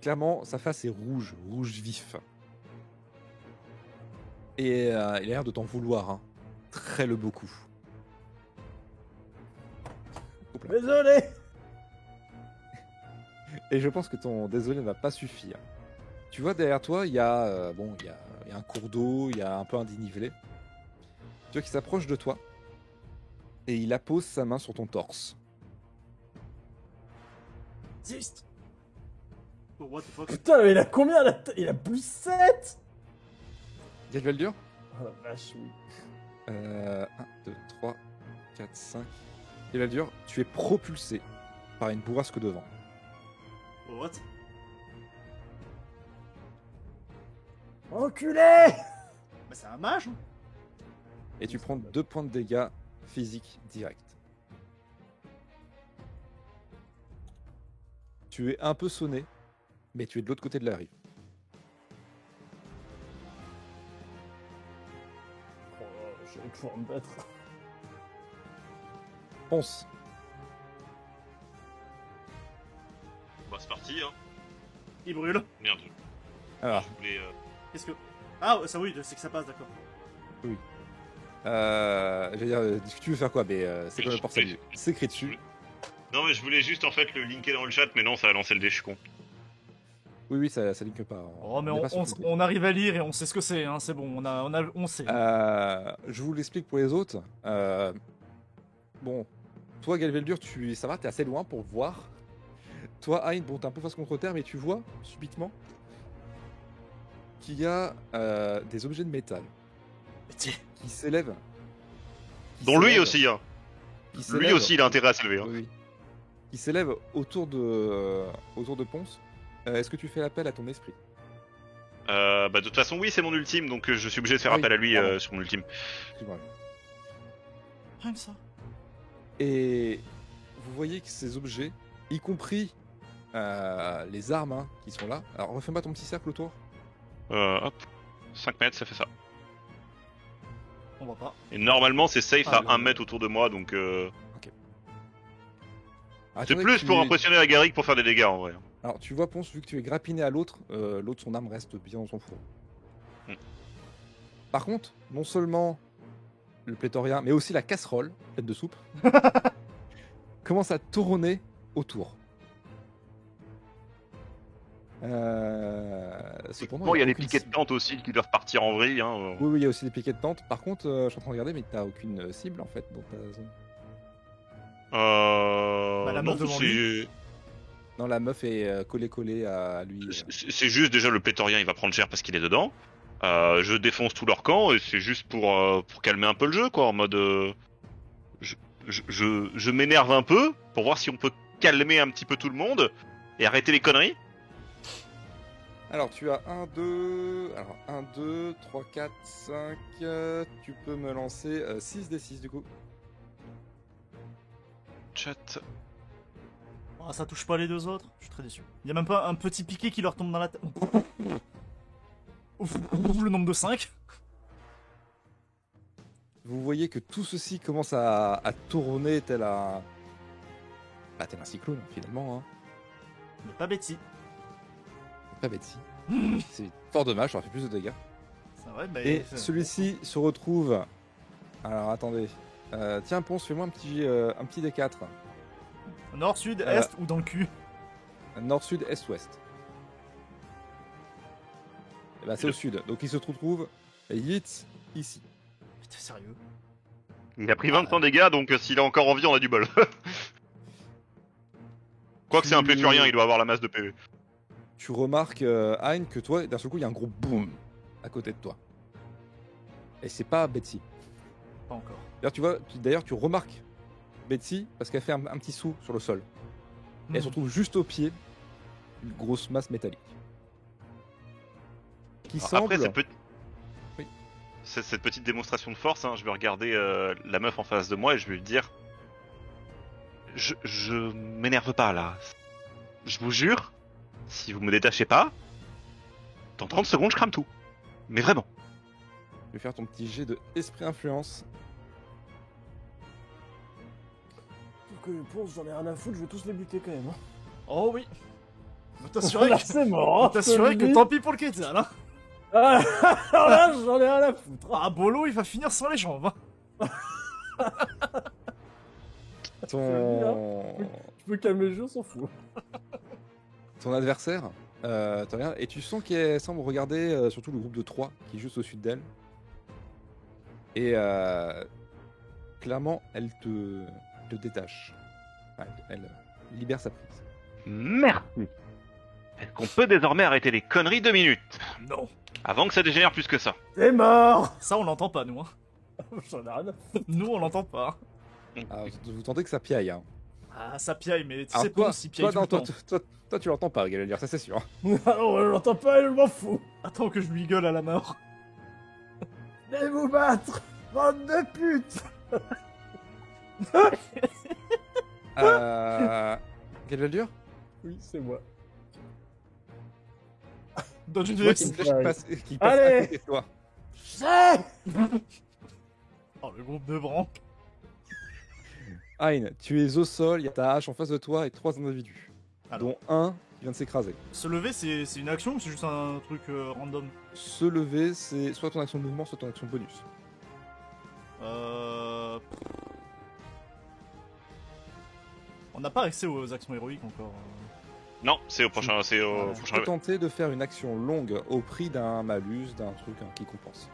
Clairement, sa face est rouge, rouge vif. Et euh, il a l'air de t'en vouloir. hein. Très le beaucoup.
Désolé
Et je pense que ton désolé ne va pas suffire. Tu vois derrière toi, il y a euh, bon, il y a, il y a un cours d'eau, il y a un peu un dénivelé. Tu vois qu'il s'approche de toi et il appose sa main sur ton torse.
Existe Oh, what the fuck
Putain, mais il a combien la ta- Il a plus 7
Quel va le dur
Oh la vache, oui.
1, 2, 3, 4, 5. Quel va le dur Tu es propulsé par une bourrasque de vent.
Oh, what
Enculé
Bah, c'est un mage hein.
Et tu prends deux points de dégâts physiques directs. Tu es un peu sonné, mais tu es de l'autre côté de la rive.
Oh, Je vais pouvoir me battre.
Ponce.
Bah, c'est parti, hein.
Il brûle.
Merde,
Alors,
je voulais. euh,
Qu'est-ce que. Ah, ça oui, c'est que ça passe, d'accord.
euh, je veux dire, euh, tu veux faire quoi Mais euh, c'est
Oui,
quoi le
oui.
porcelaine C'est écrit dessus.
Non, mais je voulais juste en fait le linker dans le chat, mais non, ça a lancé le dé, je suis con.
Oui, oui, ça, ça ligne pas.
Oh, mais
est
on,
pas sur
on-
le dé.
on arrive à lire et on sait ce que c'est, hein, c'est bon, on, a, on, a, on sait.
Euh, je vous l'explique pour les autres. Euh, bon, toi, Galveldur, tu, ça va, t'es assez loin pour voir. Toi, Hein, bon, t'es un peu face contre terre, mais tu vois, subitement, qu'il y a euh, des objets de métal
Mais tiens,
qui s'élèvent. qui
Dont lui
s'élèvent-
aussi, hein.
qui
Lui
s'élèvent-
aussi, il a intérêt à se lever. hein.
Oui, oui. Qui s'élèvent autour de, autour de Ponce. Euh, Est-ce que tu fais appel à ton esprit
Euh, bah, de toute façon, oui, c'est mon ultime, donc euh, je suis obligé de faire
Ah oui,
appel à lui euh,
pardon.
sur mon ultime.
Excuse-moi.
rien que ça.
Et vous voyez que ces objets, y compris euh, les armes hein, qui sont là. Alors refais-moi ton petit cercle autour.
Euh, hop. 5 mètres, ça fait ça.
On voit pas.
Et normalement, c'est safe
Ah, le-
à 1 mètre autour de moi, donc euh... c'est
Attendez Ah, que
plus
tu-
pour impressionner la Garrigue pour faire des dégâts en vrai.
Alors tu vois Ponce, vu que tu es grappiné à l'autre, euh, l'autre son arme reste bien dans son four.
Hmm.
Par contre, non seulement le pléthorien, mais aussi la casserole pleine de soupe commence à tourner autour. Euh, cependant,
Bon, il y a les
aucune
piquets de
cible.
tente aussi qui doivent partir en vrille. Hein.
Oui, oui, il y a aussi des piquets de tente. Par contre, euh, je suis en train de regarder, mais t'as aucune euh, cible en fait dans ta zone.
Euh...
Bah, la
non,
meuf devant
c'est...
Non, la meuf est euh, collée-collée à lui. euh.
c'est- c'est juste déjà le pétorien, il va prendre cher parce qu'il est dedans. Euh, je défonce tout leur camp et c'est juste pour, euh, pour calmer un peu le jeu, quoi. En mode. euh, je je, je, je m'énerve un peu pour voir si on peut calmer un petit peu tout le monde et arrêter les conneries.
Alors, tu as 1, 2. Alors, 1, 2, 3, 4, 5. euh, tu peux me lancer 6 des 6 du coup.
Chat.
Ah, ça touche pas les deux autres Je suis très déçu. Il y a même pas un petit piqué qui leur tombe dans la tête. Ouf, ouf, le nombre de 5.
Vous voyez que tout ceci commence à, à tourner tel un. Ah, tel un cyclone finalement. Hein.
Mais pas Betty.
Pas bête si. C'est fort dommage, j'aurais fait plus de dégâts.
C'est vrai, bah,
Et
c'est-
celui-ci se retrouve. Alors attendez. Euh, tiens, Ponce, fais-moi un petit, euh, un petit D4.
Nord, sud,
Euh.
est ou dans le cul
Nord, sud, est, ouest. Eh ben, c'est au sud. Donc il se trouve, trouve Yitz ici.
Putain, sérieux
Il a pris 20 ans des gars, donc euh, s'il est encore en vie, on a du bol. Quoique c'est un pléturien, il doit avoir la masse de PV.
Tu remarques, euh, Hein, que toi, d'un seul coup, il y a un gros boum à côté de toi. Et c'est pas Betsy.
Pas encore.
D'ailleurs, tu vois, tu- d'ailleurs, tu remarques Betsy parce qu'elle fait un, un petit saut sur le sol. Et elle se
Hmm.
retrouve juste au pied d'une grosse masse métallique. Qui
Alors,
semble.
Après, cette, petite-
Oui.
cette, cette petite démonstration de force, hein, je vais regarder euh, la meuf en face de moi et je vais lui dire Je, je m'énerve pas là. Je vous jure, si vous me détachez pas, dans 30 secondes, je crame tout. Mais vraiment.
Je vais faire ton petit jet de esprit influence.
Sauf que les pauvres, j'en ai rien à foutre, je vais tous les buter quand même. hein.
Oh oui On t'assurait
Là,
que...
c'est mort.
Oh,
on
hein,
t'assurait que
celui-
tant pis pour le Quetzal, hein
Ah, alors là, j'en ai rien à foutre.
Ah, Bolo, il va finir sans les jambes, hein
Ton,
Je peux calmer le jeu, on s'en fout.
ton adversaire, euh, t'en regardes, et tu sens qu'elle semble regarder euh, surtout le groupe de 3 qui est juste au sud d'elle. Et euh, clairement, elle te, te détache. Elle, elle libère sa prise.
Merci. Est-ce qu'on peut désormais arrêter les conneries deux minutes
Non
Avant que ça dégénère plus que ça.
T'es mort
Ça, on l'entend pas, nous, hein
J'en ai rien à foutre.
Nous, on l'entend pas. hein.
Ah
Alors, Ah, vous tentez que ça piaille. Hein.
Ah, ça piaille, mais tu
Alors,
sais
toi,
pas si piaille
toi,
tout
non, toi,
le temps.
toi, toi- toi, tu l'entends pas, Galadriel, ça c'est sûr.
Alors, je l'entends Ah pas, je m'en fous.
Attends que je lui gueule à la mort.
Allez vous battre Bande de putes
Euh,
Ah
Galadriel,
Oui, c'est moi.
Dans une
tu vois qu'il
veste.
me-
qui passe, qui passe à
Allez
côté de toi.
C'est
Oh, le groupe de branques.
Hein, tu es au sol, il y a ta hache en face de toi et trois individus,
Alors.
dont un qui vient de s'écraser.
Se lever, c'est c'est une action ou c'est juste un truc euh, random
Se lever, c'est soit ton action de mouvement, soit ton action bonus.
Euh... On n'a pas accès aux actions héroïques encore. euh.
Non, c'est au prochain. Ah, C'est au
Voilà. Tu
prochain.
peux tenter de faire une action longue au prix d'un malus, d'un truc hein, qui compense.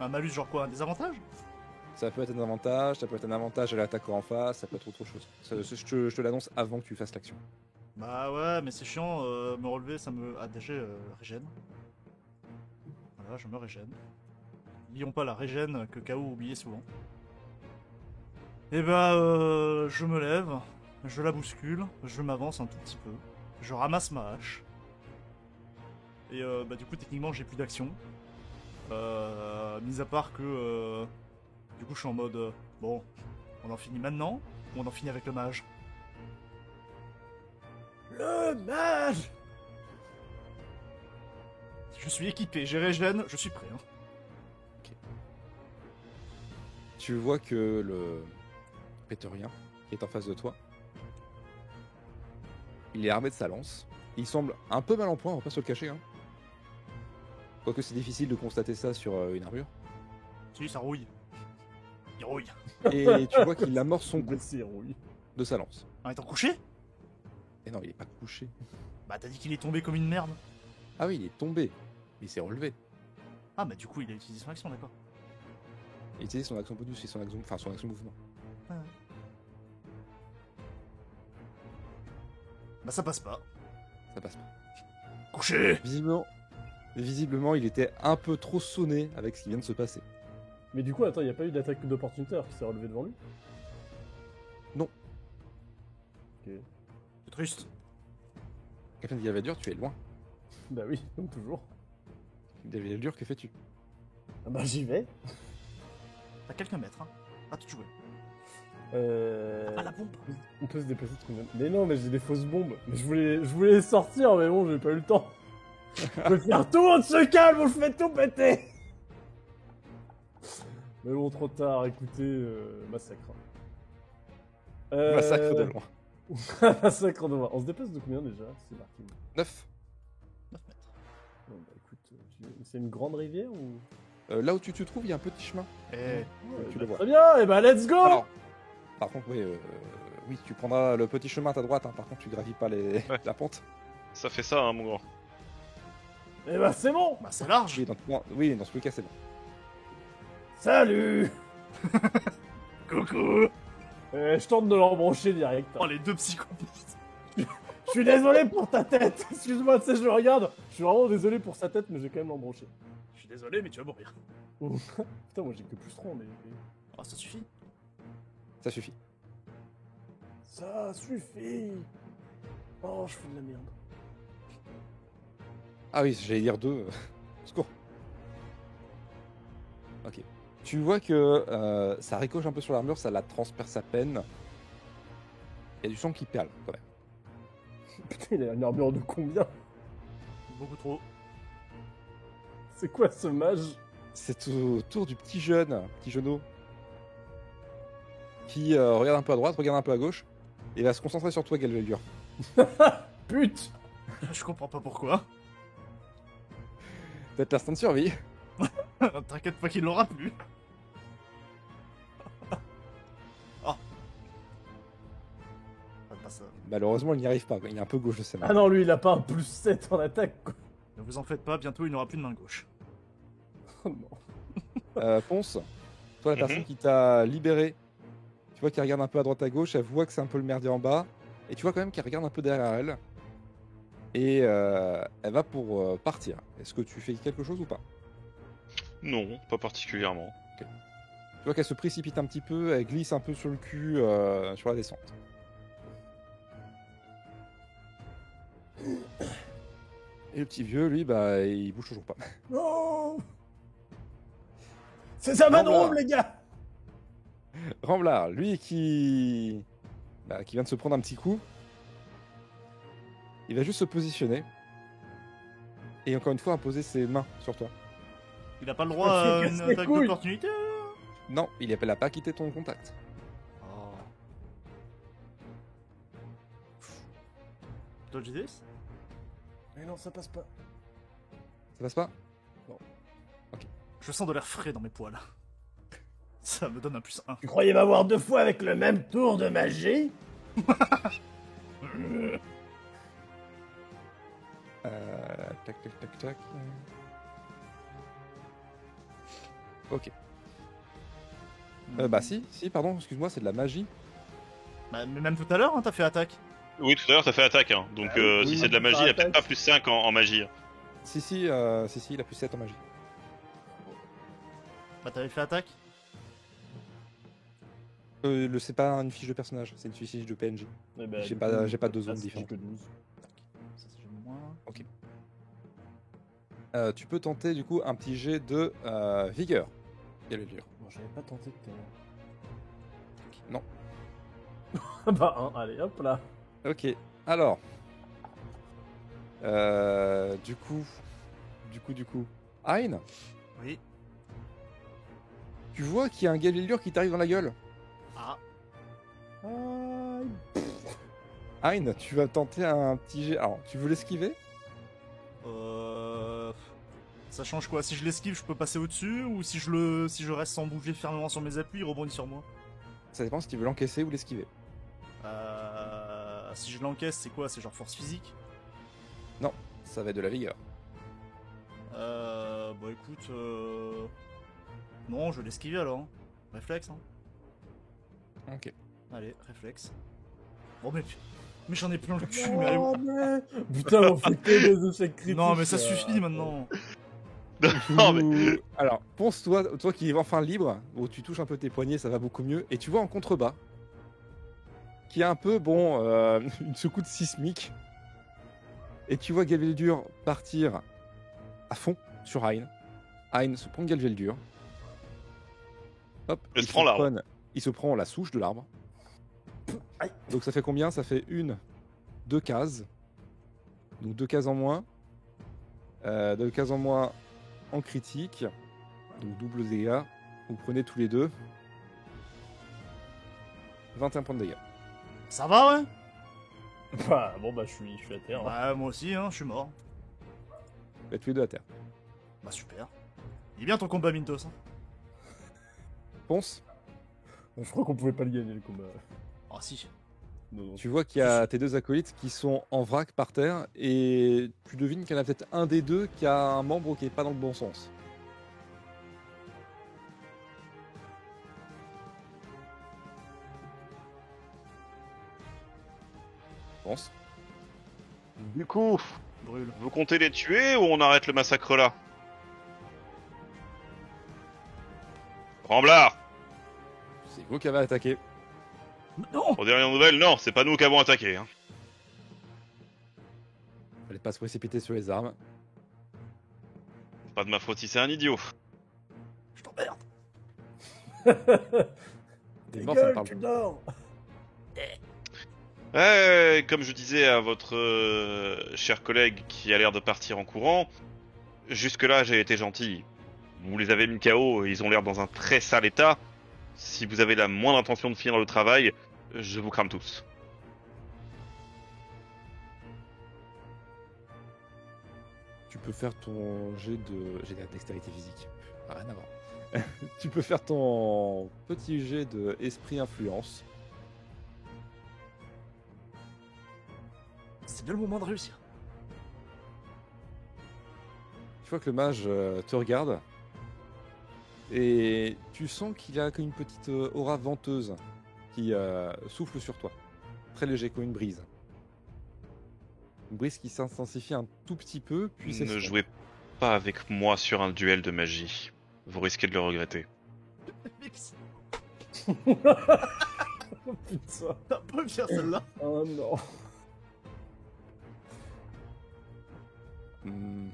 Un malus, genre quoi Un désavantage
Ça peut être un avantage, ça peut être un avantage à l'attaquant en face, ça peut être autre chose. Ça- je te, je te l'annonce avant que tu fasses l'action.
Bah ouais, mais c'est chiant, euh, me relever, ça me... Ah déjà, euh, régène. Voilà, je me régène. N'oublions pas la régène que KO oubliait souvent. Et bah, euh, je me lève, je la bouscule, je m'avance un tout petit peu, je ramasse ma hache. Et euh, bah du coup, techniquement, j'ai plus d'action. Euh, mis à part que... euh, du coup, je suis en mode... euh, bon, on en finit maintenant, ou on en finit avec le mage
le mage
Je suis équipé, j'ai régène, je suis prêt. hein.
Tu vois que le pétorien qui est en face de toi, il est armé de sa lance. Il semble un peu mal en point, on va pas se le cacher. Hein. Quoique c'est difficile de constater ça sur euh, une armure.
Si, ça rouille. Il rouille.
Et tu vois qu'il amorce son
Bah,
coup
c'est oui.
de sa lance.
En étant couché
Et non, il est pas couché.
Bah t'as dit qu'il est tombé comme une merde.
Ah oui, il est tombé. Il s'est relevé.
Ah bah du coup il a utilisé son action, d'accord.
Il utilise son action bonus et son action, enfin, son action mouvement.
Bah ça passe pas.
Ça passe pas.
Couché
Visiblement, visiblement, il était un peu trop sonné avec ce qui vient de se passer.
Mais du coup, attends, il n'y a pas eu d'attaque d'opportunité alors qu'il s'est relevé devant lui
C'est triste.
Captain Diavadur, tu es loin.
Bah oui, comme toujours.
Diavadur, que fais-tu
Ah bah j'y vais.
T'as quelques mètres, hein. À tout jouer.
Euh...
Ah la pompe
On peut se déplacer de combien de- Mais non, mais j'ai des fausses bombes. Mais je voulais, je voulais les sortir, mais bon, j'ai pas eu le temps. Je peux faire tout, on se calme, on se fait tout péter Mais bon, trop tard, écoutez, euh, massacre. Euh,
Massacre de loin.
massacre de loin. On se déplace de combien déjà C'est marqué.
9.
9 mètres.
Bon, bah, écoute, euh, j'y- c'est une grande rivière ou
Euh, là où tu te trouves, il y a un petit chemin.
Eh,
tu
bah,
le vois. Ah
Très bien, et bah let's go
Alors, Par contre, oui, euh, oui, tu prendras le petit chemin à ta droite. hein. Par contre, tu gravis pas les...
Ouais.
la pente.
Ça fait ça, hein, mon grand.
Eh ben c'est bon
Bah, c'est large.
Oui, dans, tout- oui, dans ce cas, c'est bon. Euh,
Salut
Coucou.
Euh, Je tente de l'embrancher direct.
Oh, les deux psychopathes.
Je suis désolé pour ta tête Excuse-moi, tu sais, je le regarde. Je suis vraiment désolé pour sa tête, mais j'ai quand même l'embranché.
Je suis désolé, mais tu vas mourir.
Putain, moi j'ai que plus 3, mais...
Ah, ça suffit.
Ça suffit.
Ça suffit Oh, je fais de la merde.
Ah oui, j'allais dire deux. Au Secours. Ok. Tu vois que euh, ça ricoche un peu sur l'armure, ça la transperce à peine. Il y a du sang qui perle quand même.
Putain, il a une armure de combien
Beaucoup trop.
C'est quoi ce mage
C'est au tour du petit jeune, petit jeuneau, qui euh, regarde un peu à droite, regarde un peu à gauche, et va se concentrer sur toi, Galveldur.
Pute
Je comprends pas pourquoi.
Peut-être l'instant de survie.
T'inquiète pas qu'il l'aura plus. oh. Pas de passage.
Malheureusement, il n'y arrive pas. Il est un peu gauche de ses mains.
Ah non, lui, il a pas un plus 7 en attaque, quoi.
Ne vous en faites pas, bientôt il n'aura plus de main gauche.
Oh non.
Euh, Ponce, toi, la
Mhm.
personne qui t'a libéré, tu vois qu'elle regarde un peu à droite à gauche, elle voit que c'est un peu le merdier en bas, et tu vois quand même qu'elle regarde un peu derrière elle, et euh, elle va pour euh, partir. Est-ce que tu fais quelque chose ou pas
Non, pas particulièrement.
Tu vois qu'elle se précipite un petit peu, elle glisse un peu sur le cul euh, sur la descente. Et le petit vieux, lui, bah, il bouge toujours pas.
Non C'est ça,
Ramblard.
Manroom, les gars
Ramblard, lui qui... bah, qui vient de se prendre un petit coup, il va juste se positionner et encore une fois imposer ses mains sur toi.
Il a pas le droit à
casse
une
les
attaque
couilles.
d'opportunité
Non, il appelle à pas quitter ton contact.
Oh. Dodge this
Mais non, ça passe pas.
Ça passe pas
Je sens de l'air frais dans mes poils. Ça me donne un plus 1.
Tu croyais m'avoir deux fois avec le même tour de magie
Euh, Tac, tac, tac, tac. Ok. Euh, bah si, si, pardon, excuse-moi, c'est de la magie.
Bah, mais même tout à l'heure, hein, t'as fait attaque.
Oui, tout à l'heure, t'as fait attaque, hein. Donc,
Ah oui,
euh,
oui,
si c'est de la
oui,
magie,
ça
il y a peut-être
attaque.
pas plus 5 en, en magie.
Si, si, euh, si, si, il a plus 7 en magie.
Bah, t'avais fait attaque.
Euh, le- c'est pas une fiche de personnage, c'est une fiche de PNJ.
Eh ben,
J'ai
du
pas-
coup,
j'ai pas deux
là,
zones
c'est
différentes.
que 12.
Ça, c'est moins.
Euh, tu peux tenter du coup un petit jet de euh, vigueur. Quel est le dur
Bon, J'avais pas tenté de te-
Bah, hein, allez, hop là.
Ok, alors. Euh, du coup. Du coup, du coup. Hein,
Oui.
tu vois qu'il y a un Galilure qui t'arrive dans la gueule.
Ah,
Hein, tu vas tenter un petit jet. Alors, tu veux l'esquiver
euh. Ça change quoi Si je l'esquive, je peux passer au-dessus Ou si je le, si je reste sans bouger fermement sur mes appuis, il rebondit sur moi
Ça dépend si tu veux l'encaisser ou l'esquiver.
Euh. Si je l'encaisse, c'est quoi C'est genre force physique
Ça va être de la vigueur.
Euh. Bah, écoute. Euh... Non, je vais l'esquiver alors. hein. Réflexe, hein.
Ok.
Allez, réflexe. Bon, mais. Mais j'en ai plein le cul, mais allez où
Putain, on fait que des échecs critiques.
Non, mais ça
euh,
suffit maintenant.
non, mais.
Ou- Alors, pense-toi, toi qui es enfin libre, où tu touches un peu tes poignets, ça va beaucoup mieux. Et tu vois en contrebas, qui a un peu, bon, euh, une secoude sismique. Et tu vois Galveldur partir à fond sur Hein. Hein se prend Galveldur. Hop,
Il se prend l'arbre.
prenne- il se prend la souche de l'arbre.
Aïe.
Donc ça fait combien Ça fait une, deux cases. Donc deux cases en moins. Euh, deux cases en moins en critique. Donc double dégâts. Vous prenez tous les deux. 21 points de dégâts.
Ça va, ouais
Euh,
Bah, bon, bah, je suis, je suis à terre. hein.
Bah, moi aussi, hein, je suis mort.
Vous êtes tous les deux à terre.
Bah, super. Il est bien ton combat, Mintos. hein.
Ponce
Je crois qu'on pouvait pas le gagner le combat.
Oh si.
Non, non.
Tu vois qu'il y a tes deux acolytes qui sont en vrac par terre et tu devines qu'il y en a peut-être un des deux qui a un membre qui est pas dans le bon sens. Pense.
Du coup,
Brûle.
vous comptez les tuer ou on arrête le massacre là Ramblard
C'est vous qui avez attaqué.
Non
Aux dernières nouvelles, non, c'est pas nous qui avons attaqué. Hein.
Fallait pas se précipiter sur les armes.
C'est Pas de ma faute si c'est un idiot.
Je t'emmerde
Des
Ta
morts, ça me
gueule,
parle
tu
pas.
dors
Eh, comme je disais à votre euh, cher collègue qui a l'air de partir en courant, jusque-là j'ai été gentil. Vous les avez mis KO, ils ont l'air dans un très sale état. Si vous avez la moindre intention de finir le travail, je vous crame tous.
Tu peux faire ton jet de. J'ai de la dextérité physique. Ah, rien à voir. tu peux faire ton petit jet de esprit influence.
C'est bien le moment de réussir.
Tu vois que le mage euh, te regarde et tu sens qu'il a comme une petite euh, aura venteuse qui euh, souffle sur toi. Très léger, comme une brise. Une brise qui s'intensifie un tout petit peu, puis
ne
s'estompe.
jouez pas avec moi sur un duel de magie. Vous risquez de le regretter.
Mec, c'est
Oh, putain.
pas bien celle-là.
Oh non.
Hmm.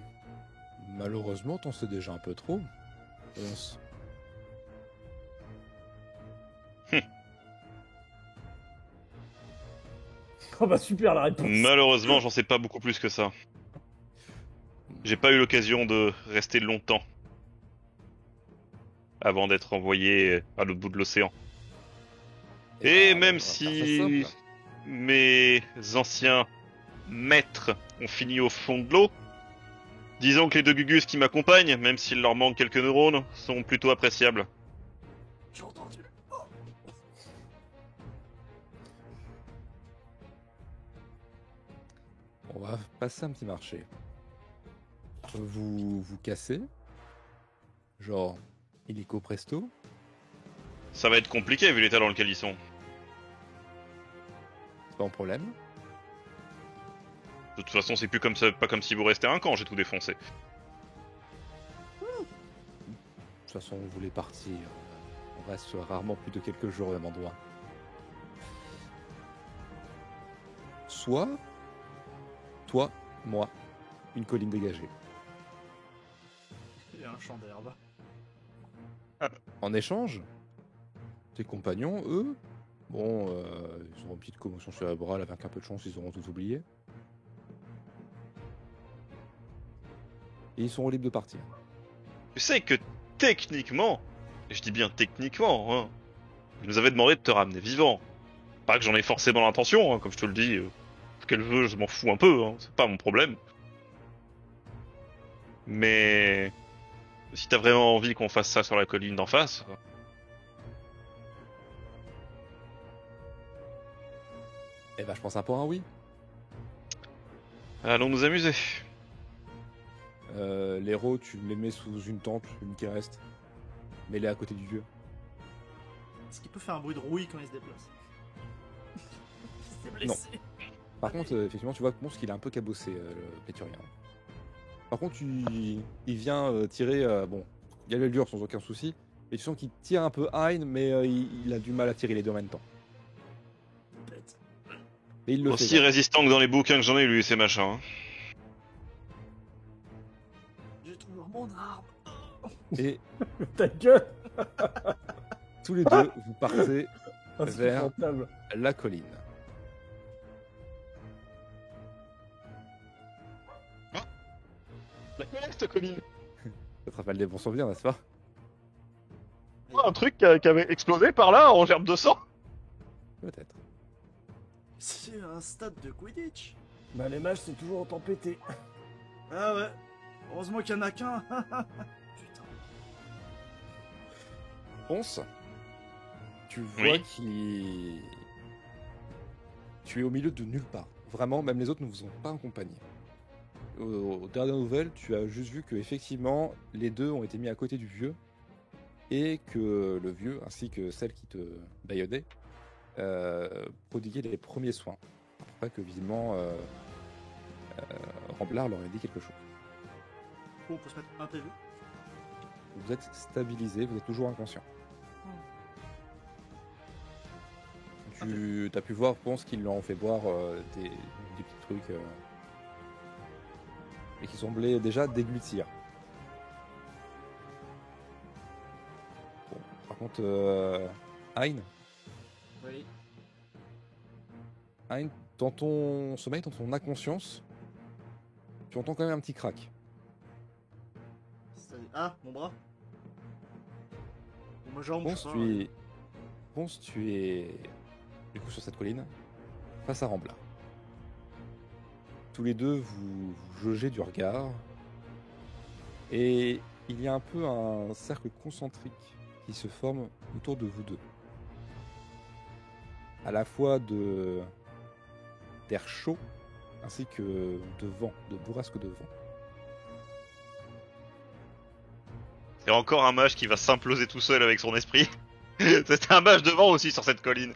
Malheureusement, t'en sais déjà un peu trop. On s-
Oh bah super la réponse.
Malheureusement, j'en sais pas beaucoup plus que ça. J'ai pas eu l'occasion de rester longtemps avant d'être envoyé à l'autre bout de l'océan. Et
bah, on
même
va faire ça
si
simple.
mes anciens maîtres ont fini au fond de l'eau, disons que les deux Gugus qui m'accompagnent, même s'il leur manque quelques neurones, sont plutôt appréciables.
J'ai entendu.
On va passer un petit marché. Vous vous cassez. Genre, illico presto.
Ça va être compliqué vu l'état dans lequel ils sont.
C'est pas un problème.
De toute façon, c'est plus comme ça, pas comme si vous restez un camp, j'ai tout défoncé.
De toute façon, vous voulez partir. On reste rarement plus de quelques jours au même endroit. Soit, toi, moi, une colline dégagée.
Il y a un champ d'herbe.
En échange, tes compagnons, eux, bon, euh, ils auront une petite commotion cérébrale, avec un peu de chance, ils auront tout oublié. Et ils seront libres de partir.
Tu sais que techniquement, et je dis bien techniquement, hein, je nous avais demandé de te ramener vivant. Pas que j'en ai forcément l'intention, hein, comme je te le dis, euh, ce qu'elle veut, je m'en fous un peu, hein, c'est pas mon problème. Mais si t'as vraiment envie qu'on fasse ça sur la colline d'en face,
Eh ben, je pense un peu à un oui.
allons nous amuser.
Euh, L'héros, tu les mets sous une tente, une qui reste, mais elle est à côté du dieu.
Est-ce qu'il peut faire un bruit de rouille quand il se déplace Il s'est blessé.
Par contre, euh, effectivement, tu vois que Monstre, il est un peu cabossé, euh, le Péturien. Par contre, il, il vient euh, tirer. euh, bon, il a l'allure sans aucun souci. Et tu sens qu'il tire un peu Hein, mais euh, il, il a du mal à tirer les deux en même temps.
Bête.
Et il le fait.
Aussi résistant que dans les bouquins que j'en ai lu, ces machins. hein.
J'ai trouvé mon arbre.
Et
Ta gueule.
tous les deux, vous partez
Insupportable.
la colline.
La colline, cette colline.
Ça te rappelle des bons souvenirs, n'est-ce pas
Un truc qui, a- qui avait explosé par là en gerbe de sang.
Peut-être.
C'est un stade de Quidditch.
Bah les mages c'est toujours autant pété.
Ah ouais. Heureusement qu'il y en a qu'un. Putain.
Ponce, tu tu vois
Oui.
qu'il. Tu es au milieu de nulle part. Vraiment, même les autres ne vous ont pas accompagné. Au- Aux, dernières nouvelles, tu as juste vu que effectivement, les deux ont été mis à côté du vieux et que le vieux, ainsi que celle qui te baillonnait, euh, prodiguait les premiers soins. Après que visiblement euh, euh, Ramblard leur ait dit quelque chose.
Bon, Oh, on peut se mettre un PV.
Vous êtes stabilisé, vous êtes toujours inconscient. Tu as pu voir, pense qu'ils leur ont fait boire euh, des, des petits trucs euh, et qui semblaient déjà déglutir. Bon, par contre, euh, Hein,
Oui.
Hein, dans ton sommeil, dans ton inconscience, tu entends quand même un petit crack.
C'est- Ah, mon bras. Ou ma jambe, je
Ponce,
sais pas.
tu es. Ponce, tu es. Du coup, sur cette colline, face à Rambla. Tous les deux, vous, vous jaugez du regard. Et il y a un peu un cercle concentrique qui se forme autour de vous deux. À la fois de. d'air chaud, ainsi que de vent, de bourrasque de vent.
C'est encore un mage qui va s'imploser tout seul avec son esprit. C'était un mage devant aussi sur cette colline.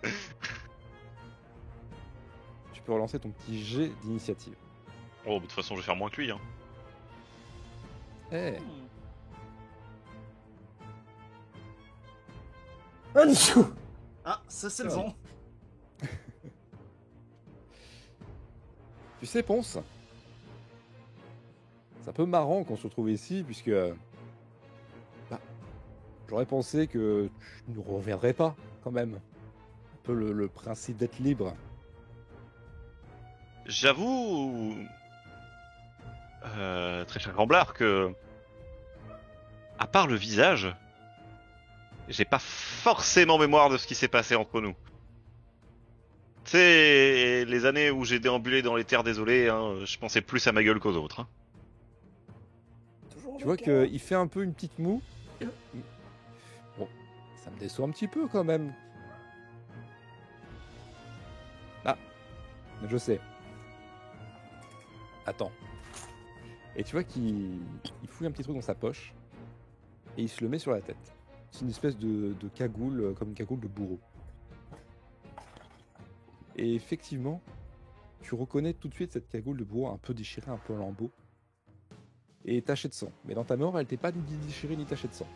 Tu peux relancer ton petit jet d'initiative.
Oh, bah, de toute façon, je vais faire moins que lui. Hein.
Eh
Hmm.
Un dessous
Ah, ça c'est le
Ah oui.
vent.
Tu sais, Ponce, c'est un peu marrant qu'on se retrouve ici, puisque. bah, j'aurais pensé que tu ne reviendrais pas, quand même. Un peu le, le principe d'être libre.
J'avoue, euh, très cher Ramblard, que à part le visage, j'ai pas forcément mémoire de ce qui s'est passé entre nous. Tu sais, les années où j'ai déambulé dans les terres désolées, hein, je pensais plus à ma gueule qu'aux autres. hein.
Tu vois qu'il fait un peu une petite moue. Bon, ça me déçoit un petit peu, quand même. Ah, je sais. Attends. Et tu vois qu'il il fouille un petit truc dans sa poche et il se le met sur la tête. C'est une espèce de, de cagoule, euh, comme une cagoule de bourreau. Et effectivement, tu reconnais tout de suite cette cagoule de bourreau un peu déchirée, un peu en lambeaux et tachée de sang. Mais dans ta mort, elle n'était pas ni déchirée ni tachée de sang.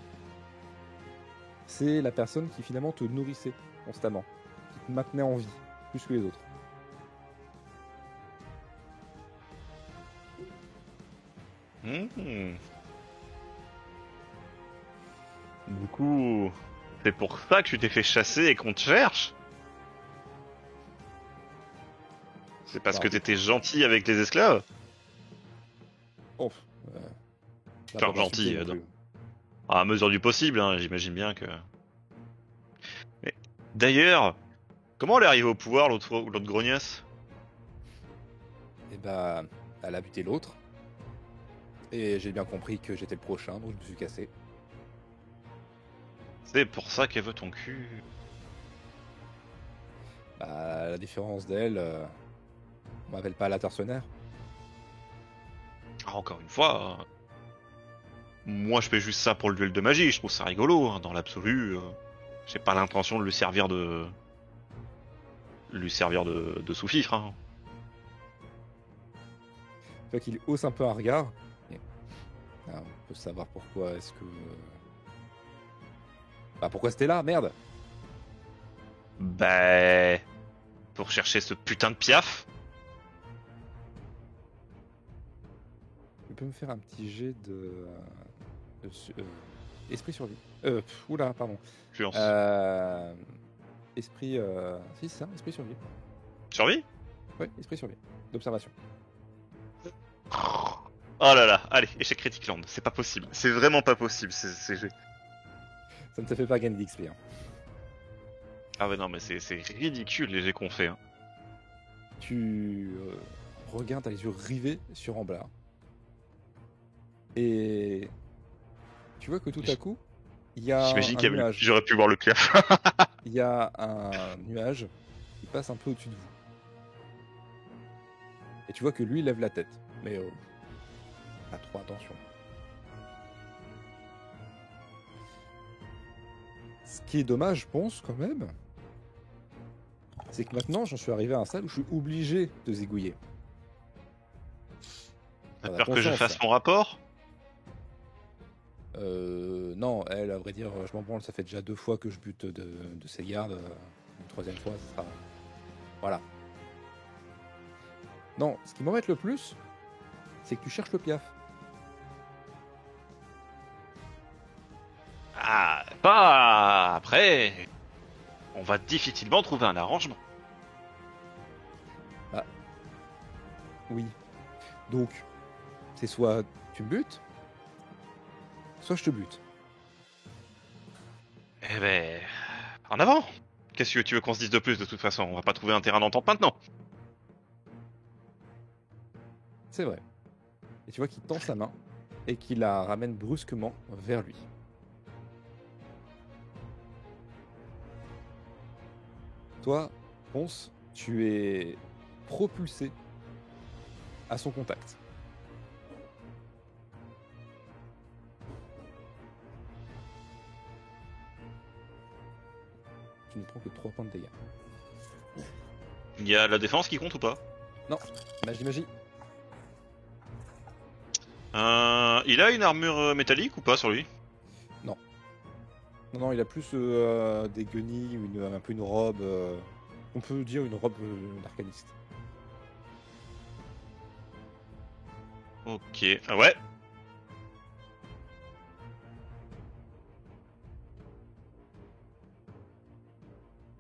C'est la personne qui finalement te nourrissait constamment, qui te maintenait en vie, plus que les autres.
Mhm. Du coup, c'est pour ça que tu t'es fait chasser et qu'on te cherche C'est parce que t'étais gentil avec les esclaves
Oh, euh, t'as
Genre
pas insulté
gentil,
non
euh,
plus.
À mesure du possible, hein, j'imagine bien que. Mais, D'ailleurs, comment elle est arrivée au pouvoir l'autre fois- l'autre grognasse
Et bah, elle a buté l'autre. Et j'ai bien compris que j'étais le prochain, donc je me suis cassé.
C'est pour ça qu'elle veut ton cul.
Bah, à la différence d'elle, euh, on m'appelle pas la tortionnaire.
Ah, encore une fois, euh, moi je fais juste ça pour le duel de magie, je trouve ça rigolo, hein, dans l'absolu. euh, J'ai pas l'intention de lui servir de. lui servir de, de sous-fifre. hein.
Tu vois qu'il hausse un peu un regard. Et- Ah, on peut savoir pourquoi est-ce que. euh, Bah, pourquoi c'était là, merde
Bah. pour chercher ce putain de piaf
Tu peux me faire un petit jet de. de su- euh, esprit survie. Euh, pff, oula, pardon.
influence.
Euh, esprit. euh, si, c'est ça, esprit survie.
Survie
Ouais, esprit survie. D'observation.
Oh là là, allez, échec critique land, c'est pas possible, c'est vraiment pas possible, c'est- c'est.
Ça ne te fait pas gagner d'XP. hein.
Ah ouais, non, mais c'est c'est ridicule les jets qu'on fait. hein.
Tu euh, regardes, t'as les yeux rivés sur Amblard. Et. Tu vois que tout à coup, il y a.
J'imagine
Euh, un
qu'il y avait-
nuage.
J'aurais pu voir le piaf.
il y a un nuage qui passe un peu au-dessus de vous. Et tu vois que lui il lève la tête. Mais euh, pas trop attention. Ce qui est dommage, je pense, quand même, c'est que maintenant j'en suis arrivé à un stade où je suis obligé de zigouiller.
T'as
Voilà,
peur que je
conscience,
fasse
hein.
mon rapport
Euh, non, elle, à vrai dire, je m'en branle, ça fait déjà deux fois que je bute de, de ses gardes. euh, Une troisième fois, ça sera. Voilà. Non, ce qui m'embête le plus, c'est que tu cherches le piaf.
Ah, pas après On va difficilement trouver un arrangement.
Oui. Donc, c'est soit tu me butes, soit je te bute.
Eh ben. En avant Qu'est-ce que tu veux qu'on se dise de plus de toute façon On va pas trouver un terrain d'entente maintenant
C'est vrai. Et tu vois qu'il tend sa main et qu'il la ramène brusquement vers lui. Toi, Ponce, tu es propulsé à son contact. Tu ne prends que 3 points de dégâts.
Il y a la défense qui compte ou pas
Magie, magie.
Euh, Il a une armure euh, métallique ou pas sur lui
Non, non, il a plus euh, des guenilles, une, un peu une robe. euh, on peut dire une robe euh, d'arcaniste.
Ok. Ah ouais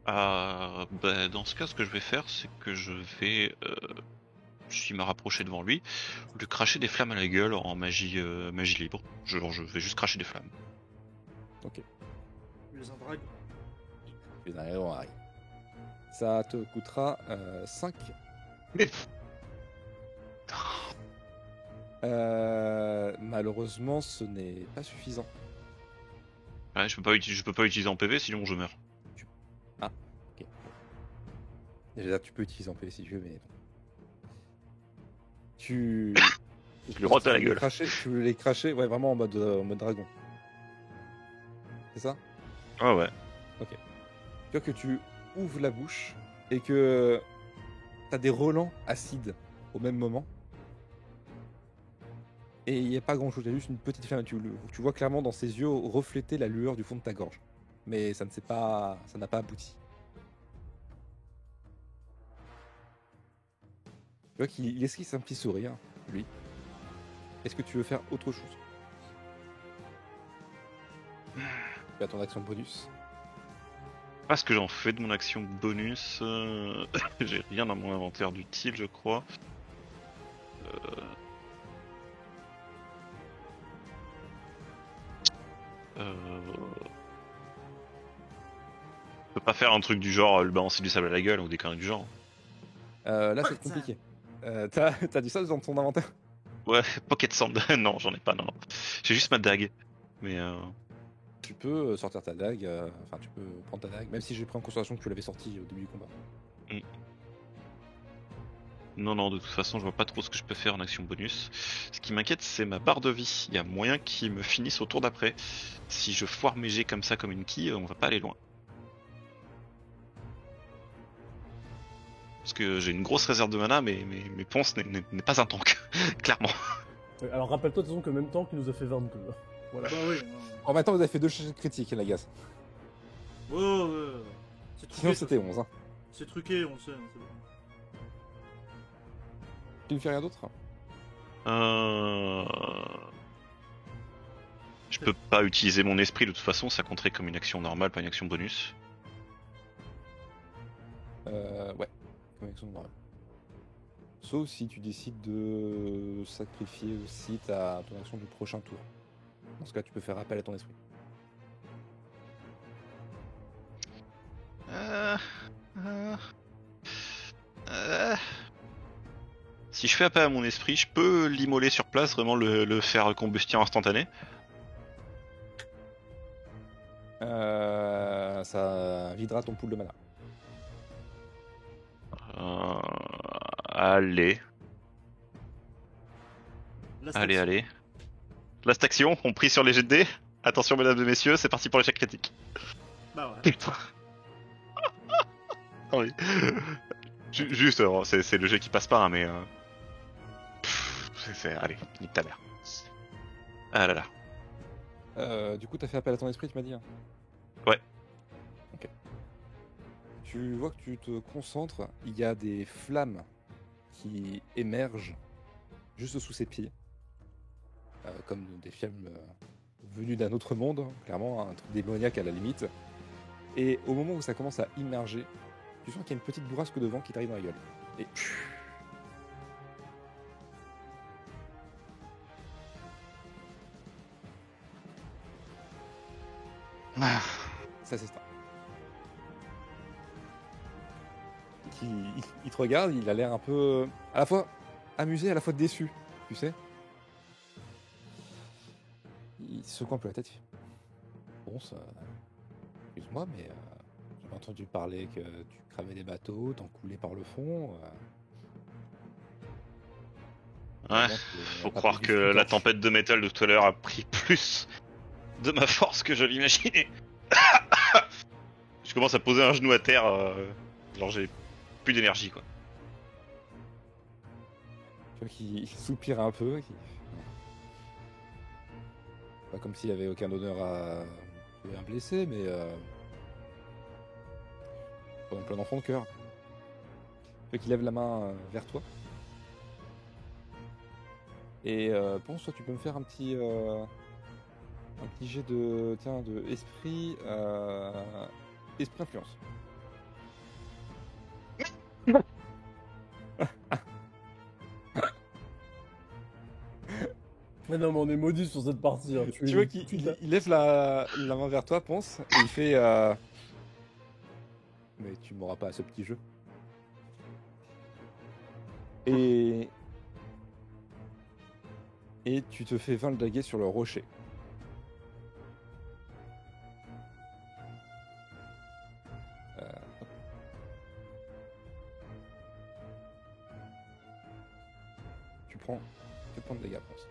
Ah, bah, dans ce cas, ce que je vais faire, c'est que je vais, euh, s'il m'a rapproché devant lui, lui cracher des flammes à la gueule en magie, euh, magie libre. Je, je vais juste cracher des flammes.
Les indragues.
Les derniers vont arriver. Ça te coûtera euh, 5.
Mais-
Euh, malheureusement, ce n'est pas suffisant.
Ouais, je peux pas, uti- je peux pas utiliser en PV, sinon je meurs.
Déjà, tu peux utiliser en PV si tu veux, mais non. Tu.
Je le rote à la
tu veux
gueule.
cracher- tu veux les cracher, ouais, vraiment en mode, euh, en mode dragon. C'est ça
Ah ouais.
Tu vois que tu ouvres la bouche et que t'as des relents acides au même moment. Et il n'y a pas grand chose, il y a juste une petite flamme. Tu, le- tu vois clairement dans ses yeux refléter la lueur du fond de ta gorge. Mais ça ne s'est pas. ça n'a pas abouti. Tu vois qu'il il esquisse un petit sourire, lui. Est-ce que tu veux faire autre chose Tu as ton action bonus.
Pas Ah, ce que j'en fais de mon action bonus. euh, J'ai rien dans mon inventaire d'utile, je crois. Euh... Euh... Je peux pas faire un truc du genre euh, le balancer du sable à la gueule ou des conneries du genre.
Euh, là, c'est
Pocket sand.
compliqué. Euh, t'as, t'as du sable dans ton inventaire
Ouais, pocket sand. non, j'en ai pas, non. non. J'ai juste ma dague. Mais euh...
Tu peux euh, sortir ta dague, euh, enfin, tu peux prendre ta dague, même si j'ai pris en considération que tu l'avais sortie au début du combat.
Non, non, de toute façon, je vois pas trop ce que je peux faire en action bonus. Ce qui m'inquiète, c'est ma barre de vie. Il y a moyen qu'ils me finissent au tour d'après. Si je foire mes jets comme ça, comme une quille, on va pas aller loin. Parce que j'ai une grosse réserve de mana, mais, mais, mais Ponce n'est- n'est n'est pas un tank, clairement.
Euh, Alors rappelle-toi de toute façon que même temps qu'il nous a fait 22.
Bah oui. non.
En même temps, Oh, vous avez fait deux chèques critiques, la gaz.
Oh, Ouais, ouais, ouais. C'est
Sinon,
truqué. ça.
c'était 11. Hein.
C'est truqué, on sait. hein, c'est bon.
Tu ne fais rien d'autre
Euh... Je peux pas utiliser mon esprit, de toute façon, ça compterait comme une action normale, pas une action bonus.
Euh, ouais. Comme action normale. Sauf si tu décides de sacrifier aussi ta, ton action du prochain tour. Dans ce cas, tu peux faire appel à ton esprit.
Euh, euh, euh. Si je fais appel à mon esprit, je peux l'immoler sur place, vraiment le, le faire combustion instantanée.
Euh, euh, ça videra ton pool de mana.
Euh, Allez,
La
allez,
station.
allez. Last action, on prie sur les GD. Attention, mesdames et messieurs, c'est parti pour l'échec critique.
Bah ouais.
Putain. Non, mais- Ju- Juste, alors, c'est c'est le jet qui passe pas, hein, mais. euh, pff, c'est- c'est- Allez, nique ta mère. Ah là là.
Euh, du coup, t'as fait appel à ton esprit, tu m'as dit. hein
Ouais.
Ok. Tu vois que tu te concentres, il y a des flammes qui émergent juste sous ses pieds, Euh, comme des films euh, venus d'un autre monde, hein, clairement, un truc démoniaque à la limite. Et au moment où ça commence à immerger, tu sens qu'il y a une petite bourrasque de vent qui t'arrive dans la gueule. Et Ça, c'est ça. Qui, il, il te regarde, il a l'air un peu à la fois amusé, à la fois déçu, tu sais. Il secoue un peu la tête. il fait, Bon, ça. Excuse-moi, mais euh, j'avais entendu parler que tu cramais des bateaux, t'en coulais par le fond. euh,
Ouais.
vraiment, t'es-
Faut
euh, t'as
croire
perdu
que
ton
la
torche.
tempête de métal de tout à l'heure a pris plus de ma force que je l'imaginais. je commence à poser un genou à terre, euh, genre j'ai plus d'énergie quoi.
Tu vois qu'il soupire un peu. qu'il- Pas comme s'il avait aucun honneur à tuer un blessé, mais. Euh... Pas non plein d'enfant de cœur. Tu vois qu'il lève la main euh, vers toi. Et euh, pense, toi, tu peux me faire un petit. euh, Un petit jet de. Tiens, de esprit. euh, Esprit influence.
Mais non, mais on est maudit sur cette partie. hein.
Tu vois qu'il il- il lève la, la main vers toi, pense, et il fait. euh, Mais tu m'auras pas à ce petit jeu. Et. Et tu te fais 20 le daguer sur le rocher. Euh, hop. Tu prends 4 points de dégâts, pense.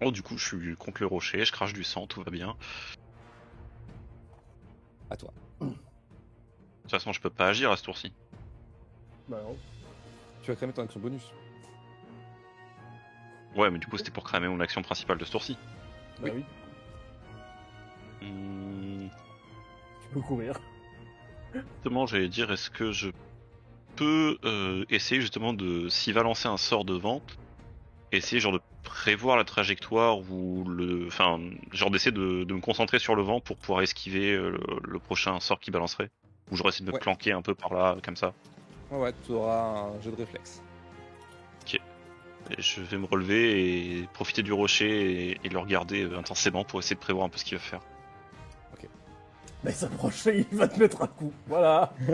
Bon du coup je suis contre le rocher, je crache du sang, tout va bien.
À toi.
De toute façon je peux pas agir à ce tour-ci.
Bah non.
Tu vas quand même ton action bonus.
Ouais mais du coup c'était pour cramer mon action principale de ce tour-ci.
Bah oui,
Hmm,
tu peux courir.
Justement j'allais dire est-ce que je peux euh, essayer justement de s'il va lancer un sort de vente, essayer genre de prévoir la trajectoire ou le enfin genre d'essayer de, de me concentrer sur le vent pour pouvoir esquiver euh, le, le prochain sort qui balancerait ou j'aurais essayé de me
Ouais.
planquer un peu par là comme ça
Ouais, ouais, tu auras un jeu de réflexe.
et je vais me relever et profiter du rocher et, et le regarder euh, intensément pour essayer de prévoir un peu ce qu'il va faire
Mais il s'approche et il va te mettre un coup. Voilà.
Tu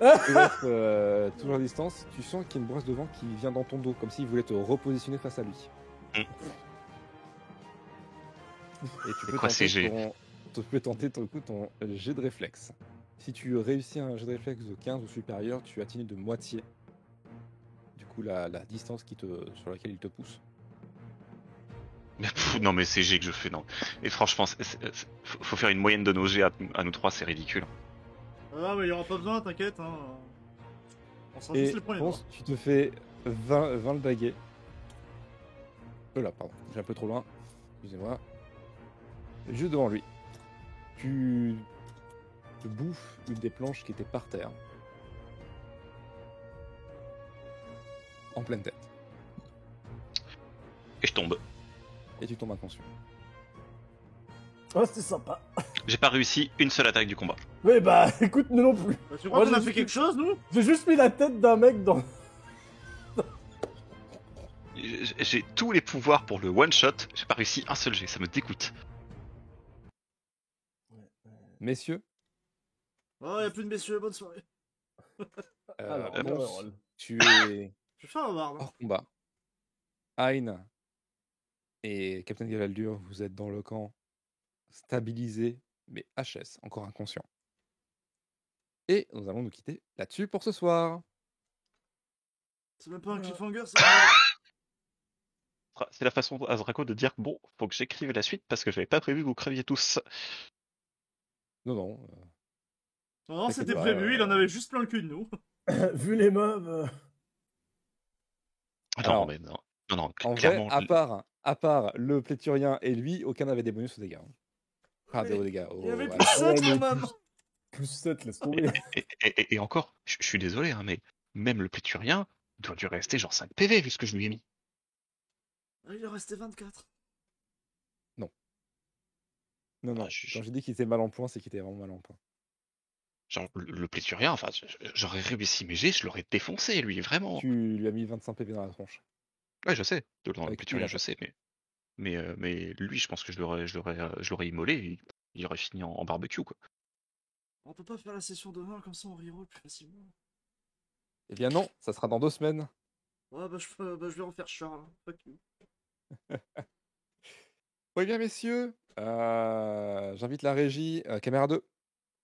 restes, euh, toujours à distance, tu sens qu'il y a une brosse de vent qui vient dans ton dos, comme s'il voulait te repositionner face à lui.
Mm.
Et tu peux,
quoi ces
tenter
jets
ton, tu peux tenter ton coup ton jet de réflexe. Si tu réussis un jet de réflexe de 15 ou supérieur, tu atteignes de moitié. Du coup, la, la distance qui te, sur laquelle il te pousse.
mais pff, non mais c'est G que je fais non et franchement c'est- c'est- c'est- faut faut faire une moyenne de nos G à, à nous trois c'est ridicule
Ah mais il y aura pas besoin, t'inquiète. Hein. On sera
Et
tous les premiers.
pense, tu te fais 20, 20 le baguet. Euh là, pardon, j'ai un peu trop loin. Excusez-moi. Juste devant lui. Tu te bouffes une des planches qui était par terre. En pleine tête.
et je tombe
Et tu tombes inconscient.
Ah, c'était sympa.
j'ai pas réussi une seule attaque du combat
Oui, bah écoute, nous non plus.
Bah, tu crois
Moi,
qu'on a fait
j'ai juste-
quelque chose, nous
J'ai juste mis la tête d'un mec dans.
J'ai j'ai tous les pouvoirs pour le one shot, j'ai pas réussi un seul jet, ça me dégoûte.
Messieurs,
Oh, y a plus de messieurs, bonne soirée.
euh,
Alors,
Mons,
Ah, bon, roll.
tu es
Je suis un barbe.
hors combat. Hein et Captain Gavaldur, vous êtes dans le camp. stabilisé, mais HS, encore inconscient. Et nous allons nous quitter là-dessus pour ce soir.
C'est même pas un
Voilà.
cliffhanger, c'est
C'est la façon à Draco de dire bon, faut que j'écrive la suite parce que j'avais pas prévu que vous creviez tous.
Non, non. euh,
Non, non,
T'inquiète
c'était
pas,
prévu,
euh,
il en avait juste plein le cul de nous.
Vu les mobs. euh,
Non,
Alors,
mais non. Non, non, cl-
En vrai,
clairement.
à
l-
part, à part le pléthurien et lui, aucun n'avait des bonus aux dégâts. hein. Ah, des
Mais
hauts dégâts.
Il
oh,
y avait
ouais.
plus ça
ouais,
quand
mais-
même
Plus 7, laisse tomber.
et, et- et- et encore, je je suis désolé, hein, mais même le pléturien doit lui rester genre 5 PV vu ce que je lui ai mis.
Ah, Il en restait 24.
Non, non.
Ah, je-
Quand j'ai dit qu'il était mal en point, c'est qu'il était vraiment mal en point.
Genre, le, le pléturien, enfin, je- je- j'aurais réussi mes G, je l'aurais défoncé, lui, vraiment.
Tu lui as mis 25 PV dans la tronche.
Ouais, je sais, de- dans le
Avec qui
pléturien,
l'a
je sais, mais. Mais, euh, mais lui, je pense que je l'aurais, je l'aurais, euh, je l'aurais immolé, il, il aurait fini en, en barbecue, quoi.
On peut pas faire la session demain, comme ça on reroll plus facilement.
Eh bien non, ça sera dans deux semaines.
Ouais, bah je, euh, bah, je vais refaire Charles. Fuck you.
Oui, bien messieurs, euh, j'invite la régie, euh, caméra 2,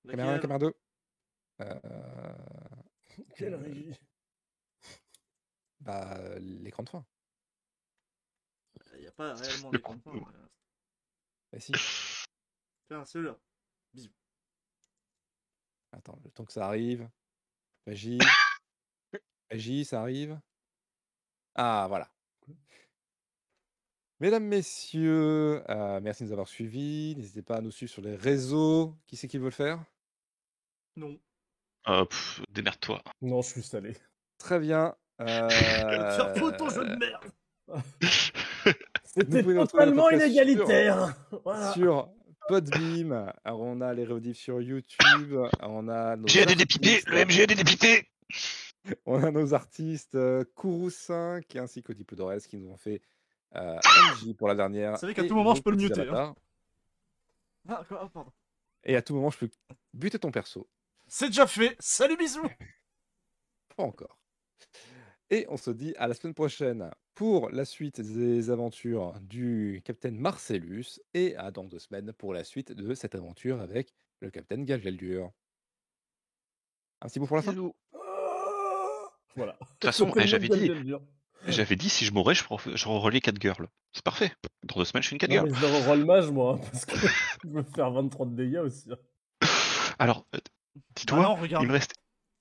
caméra 1,
Laquelle
caméra 2. Euh,
Quelle régie.
bah, l'écran de fin.
Il y a pas réellement hein.
Le
des
con-
points. mais-
Bah si,
Tiens, celui-là.
attends, le temps que ça arrive. Bah, Régie. Régie, ça arrive. Ah, voilà. Mesdames, messieurs, euh, merci de nous avoir suivis. N'hésitez pas à nous suivre sur les réseaux. Qui c'est qui veut le faire
Non.
Euh, pff, démerde-toi.
Non, je suis salé.
Très bien.
Je vais te faire
euh,
foutre ton jeu de merde
C'était
pouvez nous retrouver
totalement
à peu près sur-
inégalitaire. Voilà.
sur Podbeam, alors on a les rediffs sur YouTube, on a nos
GAD dépité,
artistes,
le MGAD dépité
on a nos artistes euh, Kourou 5 ainsi qu'Audi Podores qui nous ont fait euh, MJ pour la dernière.
Ah Vous savez qu'à
et
tout moment, je
vos
peux le
petits
muter, hein.
avatars.
Ah, quoi, ah, pardon.
Et à tout moment, je peux buter ton perso.
C'est déjà fait. Salut, bisous
Pas encore. Et on se dit à la semaine prochaine pour la suite des aventures du capitaine Marcellus et à dans deux semaines pour la suite de cette aventure avec le capitaine Galgaldur. Un petit mot pour la fin
Bisous.
Oh Voilà. De
De toute façon, eh, j'avais dit, j'avais dit si je mourais, je, prof- je relais 4 girls. C'est parfait. Dans deux semaines, je suis une 4
Non,
girl.
mais je reroll mage, moi, hein, parce que je veux faire 23 de dégâts aussi. hein.
Alors, euh,
Ah
dis-toi,
Bah non,
il me
regarde.
reste.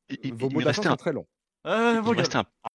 Il, il-
Vos
il
mots
me
de la fin
restait
sont
un,
très longs.
Euh,
il me
regarde.
restait un,